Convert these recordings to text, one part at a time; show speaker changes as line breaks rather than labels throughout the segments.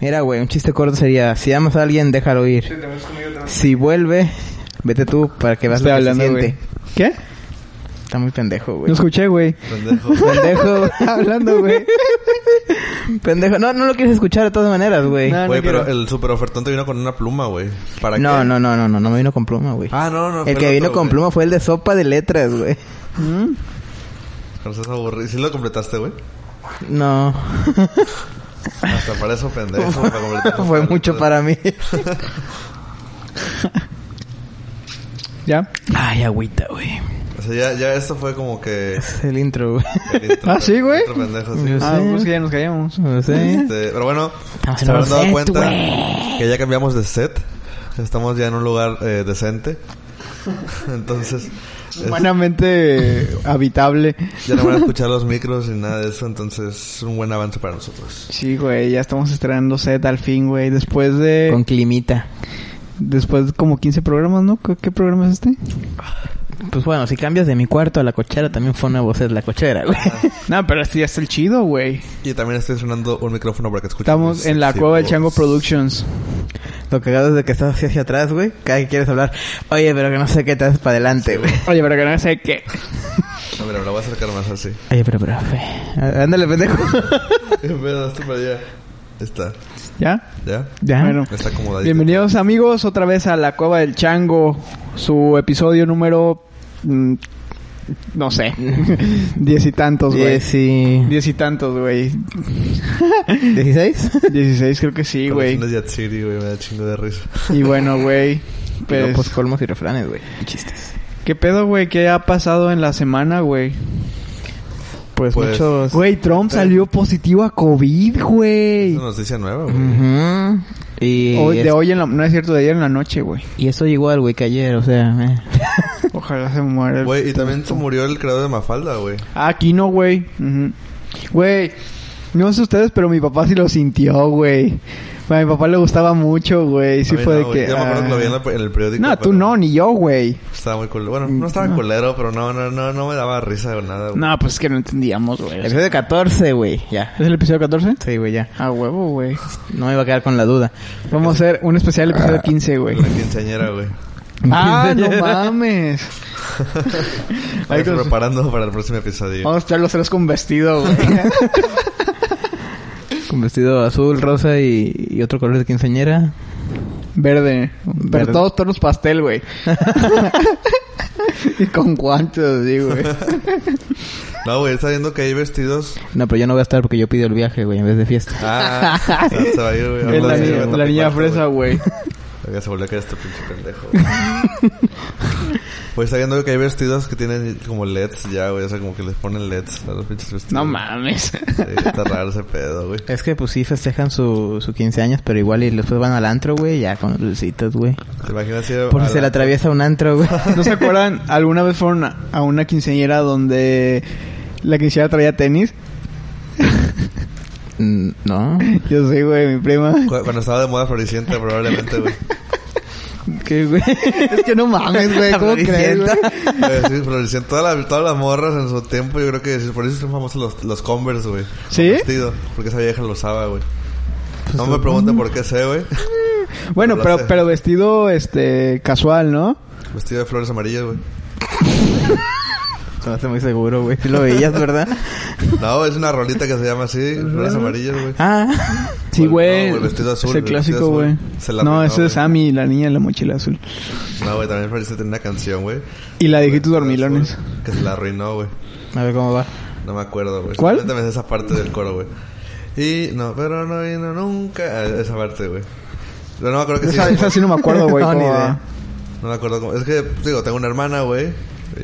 Mira, güey, un chiste corto sería, si amas a alguien, déjalo ir. Si vuelve, vete tú para que veas lo
Estoy
que
hablando,
se
güey.
siente.
¿Qué?
Está muy pendejo,
No
güey.
escuché, güey.
Pendejo.
Pendejo, güey.
Ah, Hablando, güey.
pendejo. No, no lo quieres escuchar de todas maneras, güey.
No,
No,
no
Güey, pero
quiero.
el super ofertón te vino con una pluma, güey. ¿Para
no,
qué?
no, no, no, no, me vino con pluma, güey.
Ah, no, no. fue
el que
otro,
vino con
güey.
pluma fue el de sopa de letras, güey.
Mm.
No seas aburrido. ¿Sí lo completaste, güey?
No,
Hasta para eso pendejo. para completar
fue
las
mucho
palabras.
para mí.
¿Ya?
Ay, agüita, güey.
O sea, ya, ya esto fue como que...
Es el intro, güey.
el intro-
Ah, ¿sí, güey?
el intro pendejo, sí.
Yo
Ah,
sé.
pues que ya nos callamos.
No sé.
Este, pero bueno,
Estamos en
se habrán
un
dado
set,
cuenta
güey.
que ya cambiamos de set. Estamos ya en un lugar eh, decente. Entonces, es-
Humanamente habitable.
ya no van a escuchar los micros ni nada de eso. Entonces, es un buen avance para nosotros.
Sí, güey, ya estamos estrenando set al fin, güey. Después de...
Con climita.
Después de como 15 programas, ¿no? ¿Qué, qué programa es este?
Pues bueno, si cambias de mi cuarto a la cochera, también fue nuevo set la cochera, güey.
No, pero este ya es el chido, güey.
Y también estoy sonando un micrófono para que escuchen.
Estamos
mis
en la
sexy
cueva del
voz.
Chango Productions.
Lo cagado es de que estás así hacia atrás, güey. Cada que quieres hablar, oye, pero que no sé qué te haces para adelante, güey.
Oye, pero que no sé qué.
A ver, me la voy a acercar más así.
Oye, pero profe. á- Ándale, pendejo.
Pero esto para allá. Está.
¿Ya?
¿Ya?
ya.
Bueno.
Está acomodadito.
Bienvenidos amigos otra vez a la Cueva del Chango, su episodio número... mm, no sé, diez y tantos, pues, güey.
Dieci...
Diez y tantos, güey.
¿Dieciséis?
Dieciséis creo que sí, güey.
Colecciones Yatsiri, güey. Me da chingo de risa.
Y bueno, güey.
Pues...
Pues,
colmos y refranes, güey. Y chistes.
¿Qué pedo, güey? ¿Qué ha pasado en la semana, güey?
Pues,
Pues-
muchos...
Güey, Trump
Sí.
salió positivo a COVID,
Es
güey.
una noticia nueva, güey.
Ujú. Y,
Hoy- de
es-
hoy en la... No es cierto, de ayer en la noche, güey.
y eso igual, güey, que ayer, o sea... eh.
Ojalá se muera el...
Güey, y también se murió el creador de Mafalda, güey.
Ah, aquí no, güey. Ujú. Güey, no sé ustedes, pero mi papá sí lo sintió, güey. A mi papá le gustaba mucho, güey. Sí
A mí
fue
no,
de
güey.
que...
Yo me acuerdo que lo vi en,
ah.
la- en el periódico.
No, tú
pero
no, ni yo, güey.
Estaba muy culero. Bueno, no estaba culero, pero no, no, no, no me daba risa o nada, güey.
No, pues es que no entendíamos, güey.
El episodio 14, güey. Ya.
¿Es el episodio 14?
Sí, güey, ya.
A huevo, güey.
No me iba a quedar con la duda.
Vamos a hacer un especial episodio 15, güey.
La quinceañera, güey.
Ah, no mames. Ahí
Estamos
con- Oh.
preparando para el próximo episodio.
Vamos a estar los tres con vestido, güey.
Con vestido azul, rosa y, y otro color de quinceañera.
Verde. Pero
Verde.
todos tonos pastel, güey. y con guantes, así, güey.
No, güey, está viendo que hay vestidos.
No, pero yo no voy a estar porque yo pido el viaje, güey, en vez de fiesta.
Ah, se se va a ir, güey.
Es la,
Ahorita se
niña-
mete a
la
mi
niña
cuarto,
fresa, güey.
Ya se volvió a caer este pinche pendejo. güey. Güey, está viendo que hay vestidos que tienen como LEDs ya, güey. O sea, como que les ponen LEDs a los pinches vestidos.
No mames.
Sí, está raro ese pedo, güey.
Es que pues sí festejan su, su 15 años, pero igual y después van al antro, güey, ya con lucitas, güey.
¿Te imaginas si...
Por si se le atraviesa un antro, güey.
¿No se acuerdan? ¿Alguna vez fueron a- a una quinceañera donde la quinceañera traía tenis?
Mm, no.
Yo sé, güey, mi prima.
Cu- Cuando estaba de moda floricienta, probablemente, güey.
¿Qué, güey?
Es que no mames, güey. ¿Cómo crees, güey?
Güey, Eh, Sí, floricienta. Todas las, todas las morras en su tiempo, yo creo que sí, por eso son famosos los, los Converse, güey. Con
¿Sí? Pues
Vestido, porque esa vieja lo usaba, güey. No me pregunten por qué sé, güey.
Bueno,
Lo sé.
pero, pero vestido, este, casual, ¿no?
Vestido de flores amarillas, güey.
Se me hace muy seguro, güey. Sí lo veías, ¿verdad?
No, es una rolita que se llama así, flores amarillas, güey.
Ah.
Sí,
No,
güey.
el vestido azul,
Ese
el vestido
clásico, güey.
azul. Se la
No,
arruinó,
ese es
güey.
Sammy, la niña de la mochila azul.
No, güey, también parece tener una canción, güey.
Y la de Hijitos Dormilones.
Que se la arruinó, güey.
A ver cómo va.
No me acuerdo, güey.
¿Cuál?
Simplemente me sé esa parte del coro, güey. Y no, pero no vino nunca. Ah, Esa parte, güey. Pero no me acuerdo que
Esa, esa sí no me acuerdo, güey.
No, ni
cómo va.
idea.
No me acuerdo cómo. Es que, digo, tengo una hermana, güey.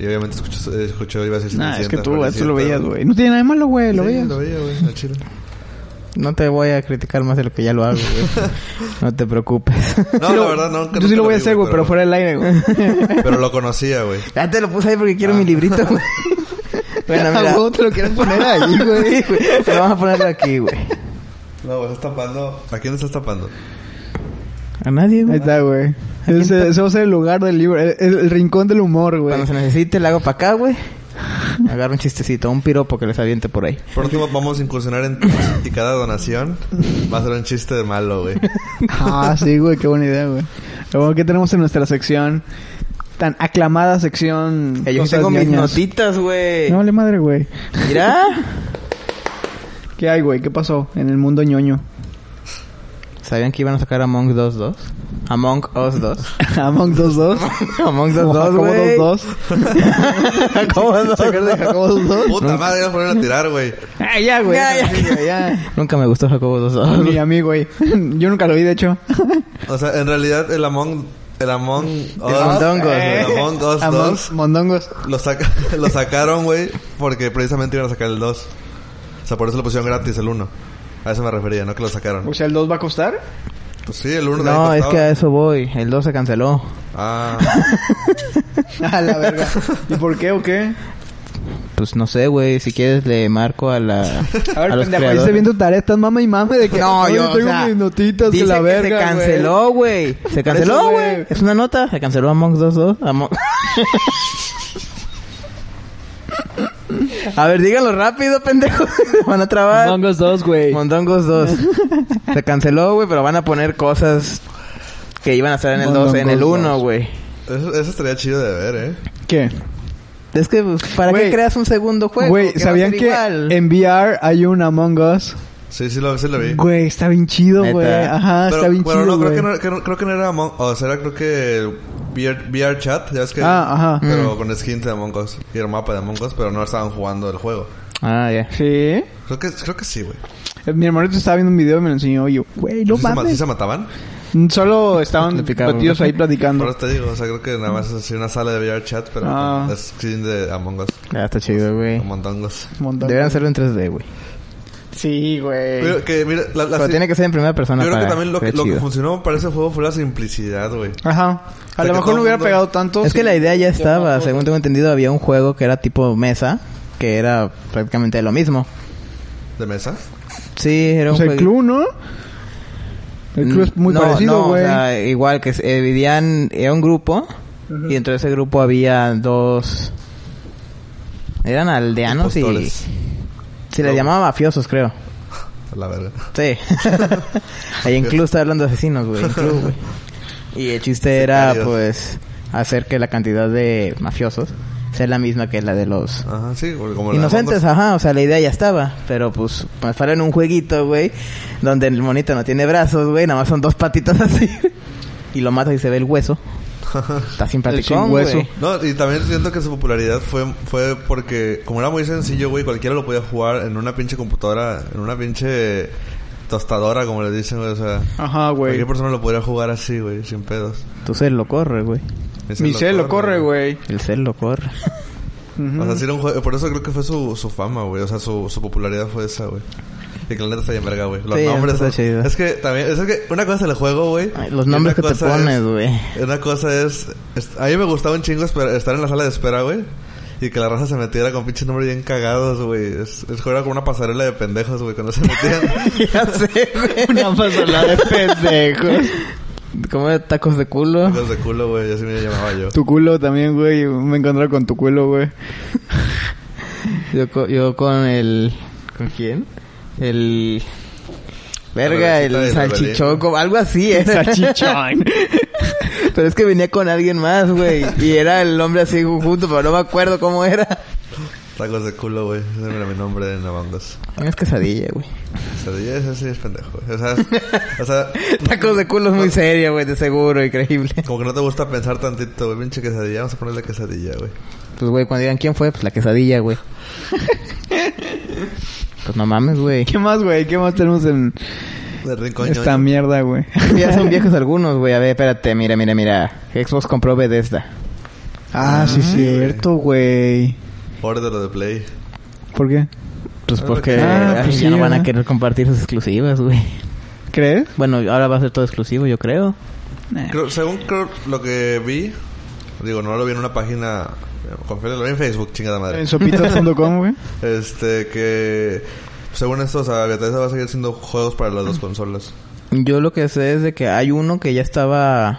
Y obviamente escuchó, eh, escuchó iba a decir
Nah, es que
700,
tú, güey, tú lo
400,
veías, güey. No tiene nada de malo, güey. Lo
Sí,
veías.
Lo veía, güey, al chile.
No te voy a criticar más de lo que ya lo hago, güey. No te preocupes.
No,
Sí
la
lo-
verdad, no.
Yo sí lo voy a hacer, güey, pero fuera del aire, güey. Ah.
Pero lo conocía, güey.
Ya te lo puse ahí porque quiero mi librito, güey. Bueno,
A
mira.
huevo te lo quieren poner ahí, güey.
Sí, güey. Te lo vamos a poner aquí, güey.
No, güey, estás tapando. ¿A quién estás tapando?
A nadie,
Ahí
güey.
está, güey. Ese, ese va a ser el lugar del libro. El, el- el rincón del humor, güey.
Cuando se necesite, le hago para acá, güey. Agarro un chistecito, un piropo que les aviente por ahí.
Por último, vamos a incursionar en tips y cada donación va a ser un chiste de malo, güey.
Ah, sí, güey. Qué buena idea, güey. Luego, ¿qué tenemos en nuestra sección? Tan aclamada sección.
Eh, Yo aquí
Cosas
tengo mis
ñoñas.
notitas, güey.
No, vale madre, güey.
Mira.
¿Qué hay, güey? ¿Qué pasó en el mundo ñoño?
¿Sabían que iban a sacar Among Us 2? Among Us 2.
Among 2-2.
Among Us 2,
Jacobo
güey.
2-2.
Jacobo 2,
Sacar de Jacobo 2-2.
Puta madre, vamos a poner a tirar, güey.
Ah, ya, güey.
Ya, ya.
Sí, güey, ya.
Nunca me gustó Jacobo 2,
Ni a mí, güey. Yo nunca lo vi, de hecho.
O sea, en realidad, el Among. El Among. Us-
Among Us,
el
güey.
Among Us
Eh, Among-
2.
Mondongos.
Lo, saca- lo sacaron, güey, porque precisamente iban a sacar el 2. O sea, por eso lo pusieron gratis el 1. A eso me refería, no que lo sacaron.
O sea, ¿el 2 va a costar?
Pues sí, el 1
No, es que a eso voy. El 2 se canceló.
Ah,
A la verga. ¿Y por qué o qué?
Pues no sé, güey. Si quieres le marco a la...
A ver,
los
pendejo, ahí
creadores.
estás viendo tarea, estás mama y mame de que
No,
"Ay,
yo, o
tengo
sea,
mis notitas que
dice
la verga.
se
güey".
canceló, güey. Se canceló,
eso, güey.
güey. Es una nota. Se canceló Among Us 2. Among- A ver, díganlo rápido, pendejo. Van a trabar.
Among Us 2, güey.
Mondongos 2. Se canceló, güey, pero van a poner cosas que iban a estar en el 2, en el
Mondongos
1,
2.
güey.
eso, eso estaría chido de ver, ¿eh?
¿Qué?
Es que, pues, ¿para
Güey.
qué creas un segundo juego?
Güey,
va a
¿sabían
ser
que
igual?
en VR hay un Among Us?
Sí, sí lo, sí lo vi.
Güey, está bien chido,
Neta.
güey. Ajá,
pero,
está bien
pero
chido,
no, creo
güey.
que no, que no- creo que no era Among O sea, era creo que VR, VR Chat, ya es que...
Ah, ajá.
Mm.
Pero con skins de Among Us y el mapa de Among Us, pero no estaban jugando el juego.
Ah, ya.
Sí.
Creo que, creo que sí, güey.
Eh, Mi hermanito estaba viendo un video y me lo enseñó. Y yo, güey, no
¿Sí, se ma- sí
mames.
se mataban?
Solo estaban
Platicaban.
batidos ahí
Por
platicando.
eso te digo, o sea, creo que nada
Mm.
más es así una sala de VR Chat, pero
Ah.
con skin de Among Us.
Ah, está chido, güey.
Among Us.
Mondongos.
Deberían hacerlo en 3D, güey.
Sí, güey.
Pero que, mira, la, la-
Pero tiene que ser en primera persona
Yo creo que
para
también lo, que-
ver
lo que
chido.
funcionó para ese juego fue la simplicidad, güey.
Ajá.
que
A lo
todo
mejor
el
no hubiera
mundo-
pegado tanto.
Es que
si-
la idea ya estaba.
Yo-
Según tengo entendido, había un juego que era tipo mesa, que era prácticamente lo mismo.
¿De mesa?
Sí, era un
O sea, el
juego...
club, ¿no? El club es muy
Mm, No,
parecido,
no,
güey.
o sea, igual que se- eh, vivían era un grupo y dentro de ese grupo había dos eran aldeanos y
Impostores.
se les llamaba mafiosos, creo.
A la verga.
Sí. Ahí en club está hablando de asesinos, güey, en club, güey. Y el chiste era
Sicarios.
pues hacer que la cantidad de mafiosos sea la misma que la de los
Ajá, sí, porque como la de Among
Inocentes,
Us-
ajá, o sea, la idea ya estaba, pero pues para estar en un jueguito, güey, donde el monito no tiene brazos, güey, nada más son dos patitas así. Y lo mata y se ve el hueso. Está
El
simpaticón,
sin
güey.
hueso.
No, y también siento que su popularidad fue, fue porque, como era muy sencillo, güey, cualquiera lo podía jugar en una pinche computadora, en una pinche tostadora, como le dicen, güey, o sea.
Ajá, güey.
Cualquier persona lo podría jugar así, güey, sin pedos.
Tu cel lo corre, güey.
Ese
Mi cel lo corre, güey.
El cel lo corre.
O sea,
Ujú.
sí era un juego, por eso creo que fue su, su fama, güey. O sea, su, su popularidad fue esa, güey. Y que la neta está bien verga, güey. Los
Sí,
nombres.
está
son-
chido.
Es que también, es que una cosa es el juego, güey.
Ay, Los
y
nombres que
otra
te
cosa
pones,
es-
güey.
Una cosa es, es- A mí me gustaba un chingo esper- estar en la sala de espera, güey. Y que la raza se metiera con pinches nombres bien cagados, güey. Es, es jugar como una pasarela de pendejos, güey, cuando se metían.
ya sé, güey.
Una pasada de pendejos.
Come tacos de culo.
Cosas de culo, güey. Así me llamaba yo.
Tu culo también, güey. Me encontré con tu culo, güey.
Yo, co- yo con el... ¿Con quién? El... Verga,
La
el
verdecita de la
salchichón, como- algo así, ¿eh?
Salchichón.
Pero es que venía con alguien más, güey. Y era el hombre así junto, pero no me acuerdo cómo era.
Tacos de culo, güey. Ese era mi nombre en Among Us.
Es quesadilla, güey.
Quesadilla, ese sí es pendejo. güey. O sea, o sea,
Tacos de culo es muy serio, güey, de seguro, y creíble.
como que no te gusta pensar tantito, güey. Pinche quesadilla, vamos a ponerle quesadilla, güey.
Pues, güey, cuando digan quién fue, pues la quesadilla, güey. pues no mames, güey.
¿Qué más, güey? ¿Qué más tenemos en
De rincón
esta
ñoño.
mierda, güey?
Ya son viejos algunos, güey. A ver, espérate, mira, mira, mira. Xbox compró Bethesda.
Ah, sí, es cierto, güey.
Order de Play.
¿Por qué?
Pues
Ah,
porque
ah,
ay,
pues
ya
sí,
no van a
¿verdad?
querer compartir sus exclusivas, güey.
¿Crees?
Bueno, ahora va a ser todo exclusivo, yo creo.
Eh.
Creo- según creo lo que vi, digo, no lo vi en una página. Confío, lo vi en Facebook, chingada madre.
En sopitas.com, güey.
Este, que. Según esto, o sea, Bethesda va a seguir siendo juegos para las dos consolas.
Yo lo que sé es de que hay uno que ya estaba...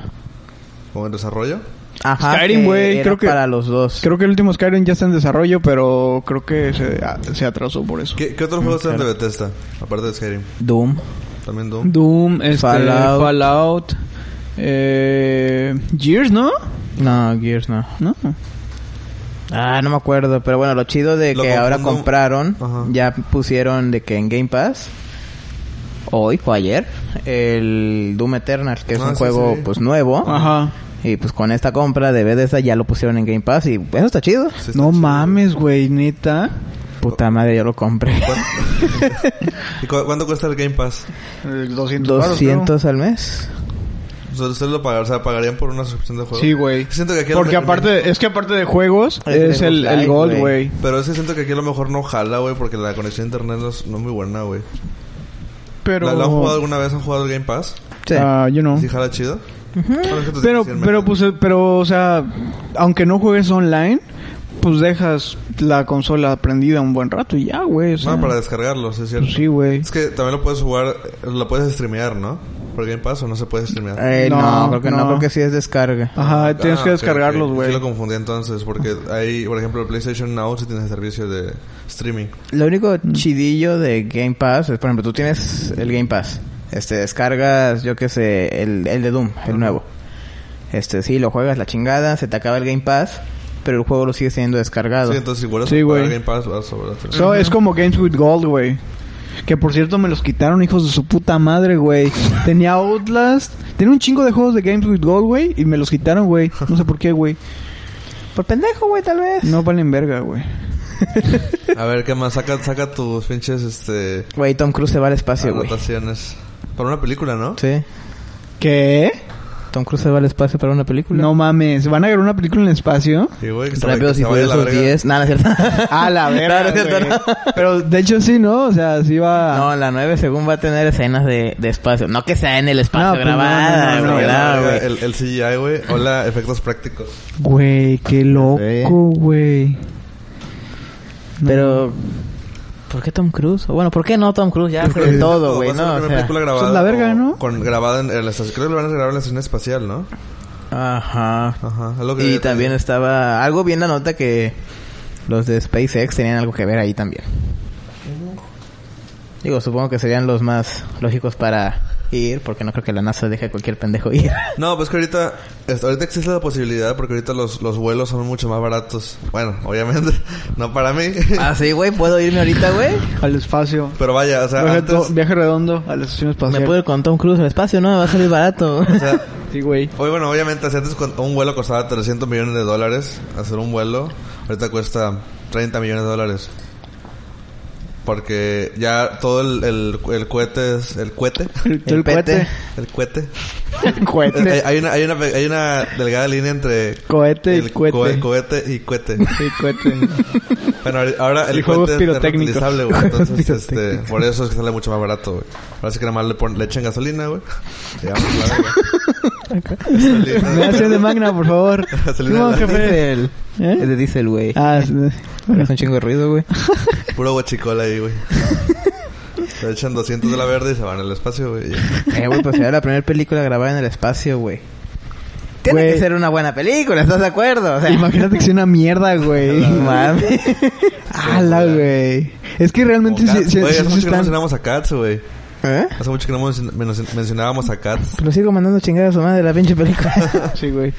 Como en desarrollo.
Ajá,
Skyrim,
que
güey,
era
creo que-
para los dos.
Creo que el último Skyrim ya está en desarrollo, pero creo que se, a- se atrasó por eso.
¿Qué, qué otros juegos son de Bethesda? Aparte de Skyrim.
Doom.
También Doom.
Doom, este,
Fallout.
Fallout. eh, Gears, ¿no?
No, Gears no.
No.
Ah, no me acuerdo. Pero bueno, lo chido de
Lo
que ahora
confundo.
compraron,
Ajá.
ya pusieron de que en Game Pass, hoy o ayer, el Doom Eternal, que es
Ah,
un
sí,
juego
sí.
pues nuevo.
Ajá.
Y pues con esta compra de Bethesda ya lo pusieron en Game Pass y eso está chido.
Sí, está
No
chido.
mames, güey, neta.
Puta madre, yo lo compré.
¿Y cu- cuánto cuesta el Game Pass? Eh,
200. varos, creo.
200 al mes.
O sea, ¿Ustedes lo pagar, o sea, pagarían por una suscripción de juego?
Sí, güey.
Pues, Siento que aquí a lo
Porque
mejor-
aparte, es que aparte de juegos,
El
es
Xbox
el, el
Live,
Gold,
güey.
güey.
Pero es que siento que aquí a lo mejor no jala, güey, porque la conexión a internet no es, no es muy buena, güey.
Pero.
¿La, la han jugado alguna vez? ¿Han jugado el Game Pass?
Sí.
Ah, yo no.
¿Sí jala chido? Bueno, es que tú
Pero,
tienes que ir
pero,
metiendo.
pues, eh, pero, o sea, aunque no juegues online, pues dejas la consola prendida un buen rato y ya, güey. O sea,
No, Ah, para descargarlo, sí es cierto.
pues sí, güey.
Es que también lo puedes jugar, lo puedes streamear, ¿no? ¿Por Game Pass o no se puede streamear?
Eh, no,
no,
creo que no.
no.
creo que sí es descarga.
Ajá, tienes
Ah,
que
ok,
descargarlos,
ok.
güey.
Sí lo confundí entonces, porque hay, por ejemplo, el PlayStation Now sí tiene servicio de streaming.
Lo único chidillo de Game Pass es, por ejemplo, tú tienes el Game Pass. Este, descargas, yo qué sé, el, el de Doom, el nuevo. Este, sí, lo juegas la chingada, se te acaba el Game Pass, pero el juego lo sigues teniendo descargado.
Sí, entonces igual
Sí,
es
güey.
para Game Pass vas sobre la
So, eh, es como Games with Gold, güey. Que por cierto me los quitaron, hijos de su puta madre, güey. Tenía Outlast, tenía un chingo de juegos de Games with Gold, güey, y me los quitaron, güey. No sé por qué, güey.
Por pendejo, güey, tal vez.
No valen verga, güey.
A ver, ¿qué más? Saca, saca tus pinches, este...
Güey, Tom Cruise se va al
Ah,
espacio, güey.
anotaciones. Para una película, ¿no?
Sí.
¿Qué?
Tom Cruise se va al espacio para una película.
No mames, ¿van a grabar una película en el espacio?
Y, güey, que se vaya-
Rápido
que
si
se vaya a la
furiosos
verga.
10. Nada, no es cierto.
A la verga,
No, no es cierto,
güey.
no.
Pero de hecho sí, ¿no? O sea, sí va...
No, la 9 según va a tener escenas de, de espacio. No que sea en el espacio
No, pues no,
grabada,
no, no,
güey.
Vaya a Ah, la
no,
verga
güey.
el, el CGI, güey. Hola, efectos prácticos.
Güey, qué loco, güey.
Pero... ¿Por qué Tom Cruise? O Bueno, ¿por qué no Tom Cruise? Ya
Porque
hace todo, güey,
va a ser la
¿no? O
primera
sea.
película grabada.
es la verga,
o-
¿no?
Con, grabada en, en la estación. Creo que lo van a grabar en la estación espacial, ¿no?
Ajá.
Ajá. es lo que
Y también estaba... Algo bien la nota que... Los de SpaceX tenían algo que ver ahí también. Digo, supongo que serían los más lógicos para ir, porque no creo que la NASA deje a cualquier pendejo ir.
No, pues que ahorita, es- ahorita existe la posibilidad porque ahorita los, los vuelos son mucho más baratos. Bueno, obviamente, no para mí.
Ah, sí, güey, puedo irme ahorita, güey.
Al espacio.
Pero vaya, o sea,
Viaje
antes,
to- Viaje redondo a la estación espacial.
Me puedo ir con Tom Cruise al espacio, ¿no? Me va a salir barato.
o sea,
Sí, güey.
oye, bueno, obviamente, si antes con- un vuelo costaba 300 millones de dólares, hacer un vuelo, ahorita cuesta 30 millones de dólares. Porque ya todo el, el, el cohete es, el Eh, cohete,
El,
El
el
pete.
cohete.
el cohete.
El
Hay,
cohete.
hay una, hay, una, pe- hay una delgada línea entre
Cohete y
el
cohete.
co- cohete y cohete.
El cohete.
Bueno, ahori- ahora el
Y juegos
cohete es
pirotécnicos.
reutilizable, güey.
Juegos
Entonces, este,
pirotécnicos.
por eso es que sale mucho más barato, güey. Ahora sí que nada más le, pon- le echan gasolina, güey. Y vamos a la verga. Gasolina.
Me hacen de magna, por favor.
Gasolina
Simón,
de la-
jefe.
Diesel.
¿Eh?
Es de Diesel, güey.
Ah, sí.
Es un chingo de ruido, güey.
Puro guachicola ahí, güey. Le echan 200 de la verde y se van al espacio, güey.
Eh, güey, pues era la primera película grabada en el espacio, güey. Tiene
Güey.
que ser una buena película, ¿estás de acuerdo? O sea,
Imagínate que sea una mierda, güey.
mami.
Ala, güey. Es que realmente
Como
sí,
Cats.
sí,
Oye,
sí,
hace mucho que
sí
no
están-
mencionamos a Cats, güey.
¿Eh?
Hace mucho que no men- men- mencionábamos a Cats.
Lo sigo mandando a chingar a su madre la pinche película.
Sí, güey.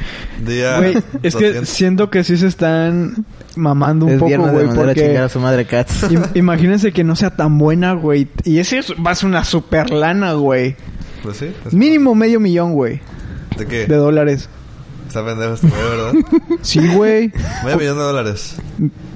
Día
Güey, es que
200.
siento que sí se están mamando un
es
poco,
viernes de
güey,
mandar a chingar a
porque...
su madre Cats.
im- Imagínense que no sea tan buena, güey. Y ese es- va a ser una super lana, güey.
Pues sí. es-
Mínimo medio millón, güey.
¿De qué?
De dólares.
Está pendejo este güey, ¿verdad?
Sí, güey.
Medio millón de dólares.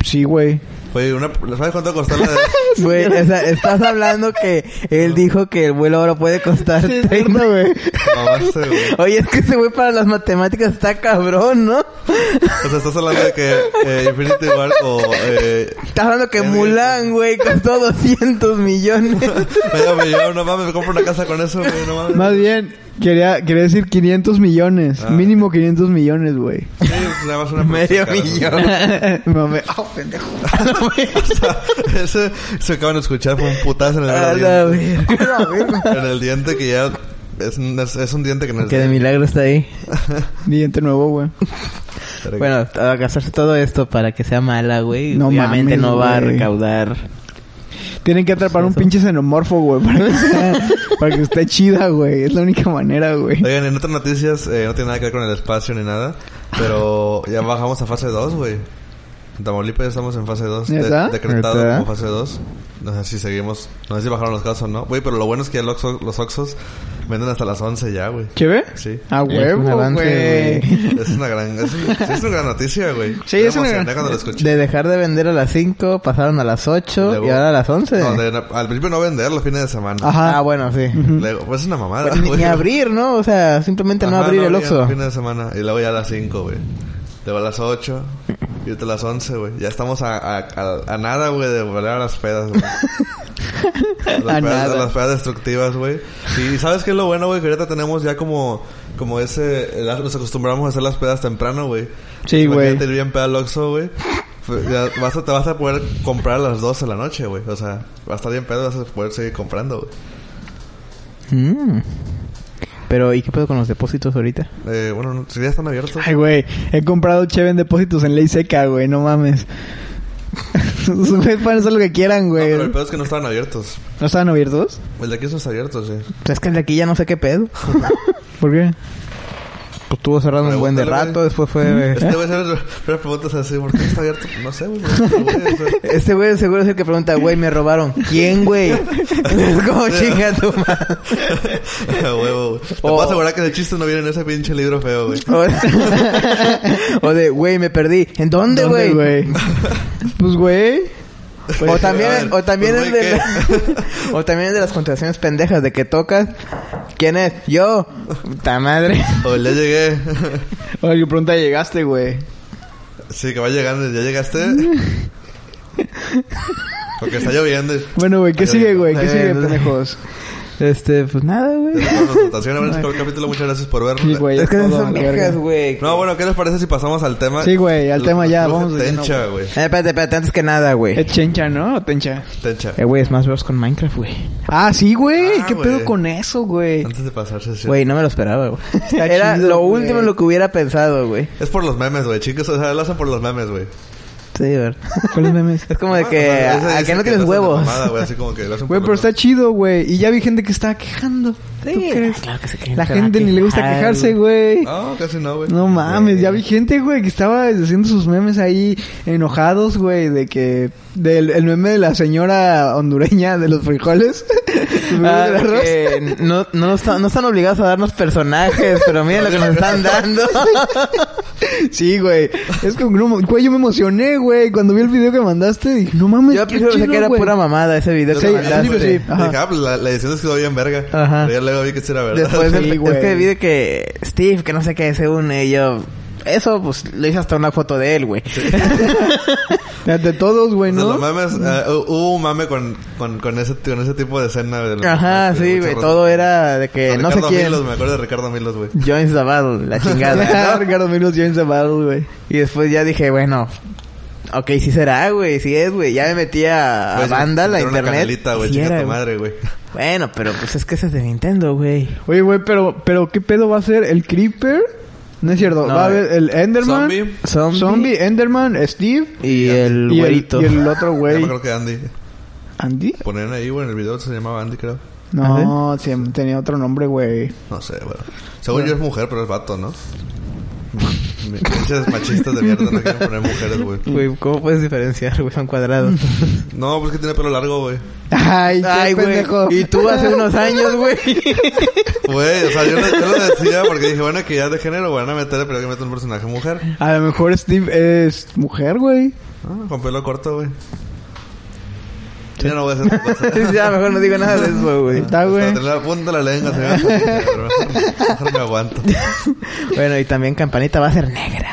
Sí, güey.
Oye, una... ¿sabes cuánto costó la de...
Güey, o sea, estás hablando que él dijo que el vuelo ahora puede costar
Sí, es
30,
cierto,
güey.
Mamaste, güey.
Oye, es que ese güey para las matemáticas está cabrón, ¿no?
O sea, estás hablando de que eh, Infinity War o eh,
Estás hablando que
Sí,
Mulan, güey, costó 200 millones.
medio millón, no mames, me compro una casa con eso, güey, no mames.
Más bien, quería, quería decir 500 millones.
Ah.
Mínimo 500 millones, güey.
Sí, pues nada más una
Medio
pinche cara, ¿no?
millón.
Mame- oh, pendejo.
O sea, ese se acaban de escuchar, fue un putazo en el,
A la
diente,
verga. A la verga.
en el diente que ya es, un- es, es un diente que no es
Que de milagro está ahí.
Diente nuevo, güey.
Pero-
Bueno, a gastarse todo esto para que sea mala, güey.
No
Obviamente
mames,
no va a
güey.
recaudar.
Tienen que atrapar un
eso.
pinche xenomorfo, güey. Para que, sea- para que esté chida, güey. Es la única manera, güey.
Oigan, en otras noticias, eh, no tiene nada que ver con el espacio ni nada, pero ya bajamos a fase 2, güey. En Tamaulipas ya estamos en fase 2, de-
¿Neta?
decretado
¿Neta?
como fase 2. No sé si seguimos, no sé si bajaron los casos o no. Güey, pero lo bueno es que ya los, Oxxo- los Oxxos venden hasta las 11 ya, güey.
¿Qué ve?
Sí.
A
Es un
huevo,
avance,
güey.
Es una gran, es, un- sí, es una gran noticia, güey.
Sí,
Me
es una gran-
emocioné cuando lo escuché.
De dejar de vender a las 5, pasaron a las 8
Luego-
y ahora a las 11.
No, de- al principio no vender los fines de semana.
Ah, bueno, sí.
Luego, pues es una mamada.
Ni,
güey.
ni abrir, ¿no? O sea, simplemente no
Ajá,
abrir el
abrían
Oxxo.
los fines de semana. Y luego ya a las 5, güey. Luego a las 8. Y ahorita a las 11, güey. Ya estamos a, a, a, a nada, güey, de volver a las pedas, güey. A las,
A
pedas,
nada.
a las pedas destructivas, güey. Y, y ¿sabes qué es lo bueno, güey? Que ahorita tenemos ya como... Como ese... la- Nos acostumbramos a hacer las pedas temprano, güey.
Sí, güey.
Imagínate ir bien peda al Oxxo, güey. Fue- ya Vas a, te vas a poder comprar a las 12 de la noche, güey. O sea, va a estar bien pedo, vas a poder seguir comprando, güey.
Mm. Pero, ¿y qué pedo con los depósitos ahorita?
Eh, bueno, no- si ya están abiertos.
Ay, güey. He comprado cheve en depósitos en ley seca, güey. No mames. Sus güeyes pueden hacer lo que quieran,
No,
güey.
pero el
¿No
pedo es que no estaban abiertos.
estaban abiertos?
El de aquí eh. está abierto, sí.
Pues es que el de aquí ya no sé qué pedo.
¿Por qué?
Pues estuvo cerrado un buen de
Pregúntale,
rato,
güey.
después fue...
Este güey hacer unas preguntas así, ¿por qué está abierto? No sé, güey. pero, güey, o sea,
Este güey seguro es el que pregunta, güey, me robaron. ¿Quién, güey? es como chinga tu madre.
a huevo, güey. Te
Oh.
puedo asegurar que el chiste no viene en ese pinche libro feo, güey.
O, o de, güey, me perdí. ¿En dónde,
¿Dónde,
güey?
güey? pues, güey.
O también,
a ver,
o también
pues,
el
güey,
de... o también el de las contrataciones pendejas de que tocas. ¿Quién es? Yo. Puta madre.
O ya llegué.
Oye, qué pronta llegaste, güey.
Sí, que va llegando. ¿Ya llegaste? Porque está lloviendo. y-
Bueno, güey, ¿qué
Ay,
sigue, güey? ¿Qué
ay,
sigue,
ay.
pendejos?
Este, pues nada, güey.
Esa fue la presentación. A ver, el capítulo. Muchas gracias por verlo.
Sí, güey.
Es que
todo,
esas
a
son
la
viejas,
verga.
güey. Eh,
No, bueno, ¿qué les parece si pasamos al tema?
Sí, güey, al tema ya, vamos de lleno,
Tencha, güey.
Eh, espérate, espérate, antes que nada,
Es
güey.
chencha, ¿no? ¿O tencha?
Tencha.
Eh, güey, Smash Bros. con Minecraft, güey.
Ah, sí, güey.
Ah,
¿Qué
güey.
pedo con eso, güey?
Antes de pasarse, sí.
Güey, no me lo esperaba, güey.
Está
Era
chido,
lo
güey.
último en lo que hubiera pensado, güey.
Es por los memes, güey, chicos. O sea, lo hacen por los memes, güey.
Sí, ¿verdad?
¿Cuáles memes?
Es como de
Ah,
que...
o sea, ese
¿A, a
dice
que no
que
tienes
lo hacen de
huevos?
mamada, güey, así como que lo hacen
Güey,
por
pero
los
está chido, güey. Y ya vi gente que estaba quejando. ¿Tú crees?
Claro que sí, que
La
se va a
gente ni le gusta
quejar, Ah,
quejarse,
güey.
güey.
No, casi no, güey.
No mames, ya vi gente, güey, que estaba haciendo sus memes ahí enojados, güey, de que... Del el meme de la señora hondureña de los frijoles. El meme
Ah,
del arroz.
que no, no, nos están- no están obligados a darnos personajes, pero miren lo que nos están dando.
Sí, güey. Es que, no, güey, yo me emocioné, güey. Cuando vi el video que mandaste, dije, no mames,
Yo al
qué
principio pensé
chido,
que era
güey.
pura mamada ese video
Yo
que
también,
mandaste.
yo sí, sí.
Ajá.
Dije, ah, pues la, la edición es quedó bien verga.
Ajá.
Pero ya luego vi que sí era verdad.
Después
Sí,
del-
güey.
es que vi de que Steve, que no sé qué, se une y yo... Eso, pues, le hice hasta una foto de él, güey.
Ante todos, güey,
Pues
O sea,
¿no?
los memes, eh, hu- hubo un mame con, con, con, ese, con ese tipo de escena. güey, de los
Ajá,
memes,
sí,
mucha
güey.
raza.
Todo era de que
Con
no sé
Ricardo
quién.
Milos, me acuerdo de Ricardo Milos, güey.
Joins the battle, la chingada. ¿no?
Ricardo Milos James Amado, güey.
Y después ya dije, bueno... Ok, sí será, güey. Sí es, güey. Ya me metí a, a
Güey,
banda, la
era Pues, una
internet.
canelita, güey.
Sí
Chica
era,
tu
güey.
madre, güey.
Bueno, pero pues es que ese es de Nintendo, güey.
Oye, güey, pero, pero ¿qué pedo va a ser? ¿El Creeper? No es cierto.
No, eh,
va a haber el Enderman.
Zombie.
Zombie.
Zombie, Enderman, Steve.
Y el
y
güerito.
y el otro
Ya me
güey.
acuerdo que Andy.
¿Andy?
Ponían ahí, güey, en el video se llamaba Andy, creo.
No, siempre tenía otro nombre, güey.
No sé, bueno. Según yo es mujer, pero es vato, ¿no? Pinches machistas de mierda no quieren poner mujeres, güey.
Güey, ¿cómo puedes diferenciar, güey? Son cuadrados.
No, pues que tiene pelo largo, güey.
Ay, qué
Ay, güey.
pendejo.
Y tú hace unos años, güey.
Güey, o sea, yo lo, yo lo decía porque dije, bueno, que ya es de género, van a meter, pero hay que meter un personaje mujer.
A lo mejor Steve es mujer, güey.
Ah, con pelo corto, güey. Ya no voy a hacer tu cosa.
ya, mejor no digo nada de eso, güey.
Está, güey.
Hasta la punta de la lengua, señor. Pero mejor- Mejor me aguanto.
Bueno, y también Campanita va a ser negra.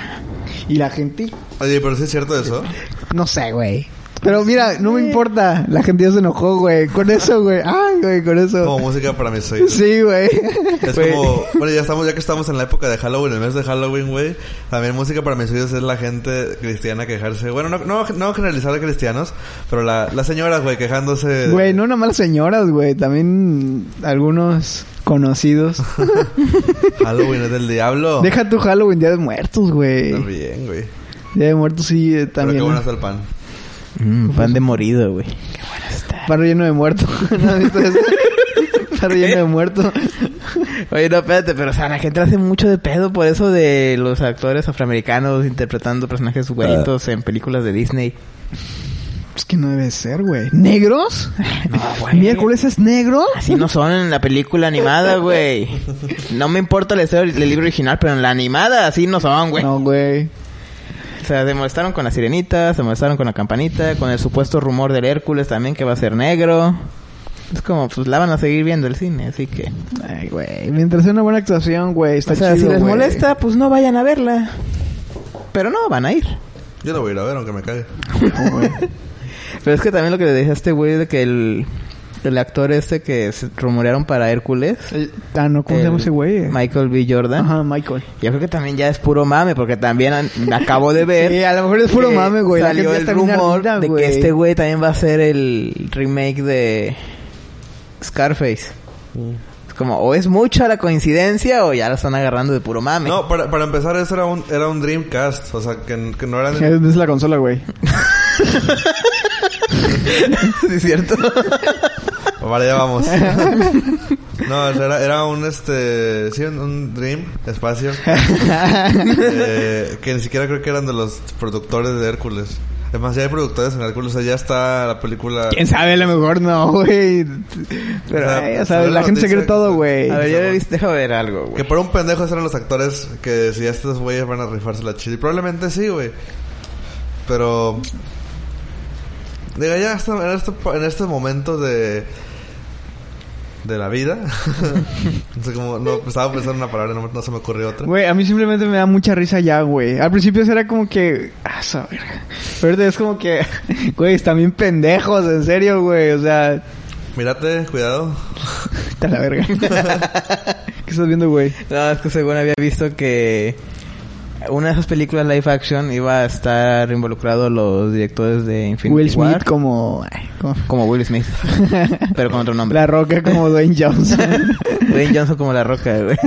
Y la gente,
Oye, pero sí es cierto eso.
no sé, güey. Pero mira, no me importa. La gente ya se enojó, güey. Con eso, güey. Ay, güey, con
Como
eso.
música para mis oídos.
Sí, güey.
Es
Güey.
como, bueno, ya estamos, ya que estamos en la época de Halloween, el mes de Halloween, güey. También música para mis oídos es la gente cristiana quejarse. Bueno, no, no, no generalizar a cristianos, pero la, las señoras, güey, quejándose. de-
Güey, no nada más las señoras, güey. También algunos conocidos.
Halloween es del diablo.
Deja tu Halloween, Día de Muertos, güey.
También, güey.
Día de Muertos sí, eh,
Pero qué
también.
bueno está el pan.
Mm, pan de morido, güey. Qué buena está.
Paro lleno de muertos. ¿No has visto eso? Paro lleno de muertos.
Oye, no, espérate, pero o sea, la gente hace mucho de pedo por eso de los actores afroamericanos interpretando personajes güeritos en películas de Disney.
Es que no debe ser, güey. ¿Negros?
No, güey.
¿Miércoles es negro?
Así no son en la película animada, güey. No me importa la historia del libro original, pero en la animada así no son, güey.
No, güey.
O sea, se molestaron con la sirenita, se molestaron con la campanita, con el supuesto rumor del Hércules también que va a ser negro. Es como, pues la van a seguir viendo el cine, así que... pues,
Ay, güey. Mientras sea una buena actuación, güey. Está
o sea,
chido,
si les
güey.
molesta, pues no vayan a verla. Pero no, van a ir.
Yo lo voy a ir a ver, aunque me cague.
No, güey.
Pero es que también lo que le dije a este güey de que el, el actor este que se rumorearon para Hércules...
El- Ah, no, ¿cómo se llama
el
ese güey?
Michael B. Jordan.
Ajá, Michael.
Yo creo que también ya es puro mame, porque también an- acabo de ver...
Sí, a lo mejor es puro
que
mame, güey. La
Salió
gente
el
está bien
rumor
ardida,
de
güey.
que este güey también va a ser el remake de Scarface. Es como, o es mucha la coincidencia o ya lo están agarrando de puro mame.
No, para, para empezar, eso era un, era un Dreamcast. O sea, que, que no era...
Es es la consola, güey.
¿Sí es cierto?
Pues Vale, ya vamos. No, o sea, era, era un este. Sí, un, un Dream, espacio. eh, que ni siquiera creo que eran de los productores de Hércules. Además, ya hay productores en Hércules. O sea, ya está la película.
¿Quién sabe? A lo mejor no, güey. Pero,
O sea,
eh,
sale
ya sabes, la
la
gente se cree
noticia-
todo, güey.
a ver, yo he visto- déjame ver algo,
Que
güey.
por un pendejo esos eran los actores que decía estos güeyes van a rifarse la chile. Y probablemente sí, güey. Pero. Diga, ya hasta- en, este, en estos momentos de. de la vida. no sé cómo. No, estaba pensando en una palabra, no, me- no se me ocurrió otra.
Güey, a mí simplemente me da mucha risa ya, güey. Al principio era como que... Ah, esa verga. Pero ahorita es como que... Güey, están bien pendejos, en serio, güey. O sea...
Mírate, cuidado.
Está la verga. ¿Qué estás viendo, güey?
No, es que según había visto que una de esas películas live action iba a estar involucrado los directores de Infinity
Will Smith
War,
como... ay, como-
como Will Smith, pero con otro nombre.
La Roca como Dwayne Johnson.
Dwayne Johnson como La Roca, güey.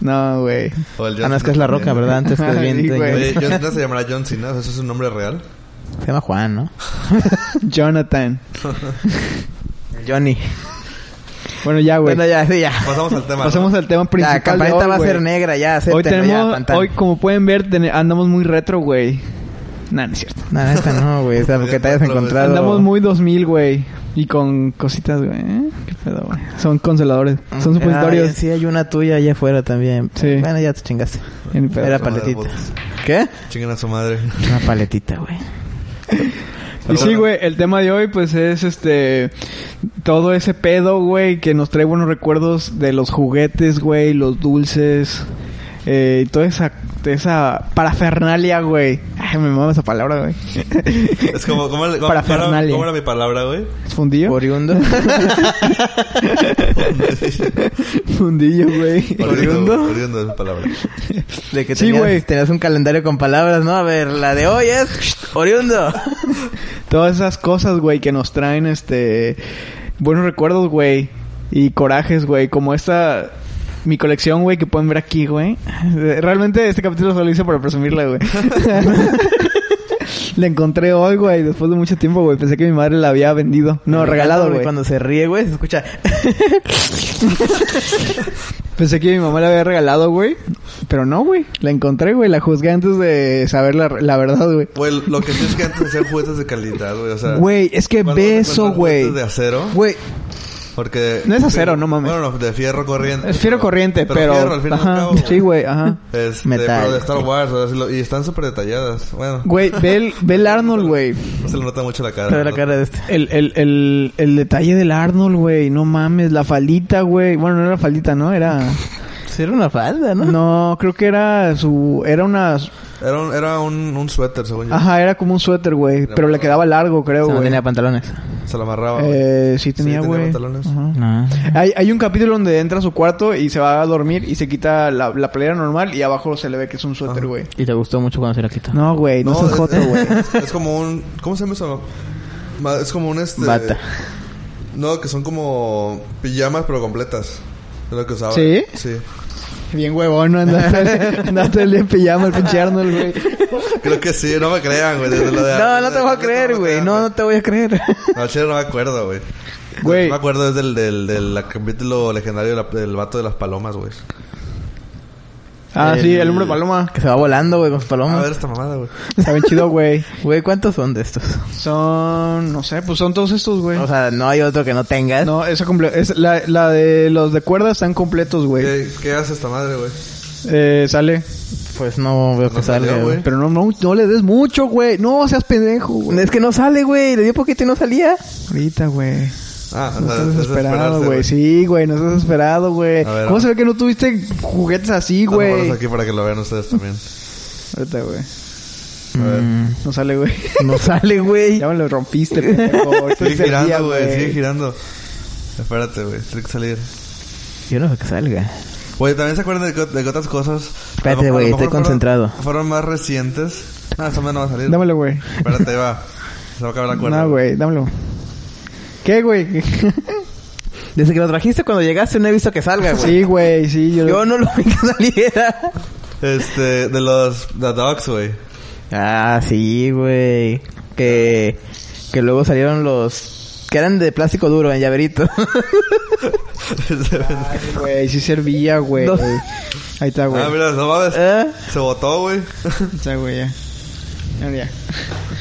no, güey.
O el
Ah, no, es que es La Roca, ¿verdad? Antes que es bien
Sí,
Dwayne
güey.
Oye, John Cena se llamará John Cena, ¿eso es un nombre real?
Se llama Juan, ¿no?
Jonathan.
Johnny.
Bueno, ya, güey.
Bueno, ya, sí, ya.
Pasamos al tema. ¿no?
Pasemos al tema principal
La campanita
de hoy,
va a
güey.
ser negra, ya,
Hoy
acéptenlo, ya,
tenemos...
tan, tan.
hoy, como pueden ver, tene- andamos muy retro, güey. Nah, no es cierto.
No, esta no, güey. O sea, porque te hayas encontrado...
Andamos muy 2000, güey. Y con cositas, güey. ¿eh? ¿Qué pedo, güey? Son consoladores. Son
Ah,
supositorios.
sí, hay una tuya allá afuera también.
Sí.
Bueno, ya te chingaste.
Ya ni pedo.
Era
Su madre,
paletita.
putos.
¿Qué?
Chinguen a su madre.
Una paletita, güey.
Y sí,
Bueno.
güey, el tema de hoy pues es este todo ese pedo, güey, que nos trae buenos recuerdos de los juguetes, güey, los dulces, eh, y toda esa esa parafernalia, güey. Ay, me mama esa palabra, güey.
Es como... ¿Cómo, le- cómo-
Parafernalia.
¿Cómo era mi palabra, güey?
¿Es fundillo?
Oriundo.
Fundillo, güey.
¿Oriundo?
Oriundo es mi palabra.
De que
Sí,
tenías,
güey.
tenías un calendario con palabras, ¿no? A ver, la de hoy es... Oriundo.
Todas esas cosas, güey, que nos traen este buenos recuerdos, güey, y corajes, güey, como esta mi colección, güey, que pueden ver aquí, güey. Realmente este capítulo solo hice para presumirla, güey. La encontré hoy, güey, después de mucho tiempo, güey. Pensé que mi madre la había vendido. No, regalado, güey.
Cuando se ríe, güey, se escucha.
Pensé que mi mamá la había regalado, güey. Pero no, güey. La encontré, güey. La juzgué antes de saber la, la verdad, güey.
Güey, lo que sí es que antes hacían juguetes de calidad, güey. O sea,
Güey, es que
cuando se
beso,
encuentran
güey.
juguetes de acero.
Güey,
Porque.
No es acero, no mames.
Bueno, no, de fierro corriente.
es fiero corriente, pero.
fierro, al fin y al
ajá.
cabo, güey.
sí, güey, ajá.
Este,
Metal.
Pero de Star Wars, o sea, sí lo- y están súper detalladas. Bueno,
Güey, ve el, ve el Arnold, güey.
no se le nota mucho la cara.
Pero la
¿no?
cara de este.
El, el, el, el detalle del Arnold, güey. No mames, la faldita, güey. Bueno, no era faldita, ¿no? Era.
Sí, era una falda, ¿no?
No, creo que era su. Era una.
Era un, era un, un suéter, según yo.
Ajá, era como un suéter, güey. Pero le quedaba largo, creo,
No, no
güey.
tenía pantalones.
Se lo amarraba. güey.
Eh, sí tenía,
tenía
güey.
pantalones.
Ajá.
No.
Hay, hay un capítulo donde entra a su cuarto y se va a dormir y se quita la, la playera normal y abajo se le ve que es un suéter,
Ajá.
güey.
Y te gustó mucho cuando se la quitó.
No, güey, no, seas
es-
joto, güey.
Es, es como un. ¿Cómo se llama eso? Ma- Es como un este.
Bata.
No, que son como pijamas, pero completas. Es lo que usaba.
¿Sí?
Sí.
Bien huevón, ¿no? Andaba andaba todo el día en pijama el pinche Arnold, güey.
Creo que sí, no me crean, güey. desde lo de-
No, no te voy a creer, güey. No, no te voy a creer.
No, al chile no me acuerdo, güey.
Güey.
No me acuerdo es del, del, del, capítulo legendario de la- del vato de las palomas, güey.
Ah, sí, el hombre
hombre
paloma.
Que se va volando, güey, con sus
A
palomas.
ver esta mamada, güey.
Está bien chido, güey.
Güey, ¿cuántos son de estos?
Son, no sé, pues son todos estos, güey.
O sea, ¿eh? no hay otro que no tengas.
No, esa comple es la, la de los de cuerda están completos, güey.
¿Qué, qué hace esta madre, güey?
Eh, sale.
Pues no veo que
No salió,
salga, güey.
güey.
Pero no, no, no le des mucho, güey. No seas pendejo, güey.
Es que no sale, güey. Le dio poquito y no salía.
Ahorita, güey.
Ah, o
No
sea,
estás
es
desesperado,
desesperarse,
güey. Sí, güey, no estás desesperado, güey.
A ver,
¿Cómo
a
se ve que no tuviste juguetes así,
Están guardados
güey?
aquí para que lo vean ustedes también.
Ahorita, güey. Mm.
A ver.
No sale, güey.
No sale, güey.
ya me lo rompiste, pendejo. Ahorita
Sigue
es el día,
girando, güey. Sigue girando. Espérate, güey. Tiene que salir.
Yo no veo que salga.
Güey, también se acuerdan de, que- de que otras cosas.
Espérate,
A lo- a lo
güey,
mejor
estoy
fueron-
concentrado.
Fueron más recientes. No, esta madre no va a salir.
Dámelo, güey.
Espérate, ahí va. Se va a acabar la cuerda.
No, güey, dámelo. ¿Qué, güey?
Desde que lo trajiste cuando llegaste no he visto que salga, güey.
sí, güey, sí. Yo,
Yo no lo vi que saliera.
Este, de los. The Dogs, güey.
Ah, sí, güey. Que, que luego salieron los... Que eran de plástico duro, en llaverito.
ah,
Ay, güey, sí servía, güey.
No.
Ahí está, güey.
mira, no mames.
Ah.
¿Eh?
Se botó, güey.
Ahí está, güey, ya. Ya, ya.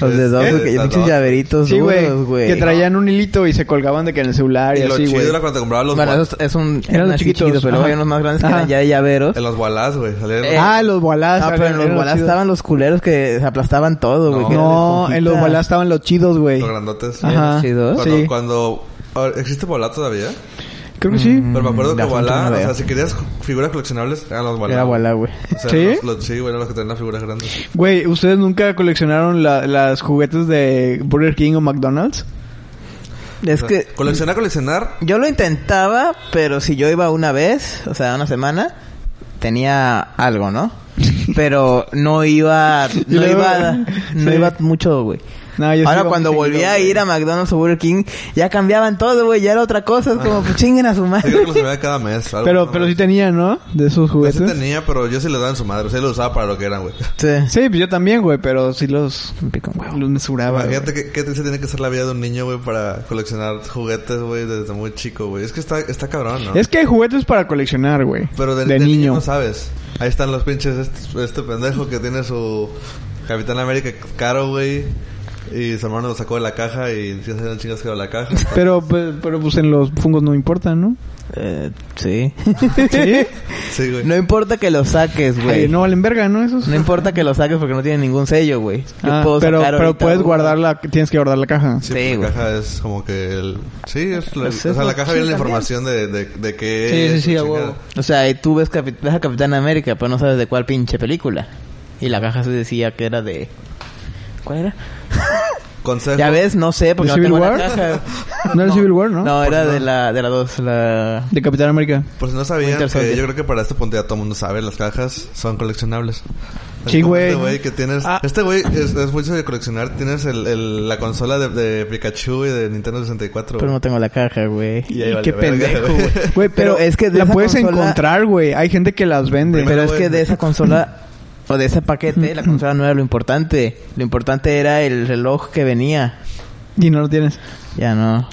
Los de dos,
¿Eh?
que
Las
pinches
dos.
llaveritos
Sí,
duros,
güey.
güey.
Que traían un hilito y se colgaban de que en el celular y,
Y lo
así,
chido
güey.
era cuando te comprabas los.
Bueno,
wa-
eso es un...
Eran los
así
chiquitos,
pero luego
ajá.
hay unos más grandes que
Ajá.
eran ya de llaveros.
En los Walás, güey. Salían los-
Eh,
Ah, los balás.
Ah, pero en los balás estaban los culeros que se aplastaban todo, güey.
No.
que eran
No,
de
en los
esponjita.
balás estaban los chidos, güey.
los grandotes.
Ajá.
chidos.
Cuando,
Sí.
cuando ahora, ¿Existe Walá todavía?
Creo que sí.
Pero me acuerdo
Mm,
que
la fuente
Walá,
no
o
veo.
sea, si querías figuras coleccionables, eran los Walá.
Era Wallah, güey.
O sea,
¿Sí?
Los, los- sí, güey, eran los que tenían las figuras grandes.
Güey, ¿ustedes nunca coleccionaron la- las juguetes de Burger King o McDonald's?
Es
O sea,
que
Coleccionar, coleccionar.
yo lo intentaba, pero si yo iba una vez, o sea, una semana, tenía algo, ¿no? Pero no iba, no
luego-
iba, no
Sí.
iba mucho, güey.
No, yo sí
Ahora
iba
cuando
muy
volví
seguido,
a
güey.
ir a McDonald's o Burger King, ya cambiaban todo, güey, ya era otra cosa, es como pues, chinguen a su
Sí, creo que
madre.
coleccionaba cada mes. algo
Pero,
así,
pero
¿no?
sí tenía, ¿no? De esos
Yo sí
juguetes.
tenía, pero yo sí le daba en su madre. O sea, lo usaba para lo que eran, güey.
Sí.
Sí, pues yo también, güey, pero sí los,
Me pica un huevo.
los mesuraba. güey.
Imagínate qué, qué triste tiene que ser la vida de un niño, güey, para coleccionar juguetes, güey, desde muy chico, güey. Es que está, está cabrón, ¿no?
Es que hay juguetes para coleccionar, güey.
Pero de,
de,
de
niño.
no sabes. Ahí están los pinches, este, este pendejo que tiene su Capitán América caro, güey. Y su hermano lo sacó de la caja y se hacen chingas que de la caja.
Pero, pues, pero pues en los fungos no importa, ¿no?
Eh, sí.
Sí.
Sí, güey.
No importa que lo saques, güey.
Ay, no valen verga, ¿no? Esos.
No importa que lo saques porque no tiene ningún sello, güey. Yo
Ah,
puedo
pero,
sacar
pero
ahorita
puedes
uno.
guardar la... Tienes que guardar la caja.
Sí,
Sí,
pues,
güey.
la caja es como que el... Sí, es la,
Pues
o
es
sea,
lo
la caja viene la
chido
información de, de, de qué
Sí, sí,
es,
sí,
la
a
chingada.
huevo.
O sea, y tú ves, Capi- ves a Capitán América, pero no sabes de cuál pinche película. Y la caja se decía que era de... ¿Cuál era?
Consejo.
Ya ves, no sé, porque
¿De
no
Civil
tengo la
War?
caja.
No era Civil War, ¿no?
No, era de la de la dos, la...
De Capitán América.
Por si pues no
Winter
sabían, que
Soldier.
yo creo que para este punto ya todo el mundo sabe, las cajas son coleccionables. Es
Sí,
como
güey.
Este güey que tienes...
Ah.
Este güey es, es mucho de coleccionar. Tienes el, el- la consola de, de Pikachu y de Nintendo 64.
Pero no tengo la caja, güey.
Y ahí vale
Qué
verga,
pendejo,
güey.
güey.
Güey, pero,
Pero es que de
la
esa
puedes
consola-
encontrar, güey. Hay gente que las vende.
Pero es
güey.
que de esa consola o de ese paquete, la consola no era lo importante. Lo importante era el reloj que venía.
Y no lo tienes.
Ya no.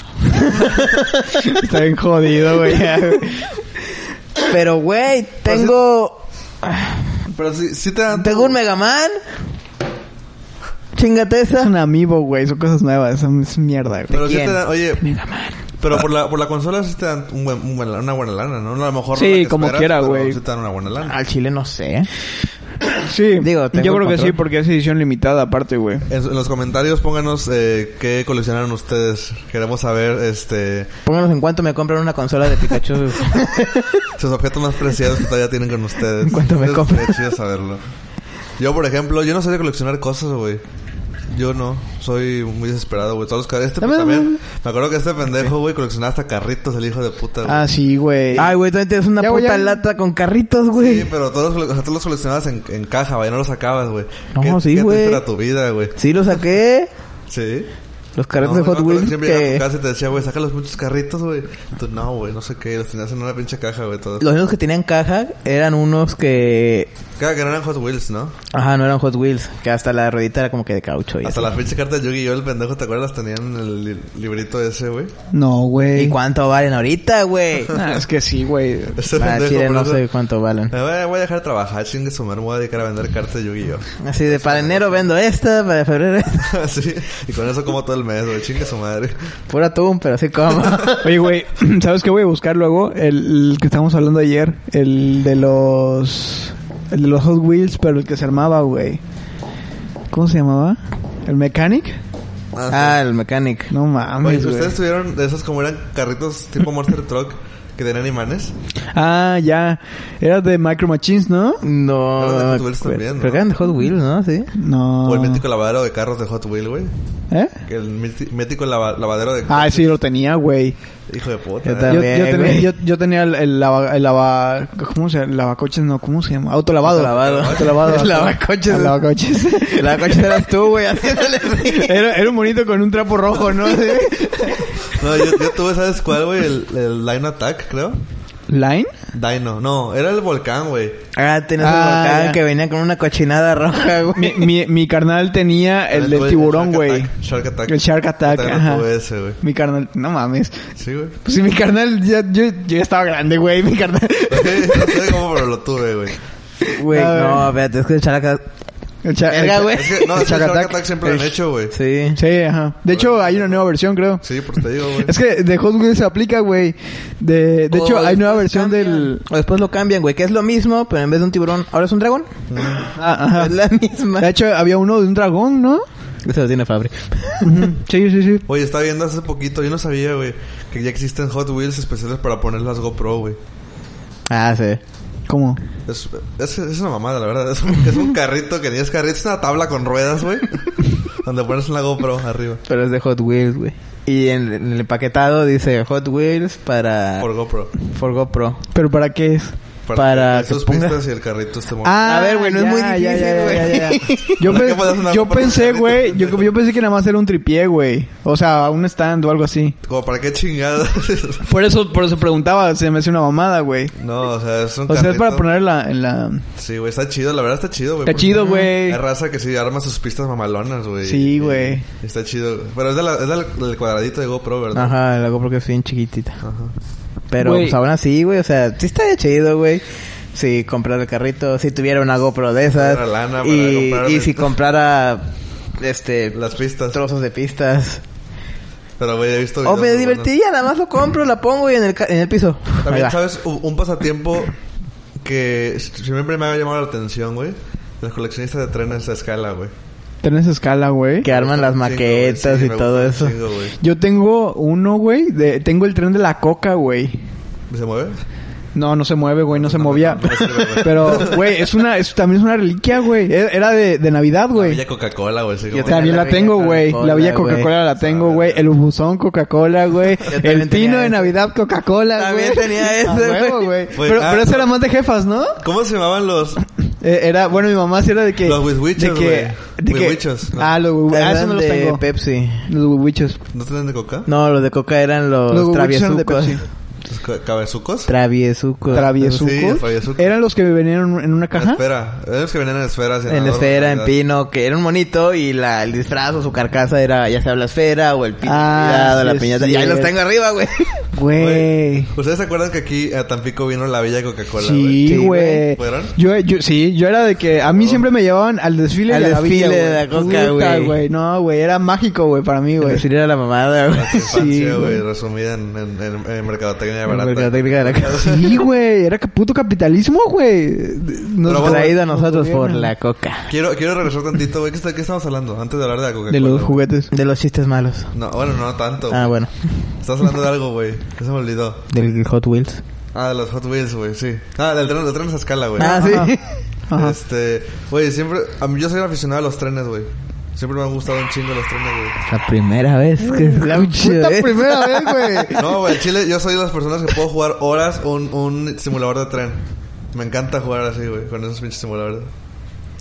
Está bien jodido, Ah, güey.
Pero, güey, tengo...
Pero sí, sí te dan...
Tengo un Mega Man. Chingate
Es
esa.
un amiibo, güey. Son cosas nuevas. Son- Es mierda, güey.
Pero sí
quién?
te dan... Oye... Pero por la, por la consola sí te dan un buen- un buen- una buena lana, ¿no? A lo mejor...
Sí,
no la que
como
esperas,
quiera,
pero
güey.
Sí te dan una buena lana.
Al chile no sé.
Sí.
Digo, tengo
yo
el
creo que
control.
sí, porque es edición limitada aparte, güey.
En, en los comentarios pónganos eh, qué coleccionaron ustedes. Queremos saber este
Pónganos en cuánto me compran una consola de Pikachu.
sus objetos más preciados que todavía tienen con ustedes.
¿Cuánto me
Eso
compra?
estaría chido saberlo. Yo, por ejemplo, yo no sé de coleccionar cosas, güey. Yo no. Soy muy desesperado, güey. Todos los car- este,
Dame, dame,
también-
dame.
Me acuerdo que este pendejo, güey, coleccionaba hasta carritos, el hijo de puta, güey.
Ah, sí, güey.
Ay, güey, tú tienes una
Ya, güey,
puta
ya.
lata con carritos, güey.
Sí, pero todos, los- o sea, todos los coleccionabas en, en caja, güey. No los sacabas, güey.
No,
¿Qué-
sí,
qué
güey.
triste era tu vida, güey.
Sí, lo saqué.
Sí.
Los carritos
No,
de Hot
yo me acuerdo que
Wheels
Siempre llegaba a tu
que...
casa y te decía, güey, saca los muchos carritos, güey. Tú, no, güey, no sé qué. Los tenías en una pinche caja, güey, todos.
Los únicos que tenían caja eran unos que...
Cada que eran Hot Wheels, ¿no?
Ajá, no eran Hot Wheels. Que hasta la ruedita era como que de caucho y
Hasta
así.
la pinche carta de Yu-Gi-Oh! el pendejo, ¿te acuerdas? Tenían en el li- librito ese, güey.
No, güey.
¿Y cuánto valen ahorita, güey?
Ah, es que sí, güey.
Ese
Ah, chile,
por
no
eso-
sé cuánto valen.
Me voy, a- voy a dejar de trabajar, chingue su madre, me voy a dedicar a vender cartas de Yu-Gi-Oh!
Así de para enero vendo esta, para febrero esta.
Así, y con eso como todo el mes, güey, chingue su madre.
Pura atún, pero así como.
Oye, güey, ¿sabes qué voy a buscar luego? El, el que estábamos hablando ayer, el de los. El de los Hot Wheels, pero el que se armaba, güey. ¿Cómo se llamaba? ¿El Mechanic?
ah, el mecánic.
No
Oye,
mames, güey.
¿ustedes tuvieron de esos como eran carritos tipo Monster Truck que tenían imanes?
Ah, ya. Era de Micro Machines, ¿no?
No.
Pero de Hot
me
Wheels
acuerdo.
también, ¿no?
Creo que eran de Hot Wheels, ¿no? Sí.
No.
Ah.
O el mítico lavadero de carros de Hot Wheel, güey.
¿Eh?
Que El míti- mítico lava- lavadero de
Ah, sí, lo tenía, güey.
Hijo de puta. eh.
Yo
Yo, yo
También,
tenía,
güey.
yo, yo tenía el, el lava, el lava- ¿Cómo se llama? Lavacoches, no, ¿cómo se llama? Autolavado.
Autolavado.
Autolavado.
El lavacoches.
El lavacoches.
La coche eras tú, güey, haciéndole así.
Era, era un bonito con un trapo rojo, ¿no? Sí.
No, yo, yo tuve, ¿sabes cuál, güey? El, el Dino Attack, creo.
¿Line?
Dino. No, era el volcán, güey.
Ah, tenías un
Ah,
volcán
ya.
que venía con una cochinada roja,
Mi,
Ah, güey. Ah,
mi, mi carnal tenía el
tuve
del tiburón,
Shark
güey.
Attack, Shark Attack.
El Shark Attack,
Yo también
ajá.
tuve ese, güey.
Mi carnal, no mames.
Sí, güey.
Pues sí, mi carnal, ya, yo, yo ya estaba grande, güey. Mi carnal.
no sé cómo, pero lo tuve, güey.
Güey,
A ver.
no, espérate, es que el characa.
El Shark-
Verga,
el-
güey.
Es que, no, es que el
Shark
Shark
Attack.
Attack siempre lo han hecho, güey.
Sí.
Sí, ajá. De hecho, hay una nueva versión, creo.
Sí, por te digo, güey.
Es que de Hot Wheels se aplica, güey. De, de
O
hecho, hay
después
nueva versión
Oh, cambian.
del...
O después lo cambian, güey, que es lo mismo, pero en vez de un tiburón, ahora es un dragón.
Ah, ajá.
Es la misma.
De hecho, había uno de un dragón, ¿no?
Eso lo tiene Fabri.
sí, sí, sí.
Oye, estaba viendo hace poquito, yo no sabía, güey, que ya existen Hot Wheels especiales para poner las GoPro, güey.
Ah, sí.
¿Cómo?
Es, es, es una mamada, la verdad. Es un, es un carrito que ni es carrito, es una tabla con ruedas, güey. donde pones la GoPro arriba.
Pero es de Hot Wheels, güey. Y en, en el empaquetado dice Hot Wheels para...
Por
For,
GoPro.
GoPro.
¿Pero para qué es?
Para
que sus
que ponga-
pistas y el carrito este momento.
Ah,
A ver, güey, no es muy difícil, güey.
Yo,
¿Para
pe-
qué pones una
yo
copa
pensé,
para-
güey, yo, yo pensé que nada más era un tripié, güey. O sea, un stand o algo así.
Como para qué chingadas.
Por eso, por eso preguntaba, se me hace una mamada, güey.
no, o sea, es un
O sea, es
carrito.
para poner en la, en la...
Sí, güey, está chido, la verdad está chido, güey.
Está
porque
chido, güey.
Hay raza que sí arma sus pistas mamalonas, güey.
Sí, güey.
Está chido. Pero es, de la- es del, del cuadradito de GoPro, ¿verdad?
Ajá, la GoPro que es bien chiquitita.
Ajá.
Pero
Güey.
pues aún así, güey, o sea, sí está chido, güey. Si comprara el carrito, si tuviera una GoPro de esas.
Tuviera lana para
y,
comprarle.
y si comprara, este,
Las pistas.
trozos de pistas.
Pero, güey, he visto
O
videos
me
muy
divertía, nada más lo compro, la pongo y en el, ca- en el piso.
buenos.
Ahí
También,
va.
¿sabes? Un, un pasatiempo que siempre me ha llamado la atención, güey. Los coleccionistas de trenes a escala, güey.
Tenés escala, güey.
Que arman las
Chingo, güey,
maquetas
sí,
y
me
todo
gusta
eso.
un chingo, güey.
Yo tengo uno, güey. de- Tengo el tren de la coca, güey.
¿Se mueve?
No, no se mueve, güey, no se
No,
movía.
no, no se mueve, güey.
Pero, güey, es una, es, también es una reliquia, güey. E- Era de, de Navidad, güey.
Villa Coca-Cola, güey. sí,
Yo
como-
También
La
la
Villa
tengo, güey. La
Coca-Cola,
Villa
güey.
Coca-Cola la tengo, güey. El buzón Coca-Cola, güey.
también
El pino
tenía
de
ese.
Navidad Coca-Cola, güey.
También tenía ese,
A huevo,
güey. Pues,
güey.
Güey,
Pero,
ah,
pero ese era más de jefas, ¿no?
¿Cómo se llamaban los...?
Eh, era, bueno, mi mamá sí era de que...
Los Wiswichos,
de que-
güey.
de que-
Wiswichos, ¿no?
Ah, los Wiswichos. Ah, esos
Eran
no los
de
tengo.
Pepsi.
Los Wiswichos.
¿No tienen de coca?
No, los de Coca eran los,
Los Wiswichos eran de
traviesucos.
Pepsi.
¿Tus ca- cabezucos?
Traviesucos.
Traviesucos.
Sí, traviesucos.
Eran los que venían en una
En
caja.
Espera, eran los que venían en esferas. y
En la
adornos,
esfera, en
¿verdad?
pino, que era un monito y la, el disfraz o su carcasa era ya sea la esfera o el pino
Ah,
cuidado, la
sí es
piñata. Y ahí los
cierto.
tengo arriba, güey.
Güey.
¿Ustedes se acuerdan que aquí a Tampico vino la bella Coca-Cola? güey?
Sí,
Sí,
güey.
güey. Oh.
¿Fueron?
Yo, yo, sí, yo era de que a mí siempre me llevaban al desfile
Al
y a la
desfile
villa,
de la
güey.
coca,
Puta,
güey.
No, güey, era mágico, güey, para mí, güey.
Decir era la mamada, güey.
Tu infancia,
Sí,
güey,
güey.
resumida en, en, en- en mercadotecnia
La
barata.
mercadotecnia de la casa.
Sí, güey, era que puto capitalismo, güey. Nos
Pero bueno,
Traído a nosotros por
gobiernan.
la coca.
Quiero, quiero regresar tantito, güey. ¿Qué, está- qué estamos hablando? Antes de hablar de la Coca-Cola.
de los
güey.
juguetes.
De los chistes malos.
No, bueno, no tanto.
Ah, bueno.
Estás hablando de algo, güey. Ya se me olvidó.
Del Hot Wheels.
Ah, de los Hot Wheels, güey, sí. Ah, del tren, del tren a escala, güey.
Ah, sí.
Ajá.
Este, güey, siempre. A mí, yo soy aficionado a los trenes, güey. Siempre me han gustado un chingo los trenes, güey.
La primera vez que escucho
Puta
esto.
primera vez, güey.
No, güey, al Chile, yo soy de las personas que puedo jugar horas un, un simulador de tren. Me encanta jugar así, güey, con esos pinches simuladores.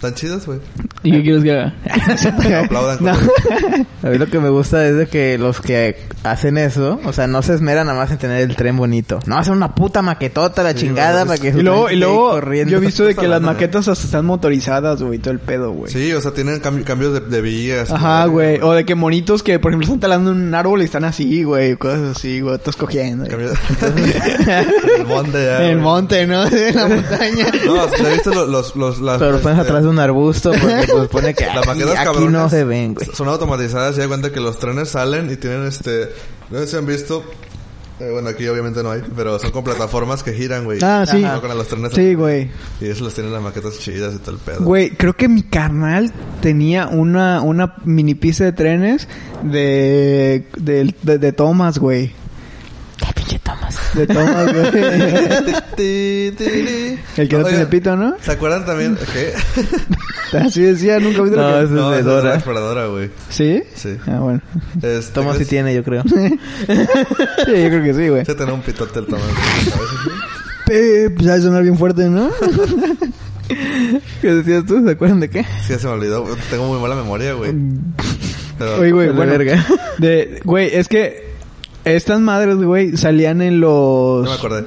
Tan chidos, güey.
¿Y qué quieres que haga?
Que aplaudan.
No.
con-
A mí lo que me gusta es de que los que hacen eso, o sea, no se esmeran nada más en tener el tren bonito. No, hacen una puta maquetota, la chingada,
güey.
para que su
Y luego,
tren
y
esté
luego
corriendo.
yo he visto de que las
Hablando, ¿no?
maquetas hasta están motorizadas, güey, todo el pedo, güey.
Sí, o sea, tienen cam- cambios de, de vías.
Ajá, güey. O de que monitos que, por ejemplo, están talando un árbol y están así, güey. Cosas así, güey. Estás cogiendo. güey.
Cambios- el monte ya.
En el
güey.
monte, ¿no? En la montaña.
No, ¿te viste los, los, los las,
Pero los pones
este,
atrás de un arbusto porque pues pone que
Las
aquí,
maquetas
aquí
cabronas
no se ven, güey.
Son automatizadas y da cuenta que los trenes salen y tienen este. No sé si han visto. eh, bueno, aquí obviamente no hay, pero son con plataformas que giran, güey.
Ah, sí.
Ajá. Con los trenes.
Sí, güey.
Y eso los tienen las maquetas chidas y todo el pedo.
Güey, creo que mi carnal tenía una, una mini pista de trenes de, de, de, de Thomas, güey.
¿Qué pinche tomas?
De Thomas, güey.
Ti, ti, ti.
El que no
Oigan,
tiene pito, ¿no?
¿Se acuerdan también? ¿Qué?
Así decía, nunca viste
No,
lo
es
que...
de
No, esa es
Dora.
la exploradora, güey.
¿Sí?
Sí.
Ah, bueno.
Este,
Toma si
¿crees?
tiene, yo creo.
Sí, yo creo que sí, güey.
Se tenía un pitote el tamaño. ¿sabes?
Eh, Pues ha de sonar bien fuerte, ¿no?
¿Qué decías tú? ¿Se acuerdan de qué?
Sí, ya se me olvidó. Tengo muy mala memoria, güey. Pero-
Oye, güey,
De
bueno.
verga.
De, güey, es que estas madres, güey, salían en los...
No me acordé.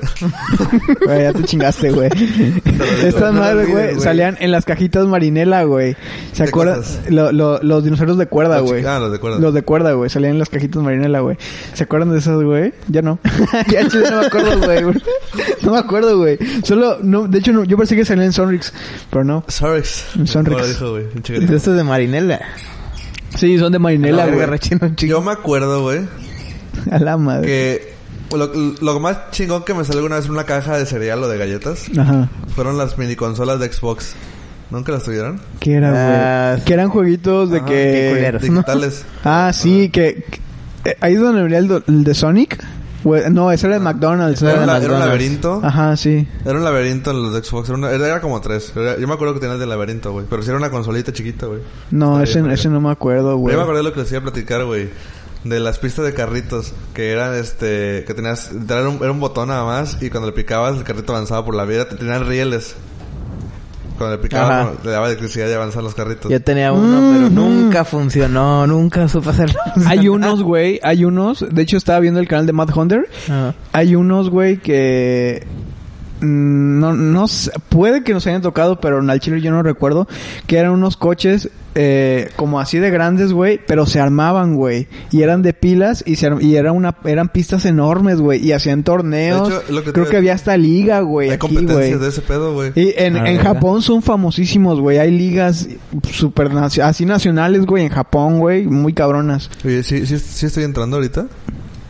Güey, ya te chingaste, güey. Estas
no lo
madres,
olvides,
güey,
güey.
salían en las cajitas marinela, güey. ¿Se
¿Qué
acuerdan?
cosas?
Lo- lo- los dinosaurios de cuerda,
Los
güey.
chi- ah, los de cuerda.
Los de cuerda, güey. Salían en las cajitas marinela, güey. ¿Se acuerdan de esas, güey? Ya no. ya al chile no me acuerdo, güey. No me acuerdo, güey. Solo, no, de hecho, no, yo pensé que salían en Sonrix, pero no.
Sorrix.
Sonrix.
Como lo dijo, güey, un chiquito.
Esto es de Marinela.
Sí, son de marinela,
La verga
güey.
rechina un
Yo
chico.
me acuerdo, güey,
A la madre.
que lo, lo más chingón que me salió alguna vez en una caja de cereal o de galletas
Ajá.
fueron las mini consolas de Xbox. ¿Nunca las tuvieron?
¿Qué era,
Ah,
güey? Que eran jueguitos de
Ah,
Ajá, qué
que...
culero.
Digitales.
Ah, sí, que... que- Ahí es donde venía el, do- el de Sonic. Güey, No, ese era de McDonald's.
Era,
¿no?
un la- era un
McDonald's.
laberinto.
Ajá, sí.
Era un laberinto en los de Xbox. Era, una- era- era como tres. Era- yo me acuerdo que tenía el de laberinto, güey. Pero si era una consolita chiquita, güey.
No,
Está
ese,
bien,
ese no me acuerdo,
Pero
güey.
Yo me acordé de lo que les iba a platicar, güey. De las pistas de carritos. Que eran, este... Que tenías... Era un, era un botón nada más. Y cuando le picabas, el carrito avanzaba por la vida. Tenían rieles. Cuando le
Ajá.
picabas, le daba electricidad y avanzaban los carritos.
Yo tenía uno, pero nunca funcionó. Nunca supe hacerlo.
Hay unos, güey, hay unos. De hecho, estaba viendo el canal de Matt Hunter.
Ajá.
Hay unos, güey, que... mm, No, no sé, puede que nos hayan tocado, pero en al chile yo no recuerdo. Que eran unos coches eh, como así de grandes, güey, pero se armaban, güey. Y eran de pilas y, se arm- y era una, eran pistas enormes, güey. Y hacían torneos.
De hecho, lo que te-
Creo que había hasta liga, güey.
Hay
aquí,
competencias
güey.
de ese pedo, güey.
Y en,
Ah,
en
verga.
Japón son famosísimos, güey. Hay ligas super nacio- así nacionales, güey, en Japón, güey, muy cabronas.
Oye, ¿sí, sí, sí estoy entrando ahorita?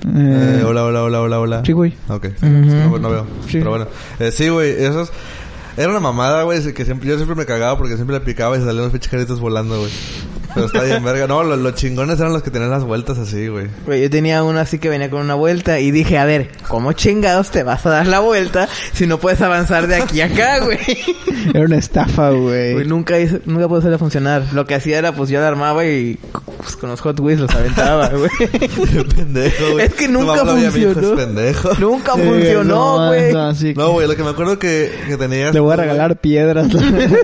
Eh,
Eh, hola, hola, hola, hola, hola.
Sí, güey.
Ah, Ok.
Ujú.
no, no veo.
Sí.
Pero bueno. Eh, sí, güey. Esos... Era una mamada, güey. que siempre- Yo siempre me cagaba porque siempre le picaba y salían los pinches carritos volando, güey. Pero está bien verga. No, lo- los, chingones eran los que tenían las vueltas así, güey.
Güey, yo tenía uno así que venía con una vuelta y dije, a ver, ¿cómo chingados te vas a dar la vuelta si no puedes avanzar de aquí a acá, güey?
Era una estafa,
Güey,
güey.
nunca hice, nunca pude hacerla funcionar. Lo que hacía era, pues yo la armaba y c- pues, con los Hot Wheels los aventaba, güey.
Qué pendejo, güey.
Es que
Tu
nunca
mamá lo veía, me dijo,
funcionó.
"Es pendejo.
Nunca
Sí,
funcionó,
no,
güey.
no, sí.
No, güey, lo que me acuerdo que, que tenías.
Te voy a
güey,
regalar piedras.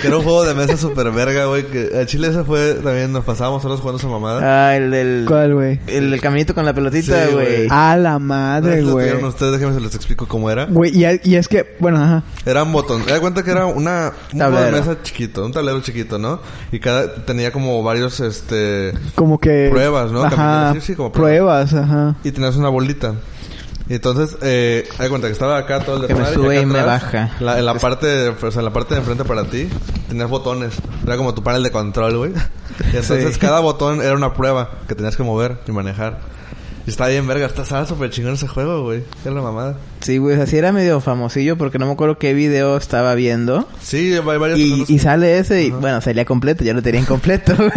Que era un juego de mesa super verga, güey. Que a Chile ese fue también, nos pasábamos horas jugando esa mamada.
Ah, el del...
¿Cuál, güey?
El del caminito con la pelotita,
Sí, güey.
güey.
A la
No sé
madre,
si lo
güey.
tuvieron ustedes, déjenme se les explico cómo era.
Güey, y, y es que, bueno, ajá.
Era un botón. Me da cuenta que era una un juego de
Tablero.
mesa chiquito, un tablero chiquito, ¿no? Y cada tenía como varios este
Como que.
Pruebas, ¿no?
Ajá.
Caminar, sí, sí, como
pruebas. ajá.
y tenías una bolita. Y entonces, eh, me da cuenta que estaba acá todo el
Que me
desmadre
sube
acá
y me
atrás,
baja.
La, en la parte, de, o sea, en la parte de enfrente para ti, tenías botones. Era como tu panel de control, güey. Y entonces
Sí.
cada botón era una prueba que tenías que mover y manejar. Y está bien verga, está estaba súper chingón ese juego, güey. Es la mamada.
Sí, güey. Así era medio famosillo porque no me acuerdo qué video estaba viendo.
Sí, hay varias
Y,
personas
y
que-
sale ese y, bueno, salía completo. Yo lo tenía incompleto, güey.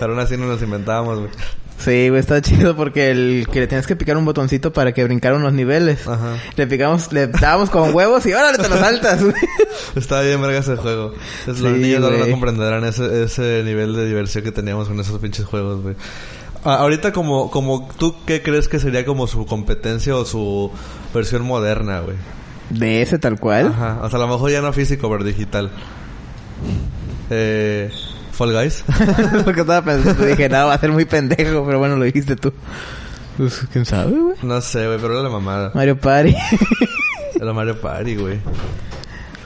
Pero aún así no nos inventábamos, güey.
Sí, güey, está chido porque el que le tenías que picar un botoncito para que brincaran los niveles.
Ajá.
Le picamos, le dábamos con huevos y órale, te lo saltas, güey.
Está bien verga ese juego. Es los
Sí,
niños ahora no
güey.
comprenderán ese, ese nivel de diversión que teníamos con esos pinches juegos, güey. A- ahorita como, como tú, ¿qué crees que sería como su competencia o su versión moderna, güey?
De ese tal cual.
Ajá. O sea, a lo mejor ya no físico, pero digital. Eh, Fall Guys.
lo que estaba pensando. Dije, no, va a ser muy pendejo, pero bueno, lo dijiste tú. Pues, ¿Quién sabe, güey?
no sé, güey, pero era la mamada.
Mario Party.
Era Mario Party, güey.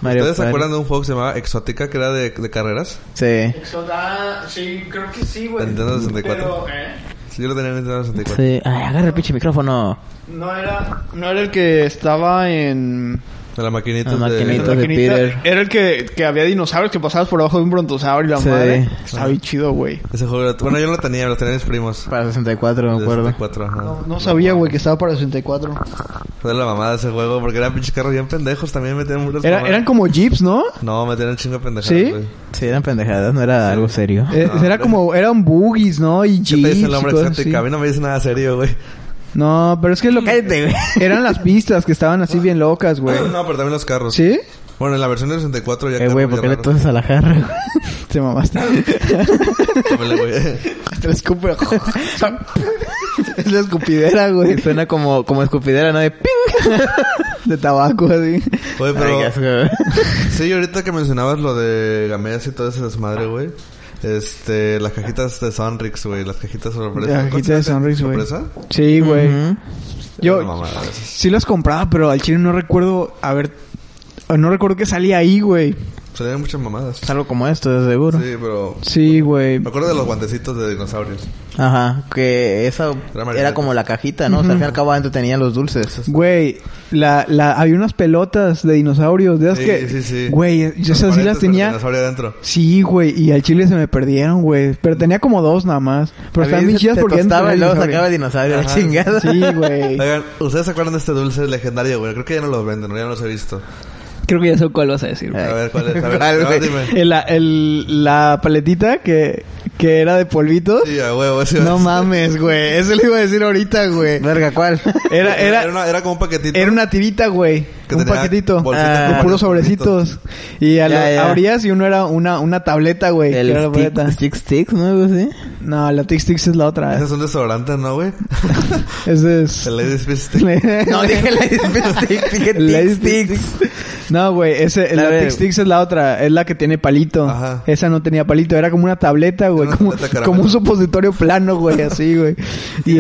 Mario
¿Ustedes se
Party.
acuerdan de un juego que se llamaba Exótica, que era de, de carreras?
Sí.
Eso da... Sí, creo que sí,
De
güey.
Nintendo 64.
Pero, ¿eh?
Sí, yo lo tenía en Nintendo 64.
Sí. Ay, agarra el pinche micrófono.
No era...
No era el que estaba en.
De la maquinita.
La maquinita.
de...
de
maquinita.
Peter.
Era el que, que había dinosaurios que pasabas por abajo de un brontosaurio y la
Sí.
madre. Estaba bien chido, güey.
Ese juego era- Bueno, yo no lo tenía, lo tenían mis primos.
Para 64, me
De
acuerdo.
64, ajá.
No, no sabía, güey, que estaba para 64.
Fue la mamada ese juego porque eran pinches carros bien pendejos. También metían muchas
Era-
mamadas.
eran como jeeps, ¿no?
No, metían un chingo de pendejadas.
¿Sí?
güey.
Sí, eran pendejadas, no era algo serio.
Eh, era como, eran boogies, ¿no? Y
¿Qué te
jeeps.
dice
y
el hombre
cosas
exótico?
así.
A mí no me dice nada serio, güey.
No, pero es que lo que-
Cállate, güey. Eh,
eran las pistas que estaban así bien locas, güey.
No, pero también los carros.
¿Sí?
Bueno, en la versión de 64 ya
Eh, güey, ¿por qué le
cambiaron.
tomas a la jarra, güey?
Te mamaste.
Ándale, güey.
Te la escupo. es la escupidera, güey.
Y Suena como, como escupidera, ¿no? De ping.
De tabaco, así.
Oye,
Ay, qué asco,
pero...
güey.
Sí, ahorita que mencionabas lo de Gamés y todo ese desmadre, güey. Este... Las cajitas de Sonrix, güey. Las cajitas sorpresa.
Las cajitas de Sonrix, güey.
¿Sorpresa?
Sí, güey.
Ujú.
Yo
Una mamada de esas.
sí las compraba, pero al chile no recuerdo... A ver... No recuerdo que salía ahí, güey.
Salían muchas mamadas.
Es algo como esto, de seguro.
Sí, pero...
Sí, güey.
Me acuerdo de los guantecitos de dinosaurios.
Ajá, que esa
marioneta.
era como la cajita, ¿no? O sea, al fin y al cabo adentro tenían los dulces.
Güey, la, la, había unas pelotas de dinosaurios. De esas
Sí,
que,
sí, sí.
Güey, yo esas sí
Transparentes
las
con el
tenía...
dinosaurio adentro.
Sí, güey, y al chile se me perdieron, güey. Pero tenía como dos nada más. Pero
A
Pues están
mí
bien
se-
chidas
te
porque...
tostaba y luego sacaba el
dinosaurios.
dinosaurio, la
Ajá,
chingada.
Sí, güey.
Oigan, ¿ustedes se acuerdan de este dulce legendario, güey? Creo que ya no los venden, ¿no? Ya no los he visto.
Creo que ya sé cuál vas a decir.
A ver, ¿cuál es? A
¿Cuál,
ver, no,
güey?
dime.
El, Eh, el- la paletita que, que era de polvitos.
Sí, a huevo, ese
No
ese-
mames, güey. Eso le iba a decir ahorita, güey.
Verga, ¿cuál?
Era,
era,
era,
una, era como un paquetito.
era una tirita, güey.
Que
Un
tenía
paquetito.
bolsitas
Ah.
de
con
puros
varios
sobrecitos. Y
Ya,
a, la-
ya.
abrías y uno era una, una tableta, güey. que
el
era la
stick,
paleta.
stick Sticks, ¿no? Algo así.
No, la Tic Ticks es la otra.
Ese es un desodorante, ¿no, güey?
Ese es...
El Lady Fist.
No, dije la stick, dije
Lady
Tic Sticks.
No, güey, ese,
A
la
ver.
Tix Tix es la otra, es la que tiene palito.
Ajá.
Esa no tenía palito, era como una tableta, güey,
Era una
como,
tableta caramelo.
como un supositorio plano, güey, así, güey. Y,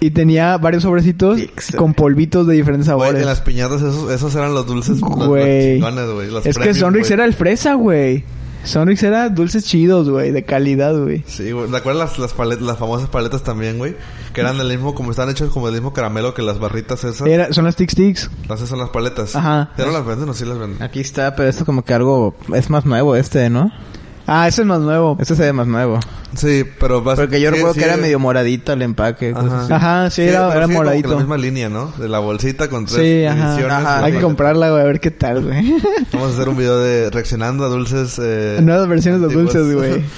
y tenía varios sobrecitos
Tix,
con polvitos de diferentes
Güey,
sabores.
en las piñatas esos, esos eran los dulces. los- los
Güey.
chingones, güey. los
Es que
premium,
Sonrix
güey.
era el fresa, güey. Sonrix era dulces chidos, güey, de calidad, güey.
Sí, güey. ¿Te acuerdas las, las, paletas, las famosas paletas también, güey? Que eran del mismo... Como estaban hechos como del mismo caramelo que las barritas esas.
Era, son las Tix Tix.
Las esas son las paletas.
Ajá.
¿Ya no las venden o sí las venden?
Aquí está, pero esto como que algo es más nuevo este, ¿no?
Ah, ese es más nuevo.
Este se ve más nuevo.
Sí, pero... vas-
Porque yo
sí,
recuerdo
sí,
que era
eh,
medio pues, moradito el empaque.
Ajá.
cosas así.
Ajá, sí,
pero
era, era
sigue como que
moradito.
La misma línea, ¿no? De la bolsita con tres
Sí, ajá.
divisiones.
ajá. Hay que comprarla, güey, a ver qué tal, güey.
Vamos a hacer un video de reaccionando a dulces. Eh,
Nuevas versiones de
antiguos.
dulces,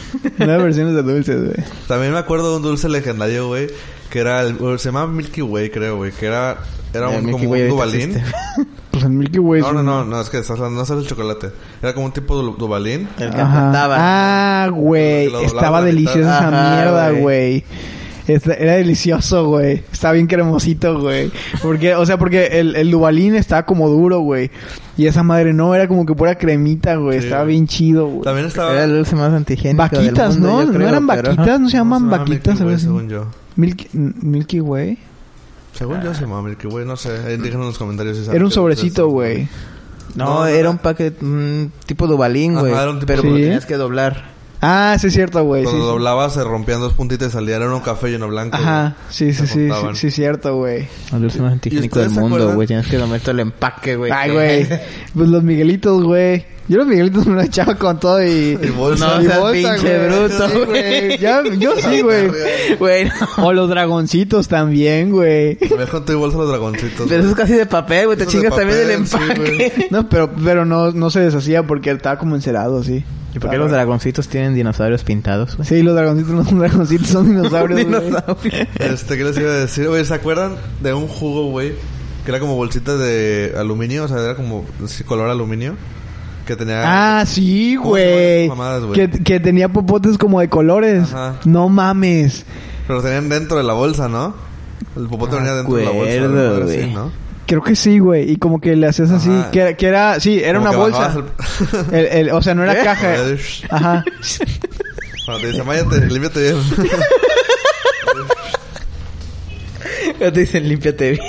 güey. Nuevas versiones de dulces, güey.
También me acuerdo de un dulce legendario, güey. Que era el, se llamaba Milky Way, creo, güey. Que era, era
El
un,
Eh, Milky
como
Way
un
ahorita
dubalín.
existe.
Pues el Milky Way. es
No, no,
un-
no, no, es que estás hablando, no es el chocolate. Era como un tipo du- Dubalín.
El que
Ajá.
aplastaba.
Ah,
Que
güey.
lo doblaba
Estaba
a la mitad.
deliciosa esa
Ajá,
mierda,
güey.
güey. Esta- Era delicioso, güey. Estaba bien cremosito, güey. Porque, o sea, porque el, el Dubalín estaba como duro, güey. Y esa madre no, era como que pura cremita, güey.
Sí,
estaba
güey.
bien chido, güey.
También estaba.
Era el dulce más antigénico
Vaquitas,
del mundo,
¿no?
yo
no
creo,
eran
pero-
vaquitas, no se
¿cómo
llaman
llamaba
vaquitas.
Milky Way,
algo así?
según yo.
Milky, Milky Way.
Según yo se llamaba Milky Way, no sé. Ahí Díganos en los comentarios si saben
Era un
qué
sobrecito,
dulces son.
güey.
No,
No, no
era
era-
un paquete mm, tipo Dubalín,
Ajá,
güey.
era un tipo
Pero
Sí.
lo tenías que doblar.
Ah, sí, es cierto, güey. sí,
Cuando
sí.
doblaba se rompían dos puntitas y salía. Era uno café y uno blanco.
Ajá,
güey.
sí,
Se
sí, sí, sí,
juntaban.
sí, es cierto, güey.
El dulce más antigénico
ustedes
del
se
mundo,
acuerdan?
güey. Tienes que comer todo el empaque, güey.
Ay, güey. Pues los Miguelitos, güey. Yo los Miguelitos me los echaba con todo y...
Y bolsa.
No
Y
seas pinche
güey.
bruto,
Sí,
güey.
Ya- Yo sí, güey.
Güey, no.
O los dragoncitos también, güey.
Me dejó en tu bolsa los dragoncitos.
Pero eso es casi de papel, güey. Te
Eso es de
chingas también el
papel, sí,
empaque.
No, pero, pero no, no se deshacía porque estaba como encerado, sí.
¿Y por qué los dragoncitos tienen dinosaurios pintados, güey?
Sí, los dragoncitos no son dragoncitos, son dinosaurios, güey.
Este, ¿qué les iba a decir? Oye, ¿se acuerdan de un jugo, güey? Que era como bolsita de aluminio, o sea, era como sí, color aluminio. Que tenía.
Ah, sí,
¿Cómo se llaman
güey.
esas mamadas, güey?
Que, que tenía popotes como de colores.
Ajá.
No mames.
Pero lo tenían dentro de la bolsa, ¿no? El popote venía dentro de la bolsa.
Acuerdo,
una madre
güey.
así, ¿no?
Creo que sí, güey. Y como que le hacías así.
Ajá.
Que, que era... Sí, era
Como
una
que
bolsa.
bajabas el-
El, el- o sea, no era caja. Ajá.
Cuando te dicen, váyate, límpiate bien.
Ya te dicen, límpiate bien.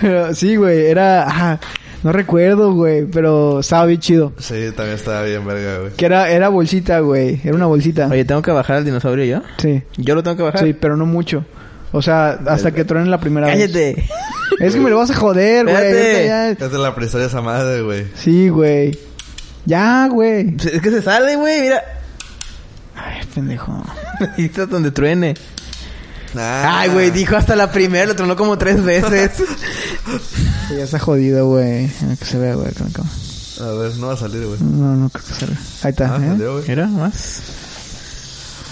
Pero sí, güey. Era... Ajá. No recuerdo, güey. Pero estaba bien chido.
sí, también estaba bien, verga, güey.
Que era, era bolsita, güey. Era una bolsita.
Oye, ¿tengo que bajar al dinosaurio yo?
Sí.
¿Yo lo tengo que bajar?
Sí, pero no mucho. O sea, hasta que truenen la primera vez.
¡Cállate!
Es que me lo vas a joder, güey.
Espérate.
Ahorita ya-
Es de la prehistoria esa madre, güey.
Sí, güey. Ya, güey.
Pues Es que se sale, güey. Mira.
Ay, pendejo.
Necesitas donde truene.
Ah.
Ay, güey. Dijo hasta la primera. Lo tronó como tres veces.
Sí, Ya está jodido, güey. Ah, Que se vea, güey. con la cámara.
A ver, no va a salir, güey.
No, no creo que se vea. Ahí está.
Ah,
¿eh?
salió, güey.
Mira, más.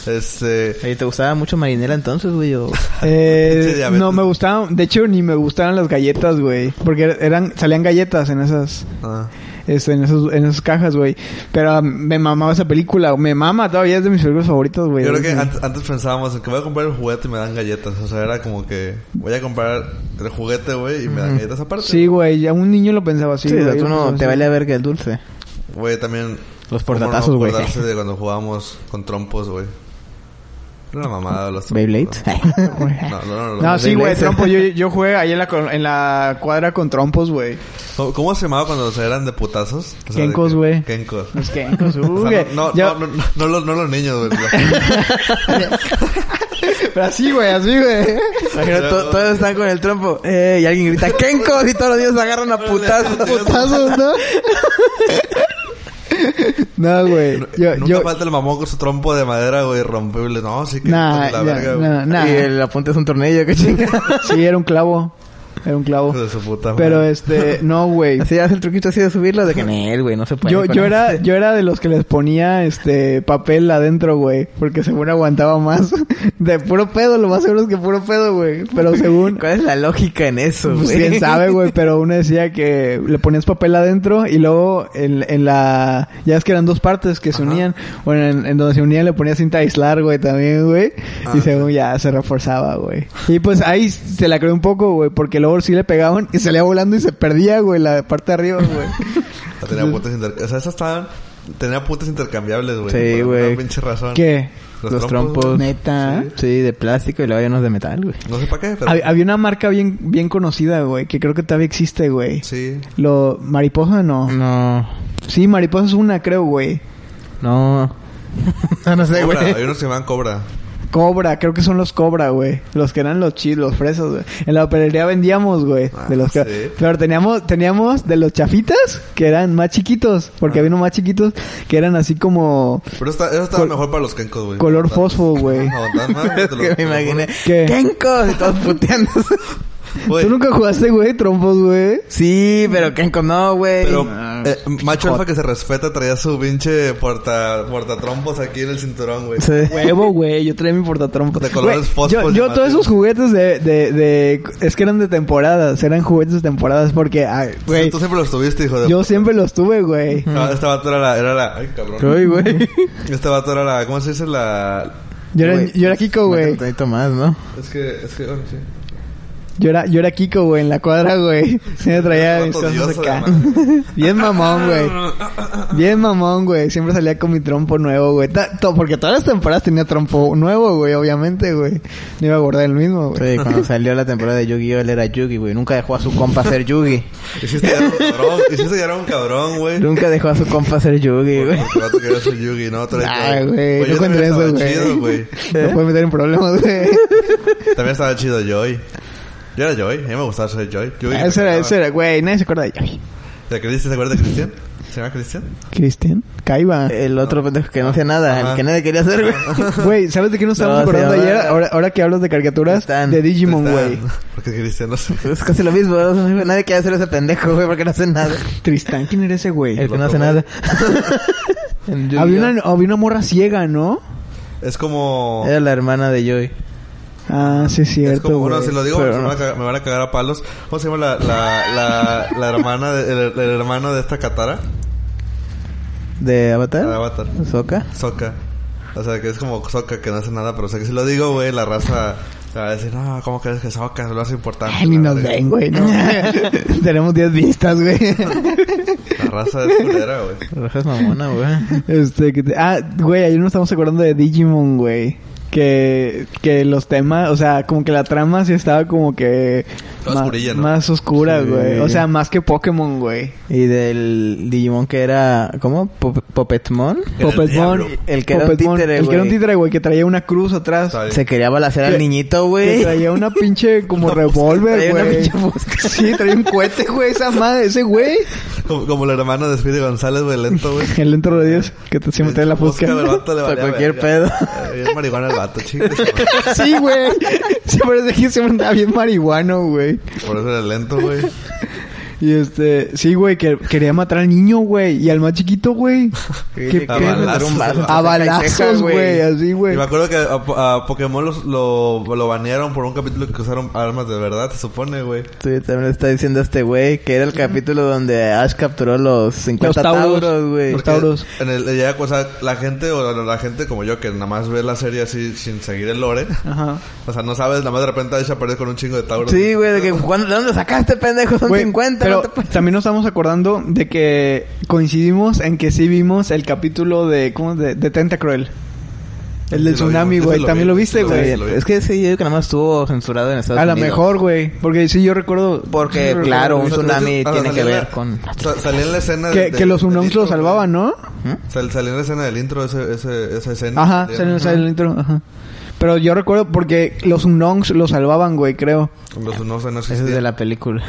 Este.
Oye, ¿te gustaba mucho marinera entonces, güey? o-
Pinche
Eh,
diabetes.
no, me gustaban... De hecho, ni me gustaban las galletas, güey. Porque eran... Salían galletas en esas...
Ah.
Este, en, esos, en esas cajas, güey. Pero ah, me mamaba esa película. Me mama todavía. Es de mis películas favoritas, güey.
Yo creo que
Disney.
antes, antes pensábamos en que voy a comprar el juguete y me dan galletas. O sea, era como que voy a comprar el juguete, güey, y me dan galletas aparte.
Sí, güey. Ya un niño lo pensaba así.
Sí, o sea,
güey,
tú
yo
no
pensaba
te
así.
vale a ver que el dulce.
Güey, también.
Los
cómo no
portatazos, güey.
acordarse de cuando jugábamos con trompos, güey. Era una mamada los trompos.
¿Beyblades?
No, no, no. no.
No, sí, güey.
Beyblades.
Trompo. Yo, yo jugué ahí en la, col- en la cuadra con trompos, güey.
¿Cómo- ¿Cómo se llamaba cuando se eran de putazos? O sea, de
Kenkos,
que-
güey.
Kenkos.
Los quencos.
O
uh,
sea,
güey.
no, no,
Ya-
no, no, no los, no los niños, güey. Los-
Pero así, güey. Así, güey.
Imagino, to- todos están con el trompo. Eh, y alguien grita, ¡Kenkos! Y todos los niños se agarran a putazos.
Putazos, ¿no? no, güey. Yo,
Nunca
yo...
falta el mamón con su trompo de madera, güey, rompible. No, sí que
Nah,
la
ya,
verga, güey.
nah, nah.
Y el apunte es un tornillo, qué chingada.
Sí, era un clavo. Era un clavo.
Hijo de su puta madre.
Pero este, no, güey.
Así hace el truquito así de subirlo, de que "Nel, güey, no se puede.
Yo,
con
yo
eso".
era, yo era de los que les ponía este papel adentro, güey. Porque según aguantaba más. De puro pedo, lo más seguro es que puro pedo, güey. Pero según.
¿Cuál es la lógica en eso, güey?
Pues quién sabe, güey, pero uno decía que le ponías papel adentro y luego en, en la... Ya es que eran dos partes que se unían. Bueno, en, en donde se unían le ponías cinta aislar, güey, también, güey.
Ah,
y según ya se reforzaba, güey. Y pues ahí se la creó un poco, güey, porque luego sí le pegaban y salía volando y se perdía, güey, la parte de arriba, güey.
O sea, Tenía puntos intercambiables. O sea, esas estaban... Tenía puntos intercambiables, güey.
Sí,
Por
güey.
una pinche razón.
¿Qué?
Los,
Los
trompos.
trompos.
Neta.
Sí, de plástico y luego hay unos de metal, güey.
No sé para qué, pero...
Hab- Había una marca bien, bien conocida, güey, que creo que todavía existe, güey.
Sí. Mm.
Lo... Mariposa, no.
No.
Sí, Mariposa es una, creo, güey.
No. Ah, no, no sé,
Cobra. Hay
güey.
unos que llaman cobra.
Cobra, creo que son los Cobra, güey. Los que eran los chidos, los fresos, güey. En la papelería vendíamos, güey.
Ah,
de los que-
sí.
Pero teníamos, teníamos de los chafitas, que eran más chiquitos.
Ah.
Porque había unos más chiquitos que eran así como
Pero esta, eso estaba
Col-
mejor para los kenkos, güey.
color
Aguantar-
fosfo, güey.
aguantar más, güey,
Es
te lo-
que me
te lo juro.
imaginé.
¿Qué?
Kenkos y todos puteándose.
Güey,
¿Tú nunca jugaste, güey, trompos, güey?
Sí, pero Kenkos no, güey.
Pero,
Ah,
mames.
Eh, macho alfa que se respeta traía su pinche porta, portatrompos aquí en el cinturón, güey.
Sí.
Huevo, güey. Yo traía mi portatrompa.
De colores
Güey,
fosfos
Yo, yo
llamativos.
todos esos juguetes de, de, de... Es que eran de temporadas. Eran juguetes de temporadas porque... ay, güey.
Tú siempre los tuviste, hijo de...
Yo siempre los tuve, güey.
No, este vato era la... Era la ay, cabrón.
Uy, güey.
Este vato era la... ¿Cómo se dice? La...
Yo era,
Güey.
yo era Kiko,
Un
güey.
poquito más, ¿no?
Es que... Es que... bueno, sí.
Yo era, yo era Kiko, güey, en la cuadra, güey. Siempre traía
Era
mis
vato
cosas
odioso de
acá.
madre.
Bien mamón, güey.
Ah,
Bien mamón, güey. Siempre salía con mi trompo nuevo, güey. Ta- to- Porque todas las temporadas tenía trompo nuevo, güey, obviamente, güey. No iba a guardar el mismo, güey.
Sí, cuando salió la temporada de Yu-Gi-Oh! él era Yugi, güey. Nunca dejó a su compa ser Yugi.
Hiciste ya un cabrón. Hiciste ya era un cabrón, güey.
Nunca dejó a su compa ser Yugi, güey.
El vato que era su Yugi, ¿no? Tú eres
Ay,
Yugi.
güey.
Oye,
No
Pues yo también
contra eso,
estaba chido,
güey.
güey.
No puede meter en problemas, güey.
También estaba chido Joy. Yo era Joy. A mí me gustaba ser Joy. Yugi me
Eso Ah, era,
encantaba.
eso era, güey. Nadie se acuerda de Yogi.
¿Te acuerdas- ¿Se acuerdas de Cristian? ¿Se llama Cristian?
Cristian. Caiba.
El otro pendejo que no hacía nada,
Ajá.
el que nadie quería hacer, güey.
Güey, ¿sabes de qué nos estamos
No, se
acordando
llama-
ayer? Ahora, ahora que hablas de caricaturas,
Tristán.
de Digimon,
Tristán.
güey.
Porque Cristian no se...
Es casi lo mismo, ¿no? nadie quiere hacer ese pendejo, güey, porque no hace nada.
Tristán, ¿quién era ese güey?
El que no
loco,
hace
güey.
nada. En Yu-Gi-Oh!
Había una, había una morra ciega, ¿no?
Es como...
Era la hermana de Joy.
Ah, sí, es
Es
cierto.
como, bueno,
güey.
si lo digo,
pero
se me,
no.
van a cagar, me van a cagar a palos. ¿Cómo se llama la, la, la, la hermana, de- el, el hermano de esta Katara?
¿De Avatar?
Ah,
La de Avatar.
¿Soka?
Sokka. O sea, que es como Sokka que no hace nada, pero o sea, que si lo digo, güey, la raza te va a decir, no, ¿cómo crees que Sokka es lo hace importante?
Ay, ni
La
nos
verga.
ven, güey. No. Tenemos 10 vistas, güey.
La raza es culera, güey.
Roja es mamona, güey.
este, que te- Ah, güey, ayer nos estamos acordando de Digimon, güey. Que, que los temas, o sea, como que la trama sí estaba como que...
Toda
ma-
oscurilla, ¿no?
Más oscura,
Sí.
güey. O sea, más que Pokémon, güey.
Y del Digimon que era... ¿Cómo? Pop- ¿Popetmon?
Era el
Pokémon.
diablo.
El que era un
Pokémon,
títere,
El que era un
güey.
títere, güey, que traía una cruz atrás.
Está bien.
Se quería balacer
Que-
al niñito,
Que
güey.
traía una pinche como revólver,
traía una
güey.
pinche fusca.
Sí, traía un cohete, güey, esa madre, ese güey.
Como, como el hermano de Speedy González, güey, lento, güey.
El entro de Dios, que te siempre trae la
Busca,
fusca.
el vato le
Para
valía
cualquier
verga. Eh, Bien marihuana el vato, chingue su madre.
Sí, güey. Siempre es que siempre andaba bien marihuano, güey.
Por eso era lento, güey.
Y este, sí, güey, que quería matar al niño, güey, y al más chiquito, güey.
Que-
A
que-
balazos,
un balazo.
A balazos, güey, así,
Y
güey.
me acuerdo que a, a Pokémon los- lo, lo banearon por un capítulo que usaron armas de verdad, se supone, güey.
Sí, también lo está diciendo este güey que era el capítulo donde Ash capturó los 50
Los tauros.
tauros, güey.
Los Tauros.
En el, ya, o sea, la gente, o la, la gente como yo, que nada más ve la serie así sin seguir el lore.
Ajá.
O sea, no sabes, nada más de repente Ash aparece con un chingo de Tauros.
Sí, güey, de que ¿cuándo- ¿de dónde sacaste, pendejo? Son
Güey,
50,
pero
no te puedes-
también nos estamos acordando de que coincidimos en que sí vimos el capítulo de ¿cómo? de, de Tentacruel. El del
Sí, lo
tsunami,
vimos,
güey.
ese lo
También lo
vi,
viste,
sí, lo
güey.
vi.
Es que ese video que nada más estuvo censurado en Estados
A lo
Unidos.
mejor, güey, porque sí yo recuerdo
Porque,
sí,
claro, un
recuerdo-
tsunami
Ah,
tiene
salía
que
en la-
ver con...
sa- salía en la escena
que,
del-
que los
del
unums
intro,
lo
güey.
salvaban, ¿no?
Sal- salía en la escena del intro, ese, ese, esa escena.
Ajá,
Salía-
se nos sale el intro, ajá. Pero yo recuerdo porque los Unongs lo salvaban, güey, creo.
Los unos no
Eso es de
existían.
la película.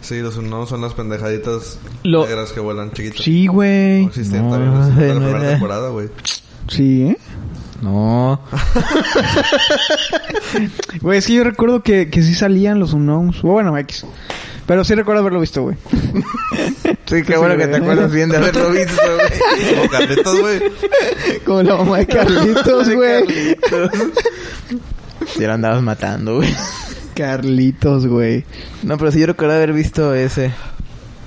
Sí, los unos son las pendejaditas
Lo-
negras que vuelan chiquitas.
Sí,
No
güey.
existían
No,
también. no existían en
no
la primera
era.
temporada, güey.
Sí, ¿eh?
No.
Güey, es que yo recuerdo que, que sí salían los Unongs. Bueno, X. Pero sí recuerdo haberlo visto, güey.
Sí, qué
bueno que te acuerdas
bien de haberlo visto, güey.
Como Carlitos, güey.
Como la mamá de Carlitos, güey.
Si lo andabas matando, güey.
Carlitos, güey.
No, pero sí yo recuerdo haber visto ese.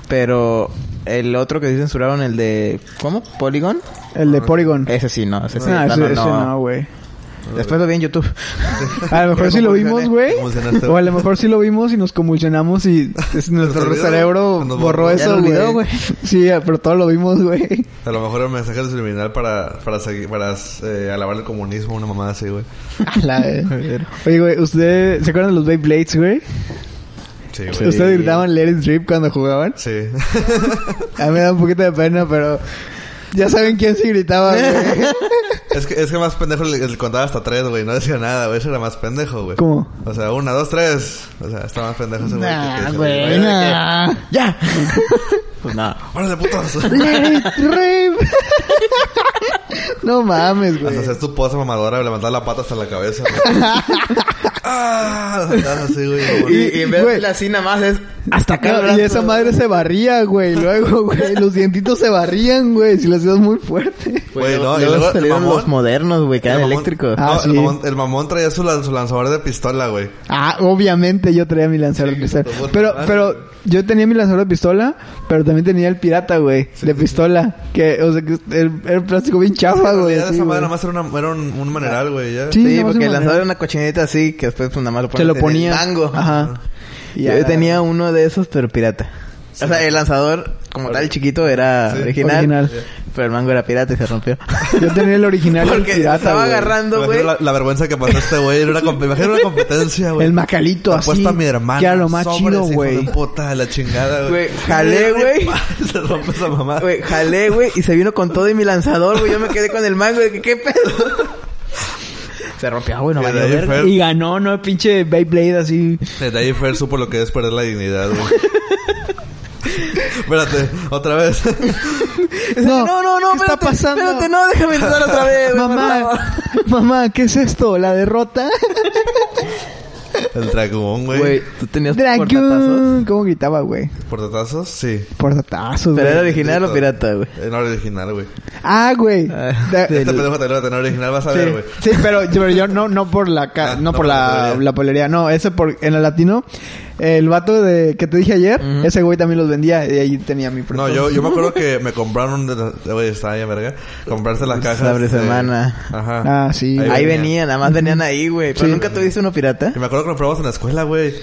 Pero el otro que sí censuraron, el de... ¿Cómo? ¿Polygon?
El de Porygon.
Ese sí, no. Ese sí,
Ah,
plano,
ese ese Ah, no, güey.
Después lo vi en YouTube.
A lo mejor sí lo vimos, güey.
Convulsionaste.
O a lo mejor sí lo vimos y nos convulsionamos y es- nuestro
olvidó,
cerebro
nos
borró
borró.
Ya
eso,
lo olvidó,
güey.
güey.
Sí, pero todo lo vimos, güey.
A lo mejor era un mensaje subliminal para, para, seguir, para eh, alabar el comunismo, una mamada así, güey.
A la ver. Oye, güey, ¿usted se acuerdan de los Beyblades, güey?
Sí, güey.
¿Ustedes gritaban Let It Drip cuando jugaban?
Sí.
A mí me da un poquito de pena, pero ya saben quién sí gritaba, güey.
es, que, es que más pendejo le, le contaba hasta tres, güey. No decía nada, güey. Eso era más pendejo, güey.
¿Cómo?
O sea, una, dos, tres. O sea, está más pendejo ese güey. que- que
Nah,
dice,
güey,
"Oye,
nah.
¡Ya! pues nada.
¡Órale, putos!
Let It Drip. No mames, güey.
Hasta hacer tu posa mamadora, levantar la pata hasta la cabeza. güey. ¡Ah! Las andadas así, güey.
Y, y en vez de
Güey.
la así nada más es hasta acá.
No,
¿verdad?
y esa madre se barría, güey. Luego, güey, los dientitos se barrían, güey. Si lo hacías muy fuerte.
Güey,
Güey, luego,
no, y
luego
luego el
salieron
mamón-
los modernos, güey, que eran
El mamón-
eléctricos.
No,
Ah, sí.
el, mamón, el mamón traía su, lan- su lanzador de pistola, güey.
Ah, obviamente yo traía mi lanzador de pistola.
puto, puto,
Pero,
madre.
pero yo tenía mi lanzador de pistola, pero también tenía el pirata, güey. de pistola. Que, o sea, que el, el plástico bien chafa,
En
güey.
realidad
así,
esa madre
güey.
nada más era, una- era un, un maneral, güey. ya.
Sí,
Sí,
no,
porque
sí,
lanzaron
manera.
una cochineta así que después pues nada más lo
Te lo
pones en el
ponía.
mango.
Ajá. Y
Yo
ya-
tenía uno de esos, pero pirata. O sea, el lanzador, como tal, chiquito, era
Sí.
original,
Original.
Pero el mango era pirata y se rompió.
Yo tenía el original del
Porque
pirata,
estaba
güey.
agarrando,
Imagino la,
güey.
la vergüenza que pasó este güey. Era una comp- Imagino una competencia, güey.
El macalito
Te
así.
apuesto a mi hermana.
Que era lo más
Sobres,
chido,
hijo de
güey.
puta de la chingada, güey.
Güey, jalé, güey.
Se rompe esa mamá.
Güey, jalé, güey, y se vino con todo y mi lanzador, güey. Yo me quedé con el mango. De que, ¿Qué pedo? se rompió, güey, no
Que
Ah, valió
de ahí
verga.
Fer-
Y ganó, ¿no? Pinche Beyblade así.
Desde ahí Fer supo lo que es perder la dignidad, güey. Espérate, otra vez.
No,
No, no, no,
¿qué está
espérate,
pasando?
espérate, no, déjame entrar otra vez, güey, por favor.
Mamá, mamá, ¿qué es esto? ¿La derrota?
El dragón,
Güey,
güey.
tú tenías portatazos.
Dragón. ¿Cómo gritaba, güey?
¿Portatazos? Sí.
Portatazos,
Pero
güey.
era original o pirata, güey.
En original, güey.
Ah, güey.
Ah,
Da-
Este pendejo te lo va a tener original, vas a
Sí,
ver, güey.
sí, pero, pero yo no, no por la ca-
Ah,
no, por la,
papelería.
la polería, no, ese por en el latino, el vato de que te dije ayer, ese güey también los vendía y ahí tenía mi
No, yo, yo me acuerdo que me compraron de las- Güey, estaba bien verga. Comprarse las cajas.
Sabres
de-
hermana.
Ajá.
Ah, sí.
Ahí
Ahí
venía.
venían, nada más venían ahí, güey. Pero
Sí.
nunca tuviste uno pirata.
Y me acuerdo que nos probamos en la escuela, güey.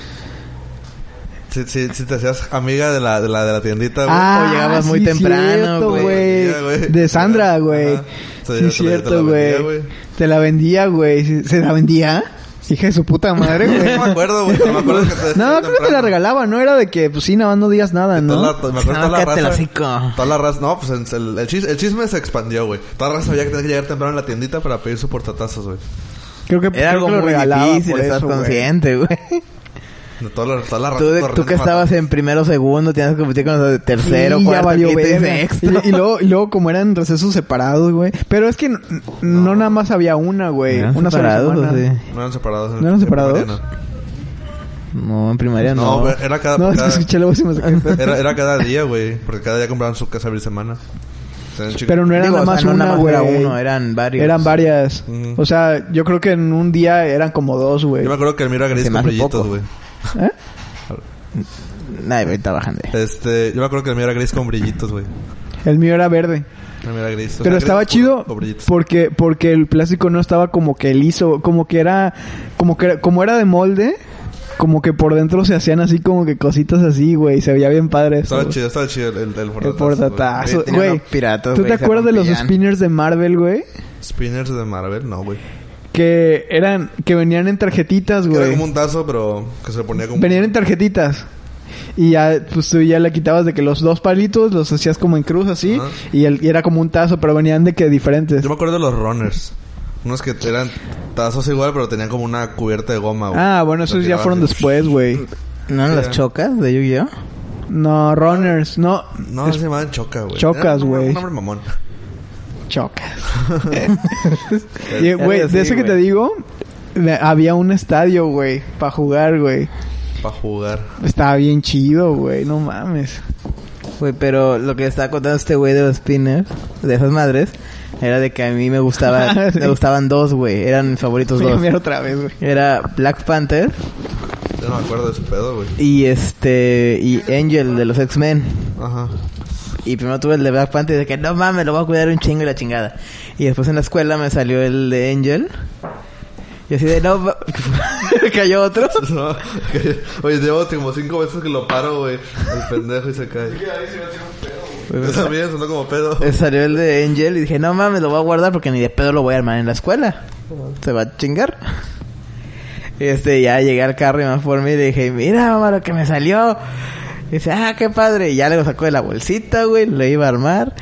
Si, si, si te hacías amiga de la, de la, de la tiendita, güey.
Ah,
O llegabas muy
sí,
temprano,
cierto,
güey.
Vendía, güey.
De Sandra, güey.
Ajá. Sí,
Sí,
yo
es
te la- yo te la
cierto, güey.
vendía, güey.
Te la vendía, güey. Sí, ¿Se la vendía? Hija de su puta madre, güey.
No me acuerdo, güey. No me acuerdo que te
No, creo que te la regalaba, no era de que, pues sí, nada más no digas
Toda
nada, ¿no?
la- Pues me acuerdo
No,
toda la
cállate el
raza.
hocico.
Toda la raza. No, pues en- el, el, chis- el chisme se expandió, güey. Toda la raza sabía que tenía que llegar temprano a la tiendita para pedir su portatazos, güey.
Creo que, creo
Era algo
que lo
muy
regalaba
difícil,
por
estás
eso, güey.
consciente, güey.
De Toda la, toda la raza.
Tú, de- tú
corriendo
que
para-
estabas en primero, segundo, tienes que competir con los de tercero,
Sí, ya
cuarto,
valió
quinto y
verga.
sexto.
Y, y luego, y luego como eran recesos separados, güey. Pero es que n- n- no, nada más había una, güey.
¿Eran
Una sola
separados,
semana.
o sí?
No eran separados. en-
¿No eran
en primaria,
separados? Ah,
No, en primaria
No,
no.
güey, era cada...
No, es que
cada-
escuché la voz y me saqué.
Era, era cada día, güey. Porque cada día compraban su casa abrir semana. O sea, chicos-
Pero no era
Digo,
nada
o sea,
más
no
una,
nada más
güey.
era uno, eran varios.
Eran varias.
Ujú.
O sea, yo creo que en un día eran como dos, güey.
Yo me acuerdo que el mío era gris
Se me
con
hace
brillitos,
poco.
güey.
¿Eh?
Nah, güey, está bajando.
Este... Yo me acuerdo que el mío era gris con brillitos, güey.
El mío era verde.
El mío era gris. O sea,
Pero
gris
estaba
oscuro
chido
Con brillitos.
porque porque el plástico no estaba como que liso, como que era como que era- como era de molde, como que por dentro se hacían así como que cositas así, güey, se veía bien padre eso.
Estaba
güey.
chido, estaba chido el, el, el
El
portatazo,
portatazo,
güey.
tenía
güey.
unos piratas,
¿Tú
güey,
te
se
acuerdas de los
rompían.
spinners de Marvel, güey?
Spinners de Marvel, no, güey.
Que eran que venían en tarjetitas,
Que Era como
güey.
un tazo, pero que se ponía como...
Venían en tarjetitas. Y ya, pues tú ya le quitabas de que los dos palitos los hacías como en cruz así.
Ajá.
Y, el- y era como un tazo, pero venían de que diferentes.
Yo me acuerdo de los runners. Unos que eran tazos igual, pero tenían como una cubierta de goma, güey.
Ah, bueno, esos
Los
ya fueron
tirabas y-
después, güey.
¿No eran las chocas de Yu-Gi-Oh?
No, runners, no,
No, se llamaban choca, güey.
Chocas,
Era un-
güey.
Un nombre mamón.
chocas. Y, güey,
Algo así,
de eso que te
güey.
digo, le- había un estadio, güey, para jugar, güey.
Para jugar.
Estaba bien chido, güey, no mames.
Güey, pero lo que estaba contando este güey de los spinners, de esas madres, era de que a mí me gustaban,
Sí.
me gustaban dos, güey. Eran mis favoritos
Voy a
dos.
cambiar otra vez, güey.
Era Black Panther
Yo no me acuerdo de su pedo, güey.
y este y Angel de los X-Men.
Ajá.
Y primero tuve el de Black Panther y dije, no mames, lo voy a cuidar un chingo y la chingada. Y después en la escuela me salió el de Angel. Y así de, no, ma- cayó otro.
No, que- oye, llevo como cinco veces que lo paro, güey. El pendejo y se cae. Yo también sonó como pedo.
Eh, Salió el de Angel y dije, no mames, lo voy a guardar porque ni de pedo lo voy a armar en la escuela. Se va a chingar. Y este, ya llegué al carro y más por mí y le dije, mira mamá lo que me salió. Y dice, ah, qué padre. Y ya lo sacó de la bolsita, güey, lo iba a armar.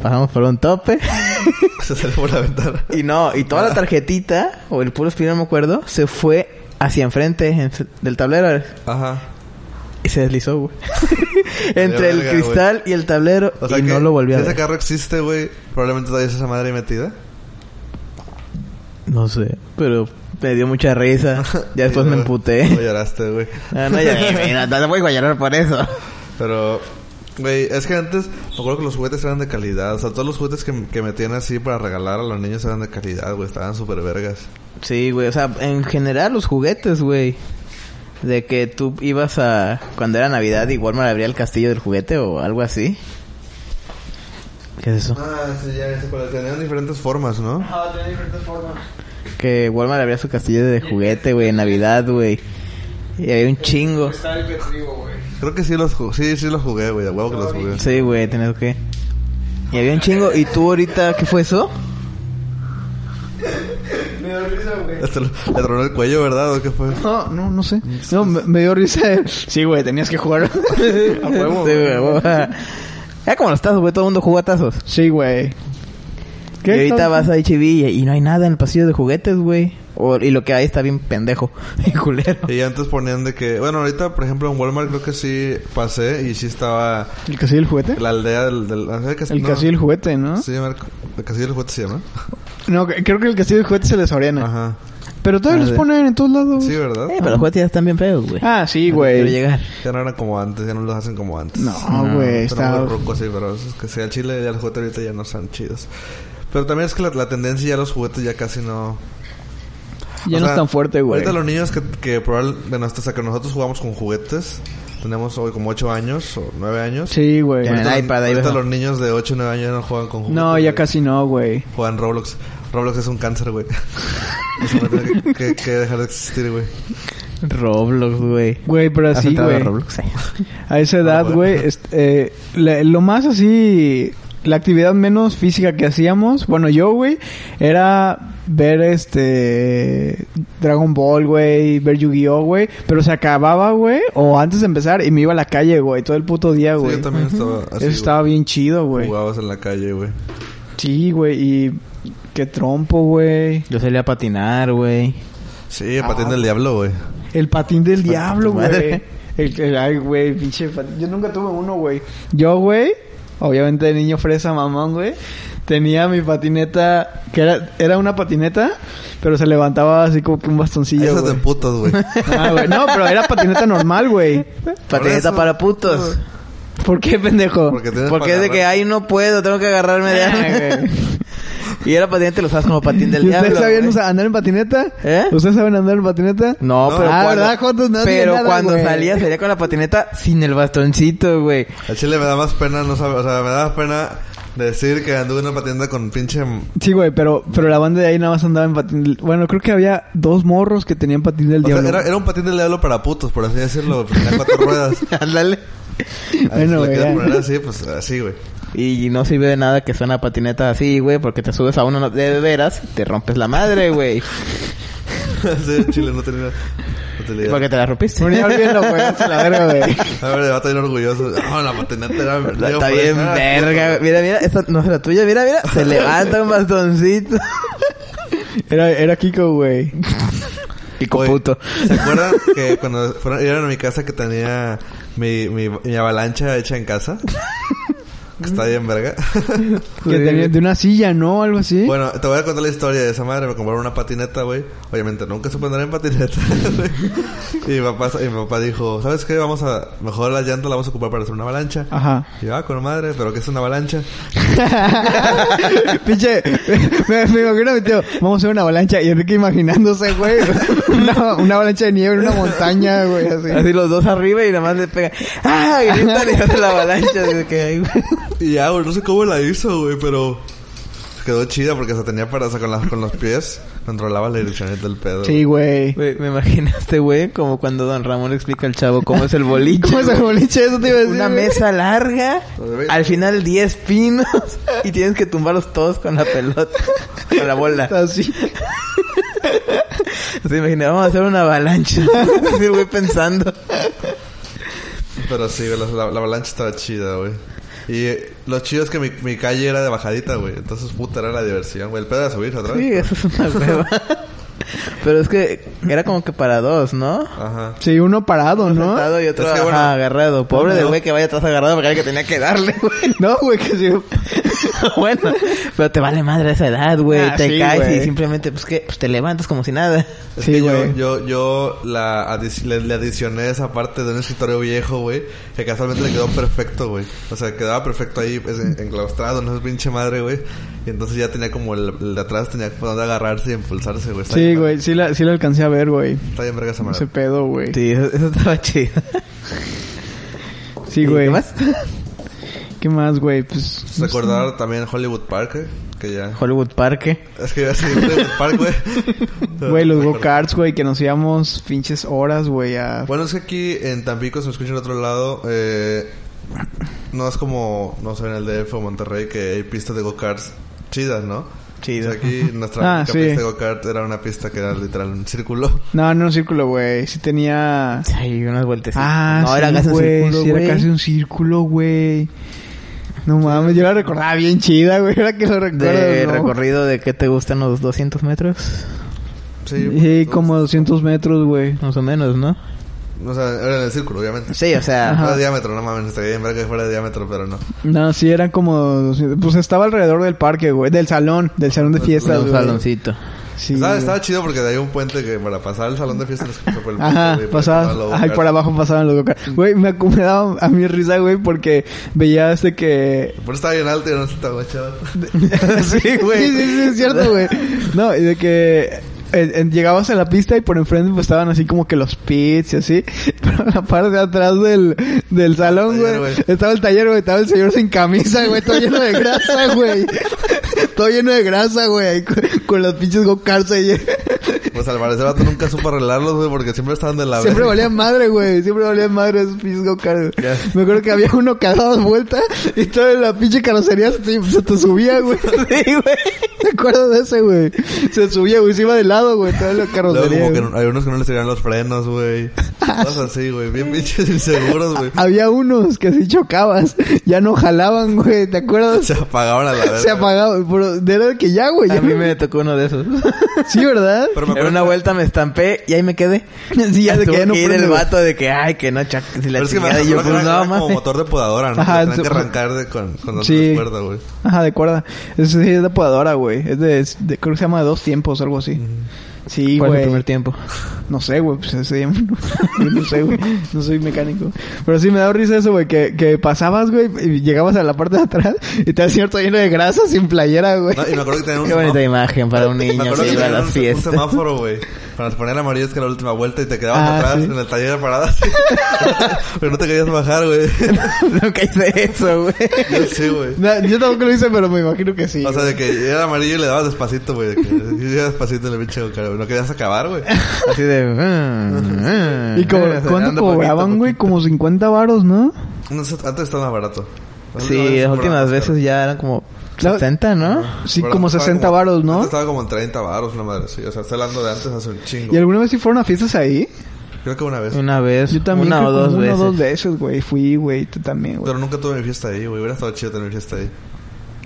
Pasamos por un tope.
Se sale por la ventana.
y no, y toda la tarjetita, o el puro espino, no me acuerdo, se fue hacia enfrente en- del tablero.
Ajá.
Y se deslizó, güey. Entre el
verga, güey.
cristal y el tablero.
O sea
y
que
no lo volví a
si
ver.
ese carro existe, güey, probablemente todavía es esa madre ahí metida.
No sé, pero me dio mucha risa. Ya después me
No
emputé.
lloraste, güey.
Ah, no, ya, mira, no te voy a llorar por eso.
Pero, güey, es que antes me acuerdo que los juguetes eran de calidad. O sea, todos los juguetes que, que metían así para regalar a los niños eran de calidad, güey. Estaban súper vergas.
Sí, güey, o sea, en general los juguetes, güey. De que tú ibas a... Cuando era Navidad igual me abría el castillo del juguete o algo así. ¿Qué es eso?
Ah, sí, ya, eso, pero tenían diferentes formas, ¿no?
Ajá, tiene diferentes formas.
Que Walmart abría su castillo de juguete, güey, en Navidad, güey. Y había un chingo.
Está el que te digo, güey.
Creo que sí los, ju- sí, sí los jugué, güey. A huevo que los jugué.
Sí, güey, tenías que... Y había un chingo. ¿Y tú ahorita qué fue eso?
Me da risa, güey.
Este, le tronó el cuello, ¿verdad? ¿O qué fue?
No, no, no sé. No, me, me dio risa. Sí, güey, tenías que jugar.
A huevo, sí, güey, a huevo. Era como los tazos, güey, todo el mundo jugó a tazos.
Sí, güey.
Y ahorita
tal?
vas a HB y, y no hay nada en el pasillo de juguetes, güey. O- Y lo que hay está bien pendejo y culero.
Y antes ponían de que... Bueno, ahorita, por ejemplo, en Walmart creo que sí pasé y sí estaba
¿El casillo del juguete?
la aldea del... del ah, ¿sabes qué?
El
No.
casillo del juguete, ¿no?
Sí, Marco. El casillo del juguete se llama.
No, que- creo que el casillo del juguete es el de Soriana.
Ajá.
Pero todos los
Vale.
ponen en todos lados.
Sí, ¿verdad?
Eh, pero los juguetes ya están bien feos, güey.
Ah, sí,
Quiero
güey.
llegar.
Ya no eran como antes, ya no los hacen como antes.
No, güey,
Pero
está...
muy ruco, sí, pero es que sea el chile ya los juguetes ahorita ya no son chidos. Pero también es que la, la tendencia ya los juguetes ya casi no...
Ya
o
no
sea,
es tan fuerte, güey.
Ahorita los niños que, que probablemente... Bueno, hasta que nosotros jugamos con juguetes. Tenemos hoy como 8 años o 9 años.
Sí, güey.
Ya. En el
Ahorita los-
iPad, ahí
ahorita
ves.
los niños de 8 o 9 años no juegan con juguetes.
No, ya
güey.
casi no, güey.
Juegan Roblox. Roblox es un cáncer, güey. Eso va a tener que, que- que dejar de existir, güey.
Roblox, güey.
Güey, pero
¿Has
así,
entrado a
güey.
Roblox? Sí.
A esa edad,
Ah, bueno.
güey, este, eh, la- lo más así, la actividad menos física que hacíamos, bueno, yo, güey, era ver este Dragon Ball, güey, ver Yu-Gi-Oh, güey, pero se acababa, güey, o antes de empezar y me iba a la calle, güey, todo el puto día,
Sí,
güey.
yo también estaba así,
Eso
güey.
estaba bien chido, güey.
Jugabas en la calle, güey.
Sí, güey, y qué trompo, güey.
Yo salí a patinar, güey.
Sí, patín del diablo, güey.
El patín del diablo,
Pues, tu
güey.
madre.
El, el- ay, güey, pinche patín. Yo nunca tuve uno, güey. Yo, güey, obviamente de niño fresa, mamón, güey. Tenía mi patineta, que era, era una patineta, pero se levantaba así como que un bastoncillo,
Eso es de
güey.
putos, güey.
Ah, güey. No, pero era patineta normal, güey.
Patineta
eso-
para putos.
¿Por qué, pendejo?
Porque tienes
Porque
para
es de que,
agarrar.
ay, no puedo, tengo que agarrarme de
Ah,
algo.
güey.
y era patinete, lo usabas como patín del
¿Y ustedes
diablo.
sabían
güey.
usa- andar en patineta?
¿Eh?
¿Ustedes saben andar en patineta?
No, pero
Ah,
cuando,
¿verdad, Jotos? Nadie,
pero
nada,
cuando
güey.
salía, salía con la patineta sin el bastoncito, güey.
A Chile me da más pena, no sabe, o sea, me da más pena decir que anduve en una patienda con pinche... O
Sí, güey, pero, pero la banda de ahí nada más andaba en patín. del- Bueno, creo que había dos morros que tenían patín del
sea,
diablo.
era, era un patín del diablo para putos, por así decirlo. Tenía cuatro ruedas.
Ándale.
A ver, si
Bueno,
lo
güey,
quieres
ya.
poner así, pues así, güey.
Y no sirve de nada que suena patineta así, güey, porque te subes a uno de veras y te rompes la madre, güey.
sí, Chile no tenía... No tenía
porque te la rompiste.
Bueno, ya olvídalo, güey. Hasta la verga, güey.
A ver, va a estar orgulloso. No, la patineta era...
La-
digo,
Está
pues,
bien,
ah,
verga. güey. Mira, mira, esa no es la tuya. Mira, mira. Se levanta un bastoncito.
Era, era Kiko, güey.
Pico
Oye,
puto.
¿Se acuerdan que cuando fueron, eran a mi casa que tenía mi, mi, mi avalancha hecha en casa? Que está bien, verga.
Que tenía de una silla, ¿no? Algo así.
Bueno, te voy a contar la historia de esa madre. Me compraron una patineta, güey. Obviamente nunca supe andar en patineta, güey. Y mi papá, y mi papá dijo, ¿sabes qué? Vamos a... Mejor la llanta la vamos a ocupar para hacer una avalancha.
Ajá.
Y yo, ah, con madre, pero ¿qué es una avalancha?
Pinche, me, me imagino a mi tío, vamos a hacer una avalancha. Y Enrique imaginándose, güey, una, una avalancha de nieve en una montaña, güey, así.
Así los dos arriba y nada más le pega. ¡Ah! Gritan y hace la avalancha. Así que, ay, güey.
Y ya, güey, no sé cómo la hizo, güey, pero... Quedó chida porque se tenía para... O sea, con, las, con los pies controlaba la dirección del pedo.
Sí, güey.
Güey, Me imaginaste, güey, como cuando Don Ramón le explica al chavo cómo es el boliche.
¿Cómo es el
güey.
boliche? Eso te iba a decir.
Una
güey.
mesa larga, al final 10 pinos y tienes que tumbarlos todos con la pelota, con la bola.
Así.
Se imagina, vamos a hacer una avalancha. Así el güey pensando.
Pero sí, güey, la, la- la avalancha estaba chida, güey. Y eh, lo chido es que mi, mi calle era de bajadita, güey. Entonces, puta, era la diversión, güey. El pedo era subirse atrás.
Sí, eso es una prueba. Pero es que era como que para dos, ¿no?
Ajá.
Sí, uno parado, ¿no?
Sentado y otro
Es que, bueno,
ajá, agarrado. Pobre de
no.
güey que vaya atrás agarrado porque era el que tenía que darle, güey.
No, güey, que sí.
bueno, pero te vale madre esa edad, güey.
Ah,
te
sí,
caes
güey.
y simplemente, pues, ¿qué? Pues te levantas como si nada.
Es
Sí,
que yo,
güey.
yo, yo la adic- le, le adicioné esa parte de un escritorio viejo, güey, que casualmente le quedó perfecto, güey. O sea, quedaba perfecto ahí, pues, en- enclaustrado, no es pinche madre, güey. Y entonces ya tenía como el, el de atrás, tenía por dónde agarrarse y impulsarse, güey. Está
Sí,
bien
güey,
padre.
sí la, sí la alcancé a ver, güey.
Está bien verga esa madre.
Ese pedo, güey.
Sí, eso, eso estaba chido.
Sí, güey.
¿Qué más?
¿Qué más, güey? Pues...
Recordar también Hollywood Park, eh, que ya...
Hollywood ¿eh? Parque.
Es que iba a decir Hollywood Park, güey.
Güey, los go-karts, güey, que nos íbamos pinches horas, güey, a...
Bueno, es que aquí en Tampico, si me escuchan en otro lado, eh, no es como, no sé, en el DF o Monterrey, que hay pistas de go-karts chidas, ¿no?
Chidas.
O sea, aquí nuestra
Ah,
única
sí.
pista de go-kart era una pista que era literal un círculo.
No, no era un círculo, güey. Sí tenía...
Ay, unas vueltas.
Ah,
no, era
sí,
casi un
güey,
círculo,
sí,
güey.
era casi un círculo, güey. No mames, yo la recordaba bien chida, güey. Ahora que lo recuerdo,
De
¿no?
recorrido de qué te gustan los 200 metros,
Sí,
Sí,
pues,
como 200 metros, güey.
más o menos, ¿no?
O sea, era en el círculo, obviamente.
Sí, o sea,
No de diámetro, no mames, estaría bien ver que fuera de diámetro, pero no.
No, sí, eran como 200. Pues estaba alrededor del parque, güey. Del salón, del salón de fiestas,
un
güey.
saloncito.
Sí,
estaba,
güey.
estaba chido porque de ahí un puente que para pasar el salón de fiestas nos cruzó por el puente,
Ajá,
güey, para pasar los
pasaban, ay,
go-karts.
por abajo pasaban los go-karts. Güey, me acomodaba a mi risa, güey, porque veía este que...
Por eso estaba bien alto y no se estaba echado.
sí,
güey.
Sí, sí, es cierto, güey. No, y de que eh, eh, llegabas a la pista y por enfrente pues estaban así como que los pits y así. Pero en la parte de atrás del, del salón,
Taller,
güey,
güey.
estaba el taller, güey. Estaba el señor sin camisa, güey. Todo lleno de grasa, güey. Todo lleno de grasa, güey. ahí Con, con los pinches go-karts ahí.
Pues al parecer vato nunca supo arreglarlos, güey, porque siempre estaban de la
Siempre
verga.
valían madre, güey. Siempre valían madre esos pinches go-karts. güey.
Ya.
Me acuerdo que había uno que daba vuelta y toda la pinche carrocería se te, se te subía, güey. ¿Te acuerdas de ese, güey? Se subía, güey. Se iba de lado, güey. Toda la
Luego
carrocería.
como que
güey.
no- hay unos que no les tiran los frenos, güey. Cosas así, güey. Bien pinches inseguros, güey.
Había unos que si chocabas, ya no jalaban, güey. ¿Te acuerdas?
Se apagaban a la verga.
Se apagaba. Pero era que ya, güey.
A
ya
mí
no-
me tocó uno de esos.
Sí, ¿verdad?
Pero me
en
acuerdo
una
que-
vuelta me estampé y ahí me quedé.
Sí, ya de
Tuve
que ya no
ir
prende,
el
güey.
vato de que, ay, que no, chac, si la
Pero es que me
chingada. Y yo,
acuerdo que
pues,
era
no,
como
mames.
motor de podadora, ¿no? Ajá,
Ajá,
que tenían
su-
que arrancar de, con, con dos
Sí.
cuerdas, güey.
Ajá, de cuerda. Es, sí, es de podadora, güey. Es de, de- Creo que se llama dos tiempos, algo así.
Mm.
Sí,
¿Cuál fue el
güey.
primer tiempo?
No sé, güey, pues ese día no, no sé, güey, no soy mecánico. Pero sí me da risa eso, güey, que, que pasabas, güey, y llegabas a la parte de atrás y te hacías todo lleno de grasa sin playera, güey.
No, y me acuerdo que tenían un
Qué bonita
semáforo.
imagen para un
Me
niño
acuerdo
que
que
iba a
tenían
las
un, un
fiestas.
semáforo, güey. Cuando te ponían amarillo es que era la última vuelta y te quedabas
Ah,
atrás
sí.
en el taller parada. así. Pero no te querías bajar, güey.
Nunca hice eso, güey.
Yo sí, güey.
No, yo tampoco lo hice, pero me imagino que sí.
O sea, de que era amarillo y le dabas despacito, güey. de que- Y era despacito en el pinche cara, güey. No querías acabar, güey.
Así de... mm, mm,
¿Y como,
acelerando
cuánto
poquito,
cobraban, güey?
poquito.
Como 50 varos, ¿no?
No sé, Antes estaba más barato.
Sí,
cobraban
las
más
últimas
caro.
veces ya eran como
La-
60, ¿no?
Sí,
Pero
como
antes estaba
60 varos, ¿no?
antes Estaba como en 30 varos, una madre así. O sea, estoy hablando de antes hace un chingo.
¿Y alguna vez sí fueron a fiestas ahí?
Creo que una vez.
Una vez,
Yo también.
una
creo
o
que
dos
una
veces.
o dos veces, güey. Fui, güey, tú también, güey.
Pero nunca tuve mi fiesta ahí, güey. Hubiera estado chido tener mi fiesta ahí.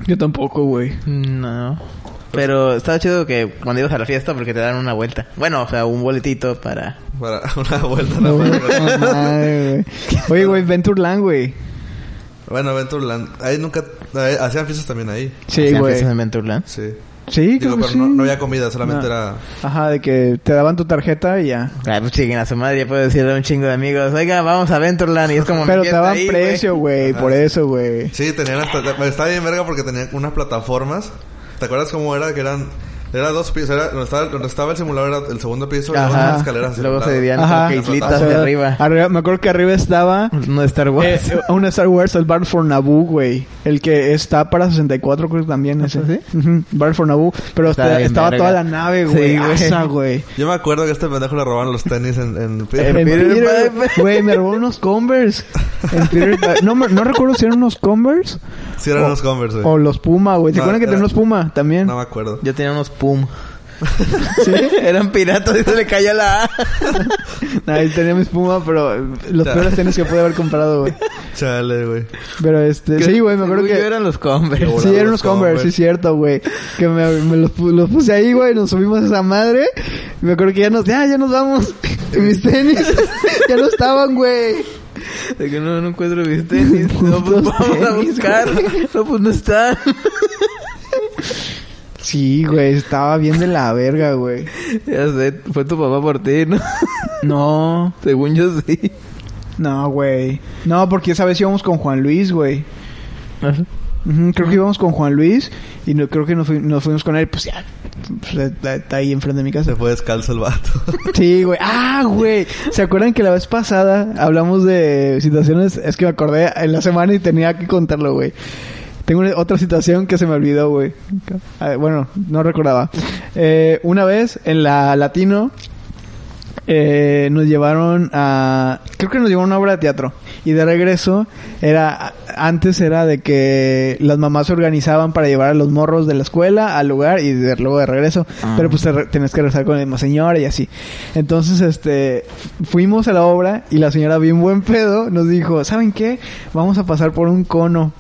Yo tampoco, güey.
No. Pero estaba chido que cuando ibas a la fiesta porque te dan una vuelta. Bueno, o sea, un boletito para...
Para una vuelta.
No,
No,
güey,
Bueno,
no, madre, güey. Oye, güey, Ventureland, güey.
bueno, Ventureland. Ahí nunca... ahí- hacían fiestas también ahí.
Sí,
Hacían
güey.
fiestas en Venturland.
Sí.
Sí,
Digo,
creo que
pero
sí.
no, no había comida. Solamente
No.
era...
Ajá, de que te daban tu tarjeta y ya.
Ah, pues chinguen a su madre, ya puedo decirle a un chingo de amigos, oiga, vamos a Venturland y es como... mi
Pero te
fiesta
daban
ahí, güey.
precio, güey, por eso, güey.
Sí, tenían hasta... Estaba bien verga porque tenían unas plataformas. ¿Te acuerdas cómo era? Que eran... Era dos pisos. Era, donde, estaba, donde estaba el simulador era el segundo piso. y luego
Ajá.
unas escaleras hacia
Luego
un
se
lado.
dividían
Ajá.
como que islitas
O sea,
de arriba.
Me acuerdo que arriba estaba
No de Star
eh,
Wars.
un Star Wars, el Bar for Naboo, güey. El que está para 64, creo que también ese. Ujú, Bar for Naboo. Pero
¿Ah, Está
este-
bien
estaba
verga.
toda la nave, güey.
Sí, güey.
asa, güey.
Yo me acuerdo que a este pendejo le robaron los tenis en... en Peter
En
En
Peter
Peter-
Piper.
Güey, me robó unos Converse. En Peter Piper. no, me- no recuerdo si eran unos Converse
Sí, eran los Converse,
o
güey.
los Puma, güey. ¿Te
No,
acuerdas que
era-
tenían los Puma también?
No me acuerdo.
Yo tenía unos pum.
¿Sí?
Eran piratas y se le cayó la A.
Ahí tenía mis Puma, pero eh, los
Ya.
peores tenis que pude haber comprado, güey.
Chale, güey.
Pero este, sí, güey, me acuerdo
Según
que
Yo eran los Converse.
Yo-
Sí, eran unos
los
Converse,
Converse.
sí, cierto, güey. Que me, me los, pu- los puse ahí, güey, nos subimos a esa madre. Y me acuerdo que ya nos, ya, ya nos vamos. Y mis tenis ya no estaban, güey.
De que no, no encuentro mis tenis. No, pues
Putos
vamos a
tenis,
buscar. No, pues no están.
Sí, güey, estaba bien de la verga, güey.
Ya sé, fue tu papá por ti, ¿no?
No,
Según yo sí.
no, güey. No, porque esa vez íbamos con Juan Luis, güey. Ujú, creo que íbamos con Juan Luis y no, creo que nos, fui- nos fuimos con él. Pues ya, pues, está, está ahí enfrente de mi casa.
Se fue descalzo el vato.
Sí, güey. Ah, güey. ¿Se acuerdan que la vez pasada hablamos de situaciones? Es que me acordé en la semana y tenía que contarlo, güey. Tengo una- otra situación que se me olvidó, güey. Ah, Bueno, no recordaba. Eh, una vez en la Latino eh, nos llevaron a... Creo que nos llevaron a una obra de teatro. Y de regreso era... Antes era de que las mamás se organizaban para llevar a los morros de la escuela al lugar y de- luego de regreso.
Ah.
Pero pues te re- tenías que regresar con la misma señora y así. Entonces, este... Fuimos a la obra y la señora bien buen pedo nos dijo... ¿Saben qué? Vamos a pasar por un cono.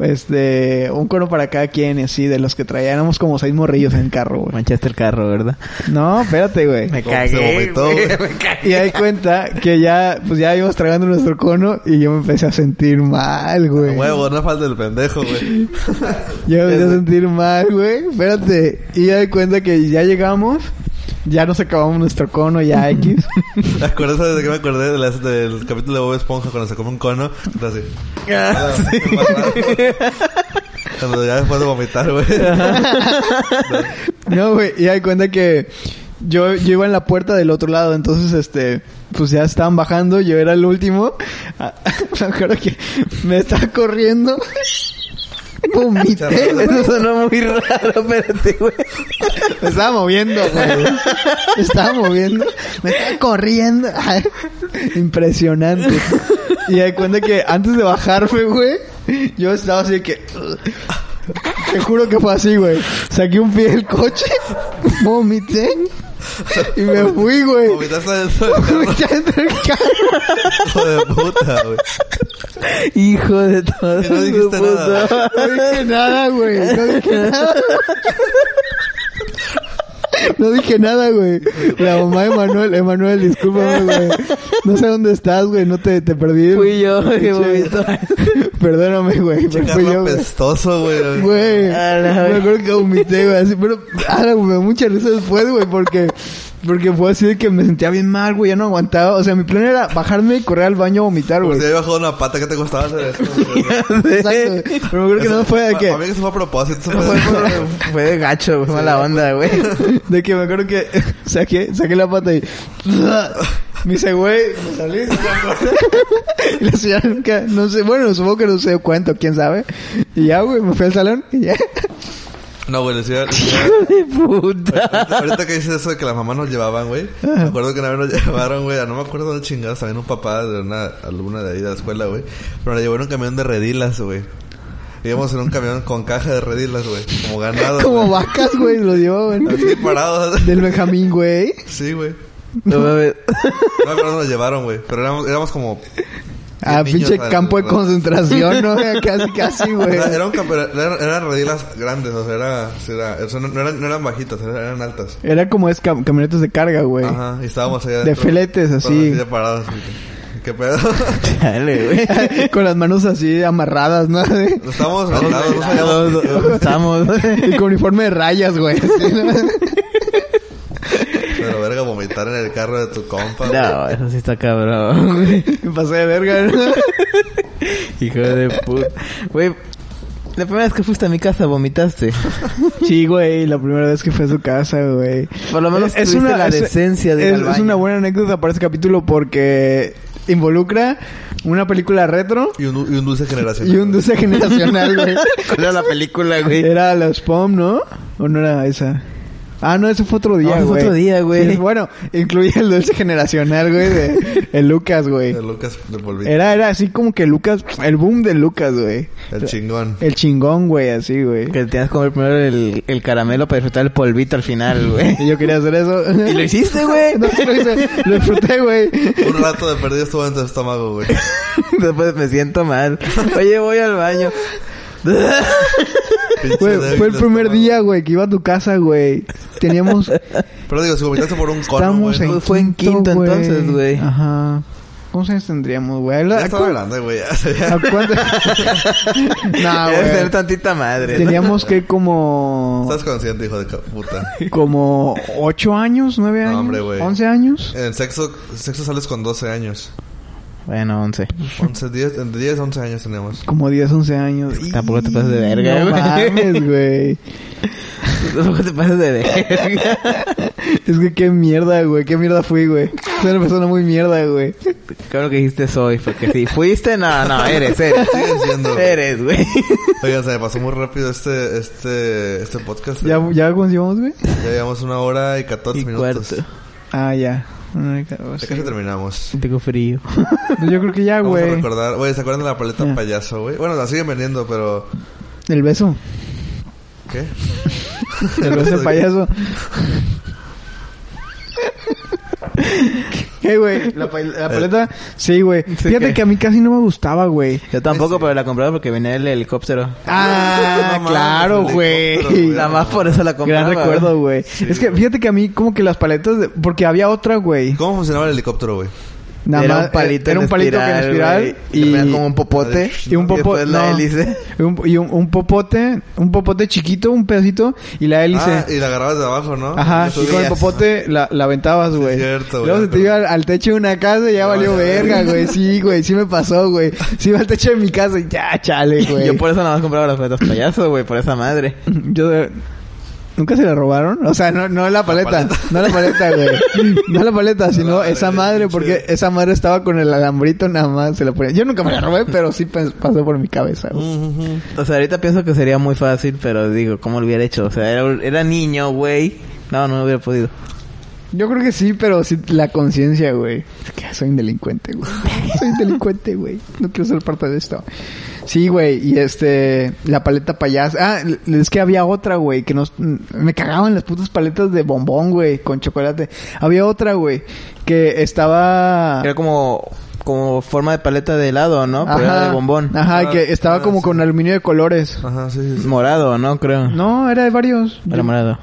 Este... Un cono para cada quien y así. De los que traíamos como seis morrillos en el carro, güey.
Manchaste el carro, ¿verdad?
No, espérate, güey.
Me
Como que se
cagué,
vomitó,
güey,
güey.
me cagué.
Y ahí cuenta que ya, pues ya íbamos tragando nuestro cono y yo me empecé a sentir mal, güey.
Huevo, no falta el pendejo, güey.
Yo me empecé a sentir mal, güey. Espérate. Y ya de cuenta que ya llegamos, ya nos acabamos nuestro cono, ya X.
¿Te acuerdas de qué me acordé de las- del capítulo de Bob Esponja cuando se come un cono? Está así.
Ah.
Cuando ya después de vomitar, güey.
No, güey. Y ya de cuenta que yo, yo iba en la puerta del otro lado, entonces este. Pues ya estaban bajando, yo era el último. Ah, Me acuerdo que me estaba corriendo. Vomité, güey.
Eso sonó muy raro, espérate, güey.
Me estaba moviendo, güey. Me estaba moviendo. Me estaba corriendo. Ay, Impresionante. Y de cuenta que antes de bajarme, güey, yo estaba así de que. Te juro que fue así, güey. Saqué un pie del coche, vomité y me fui, güey.
Vomitaste dentro del carro,
Vomité dentro del carro.
hijo de puta, güey.
Hijo de todo.
Y no dijiste
su puta
nada.
No dije nada, güey. No dije nada. No dije nada, güey. La mamá de Manuel, Emanuel, discúlpame, güey. No sé dónde estás, güey. No te, te perdí.
Fui yo que vomitó.
Perdóname, güey. pero Fui
Carro
yo, güey.
apestoso, güey.
Güey.
A la
Me
vez.
acuerdo que vomité, güey. Así, pero, ah, güey, me dio mucha risa después, güey, porque. Porque fue así de que me sentía bien mal, güey, ya no aguantaba. O sea, mi plan era bajarme y correr al baño a vomitar,
Como
güey.
si Pues había bajado una pata que te costaba hacer eso. güey.
Pues,
Exacto. güey. Pero me acuerdo que no fue de que.
Para mí que se fue a propósito. se fue-
Fue de gacho, güey, mala onda, güey.
De que me acuerdo que saqué, saqué la pata y... Me hice, güey, me salí. y la señora nunca, no sé, bueno, supongo que no se dio cuenta, quién sabe. Y ya, güey, me fui al salón y ya.
No, güey, le decía...
De puta.
Ahorita, ahorita que dices eso de que las mamás nos llevaban, güey. Me acuerdo que una vez nos llevaron, güey. a No me acuerdo dónde chingados. También un papá de una alumna de ahí de la escuela, güey. Pero nos llevó en un camión de redilas, güey. Íbamos en un camión con caja de redilas, güey. Como ganado.
Como
güey.
vacas, güey, lo llevaban.
Así parados.
Del Benjamín, güey.
Sí, güey.
No mames.
No me acuerdo dónde nos llevaron, güey. Pero éramos, éramos como...
A
niños,
pinche
¿sabes?
campo de
¿verdad?
concentración, ¿no? Casi, casi, güey.
Era, era un campo- era- eran, eran redilas grandes, o sea, era, era- o sea, no, no eran, no eran bajitas, eran, eran altas.
Era como es cam- camionetas de carga, güey.
Ajá, y estábamos allá
De filetes,
Todos
así.
ya parados. así que, ¿Qué pedo?
Dale, güey.
Con las manos así amarradas, ¿no?
Nos estábamos rodeados, no sabíamos
Estamos, estamos.
y con uniforme de rayas, güey. así, ¿no?
Pero verga, vomitar en el carro de tu compa. güey.
No, eso sí está cabrón, güey.
Me pasé de verga, ¿no?
Hijo de puta. Güey, la primera vez que fuiste a mi casa vomitaste.
Sí, güey, la primera vez que fue a su casa, güey.
Por lo menos tuviste la decencia de ir
es,
al
es
baño.
una buena anécdota para este capítulo porque involucra una película retro
Y un, y un dulce generación.
y un dulce generacional, güey.
¿Cuál era la película, güey?
Era la Spom, ¿no? ¿O no era esa? Ah, no, ese fue otro día,
No,
güey.
ese fue otro día, güey.
Sí, bueno, incluía el dulce generacional, güey, de el Lucas, güey.
De Lucas de Polvito.
Era, era así como que Lucas, el boom de Lucas, güey.
El chingón.
El chingón, güey, así, güey.
Que tenías que comer primero el, el caramelo para disfrutar el polvito al final, güey.
Y yo quería hacer eso.
¿Y lo hiciste, güey?
No, sí lo hice. Lo disfruté, güey.
Un rato de perdido estuvo en tu estómago, güey.
Después me siento mal. Oye, voy al baño.
Ah,
Pinche
Güey,
débil
Fue el
de
primer
estómago.
día, güey, que iba a tu casa, güey. Teníamos...
Pero digo, si vomitaste por un cono,
Estábamos
güey. ¿no?
en
Fue en quinto
güey.
entonces, güey.
Ajá. ¿Cuántos años tendríamos, güey? ¿A la-
Ya
a
estaba
cu-
grande, güey. ya, ya.
a cuánto-
Ah,
Nah,
güey.
güey.
tener tantita madre. ¿no?
Teníamos que como...
Estás consciente, hijo de ca- puta.
Como 8 años, 9
No,
años,
hombre, güey.
11 años.
En el sexo, sexo sales con 12 años.
Bueno, 11.
11, 10, entre 10 y 11 años teníamos.
Como 10, 11 años.
Tampoco te pases de
Y-
verga,
no
güey.
mames, güey.
Tampoco te pases de verga.
Es que qué mierda, güey. Qué mierda fui, güey. Soy una persona muy mierda, güey.
Claro que dijiste soy, porque si fuiste, no, no, eres, eres.
Sigues siendo, güey.
Eres, güey.
Oigan, se me pasó muy rápido este, este, este podcast.
¿Ya,
Ya,
ya conocimos, güey?
llevamos una hora y 14
Y
minutos.
cuarto.
Ah, ya. Ay, cabrón,
Ya
sí.
casi terminamos.
Tengo frío.
Pues Yo creo que ya,
Vamos a
güey.
recordar, güey, ¿se acuerdan de la paleta
Ya.
payaso, güey? Bueno, la siguen vendiendo, pero.
El beso.
¿Qué?
El beso del payaso. ¿Qué, güey? La, pa- la paleta. Sí, güey. Fíjate
¿qué?
que a mí casi no me gustaba, güey.
Yo tampoco, pero la compraba porque venía el helicóptero.
Ah,
No mames,
claro,
el
güey.
helicóptero,
Nada más por eso la compraba.
Gran recuerdo, güey. es que fíjate que a mí como que las paletas... de- porque había otra, güey.
¿Cómo funcionaba el helicóptero, güey?
Nada
era
más- eh,
un palito
Era un palito que en espiral.
y...
Y,
como un popote.
y un popo-
después la
no.
hélice.
un, y un- un popote... Un popote chiquito, un pedacito. Y la hélice.
Ah, y la agarrabas de abajo, ¿no?
Ajá,
Y la
y con el
subías.
popote la, la aventabas, güey.
cierto, güey.
Luego se te iba al, al techo de una casa y ya valió
vale,
verga, güey. Sí, güey, sí me pasó, güey. Sí iba al techo de mi casa y ya, chale, güey.
Yo por eso nada más compraba las paletas payaso, güey, por esa madre.
Yo de- ¿Nunca se la robaron? O sea, no, no la paleta,
paleta.
no la paleta, güey. No la paleta, sino esa madre, porque esa madre estaba con el alambrito nada más, se la ponía. Yo nunca me la robé, pero sí pas- pasó por mi cabeza, güey.
O sea, ahorita pienso que sería muy fácil, pero digo, ¿cómo lo hubiera hecho? O sea, era, era niño, güey. No, no lo hubiera podido.
Yo creo que sí, pero sí la conciencia, güey. Es que soy un delincuente, güey. Soy un delincuente, güey. No quiero ser parte de esto. Sí, güey. Y este... La paleta payasa. Ah, l- es que había otra, güey. Que nos... m- Me cagaban las putas paletas de bombón, güey. Con chocolate. Había otra, güey. Que estaba...
Era como, como forma de paleta de helado, ¿no? Pero era de bombón.
Ajá,
Ah,
que estaba
ah,
como
sí.
con aluminio de colores.
Ajá, sí, sí. sí.
Morado, ¿no? Creo.
No, era de varios.
Ah. Era morado.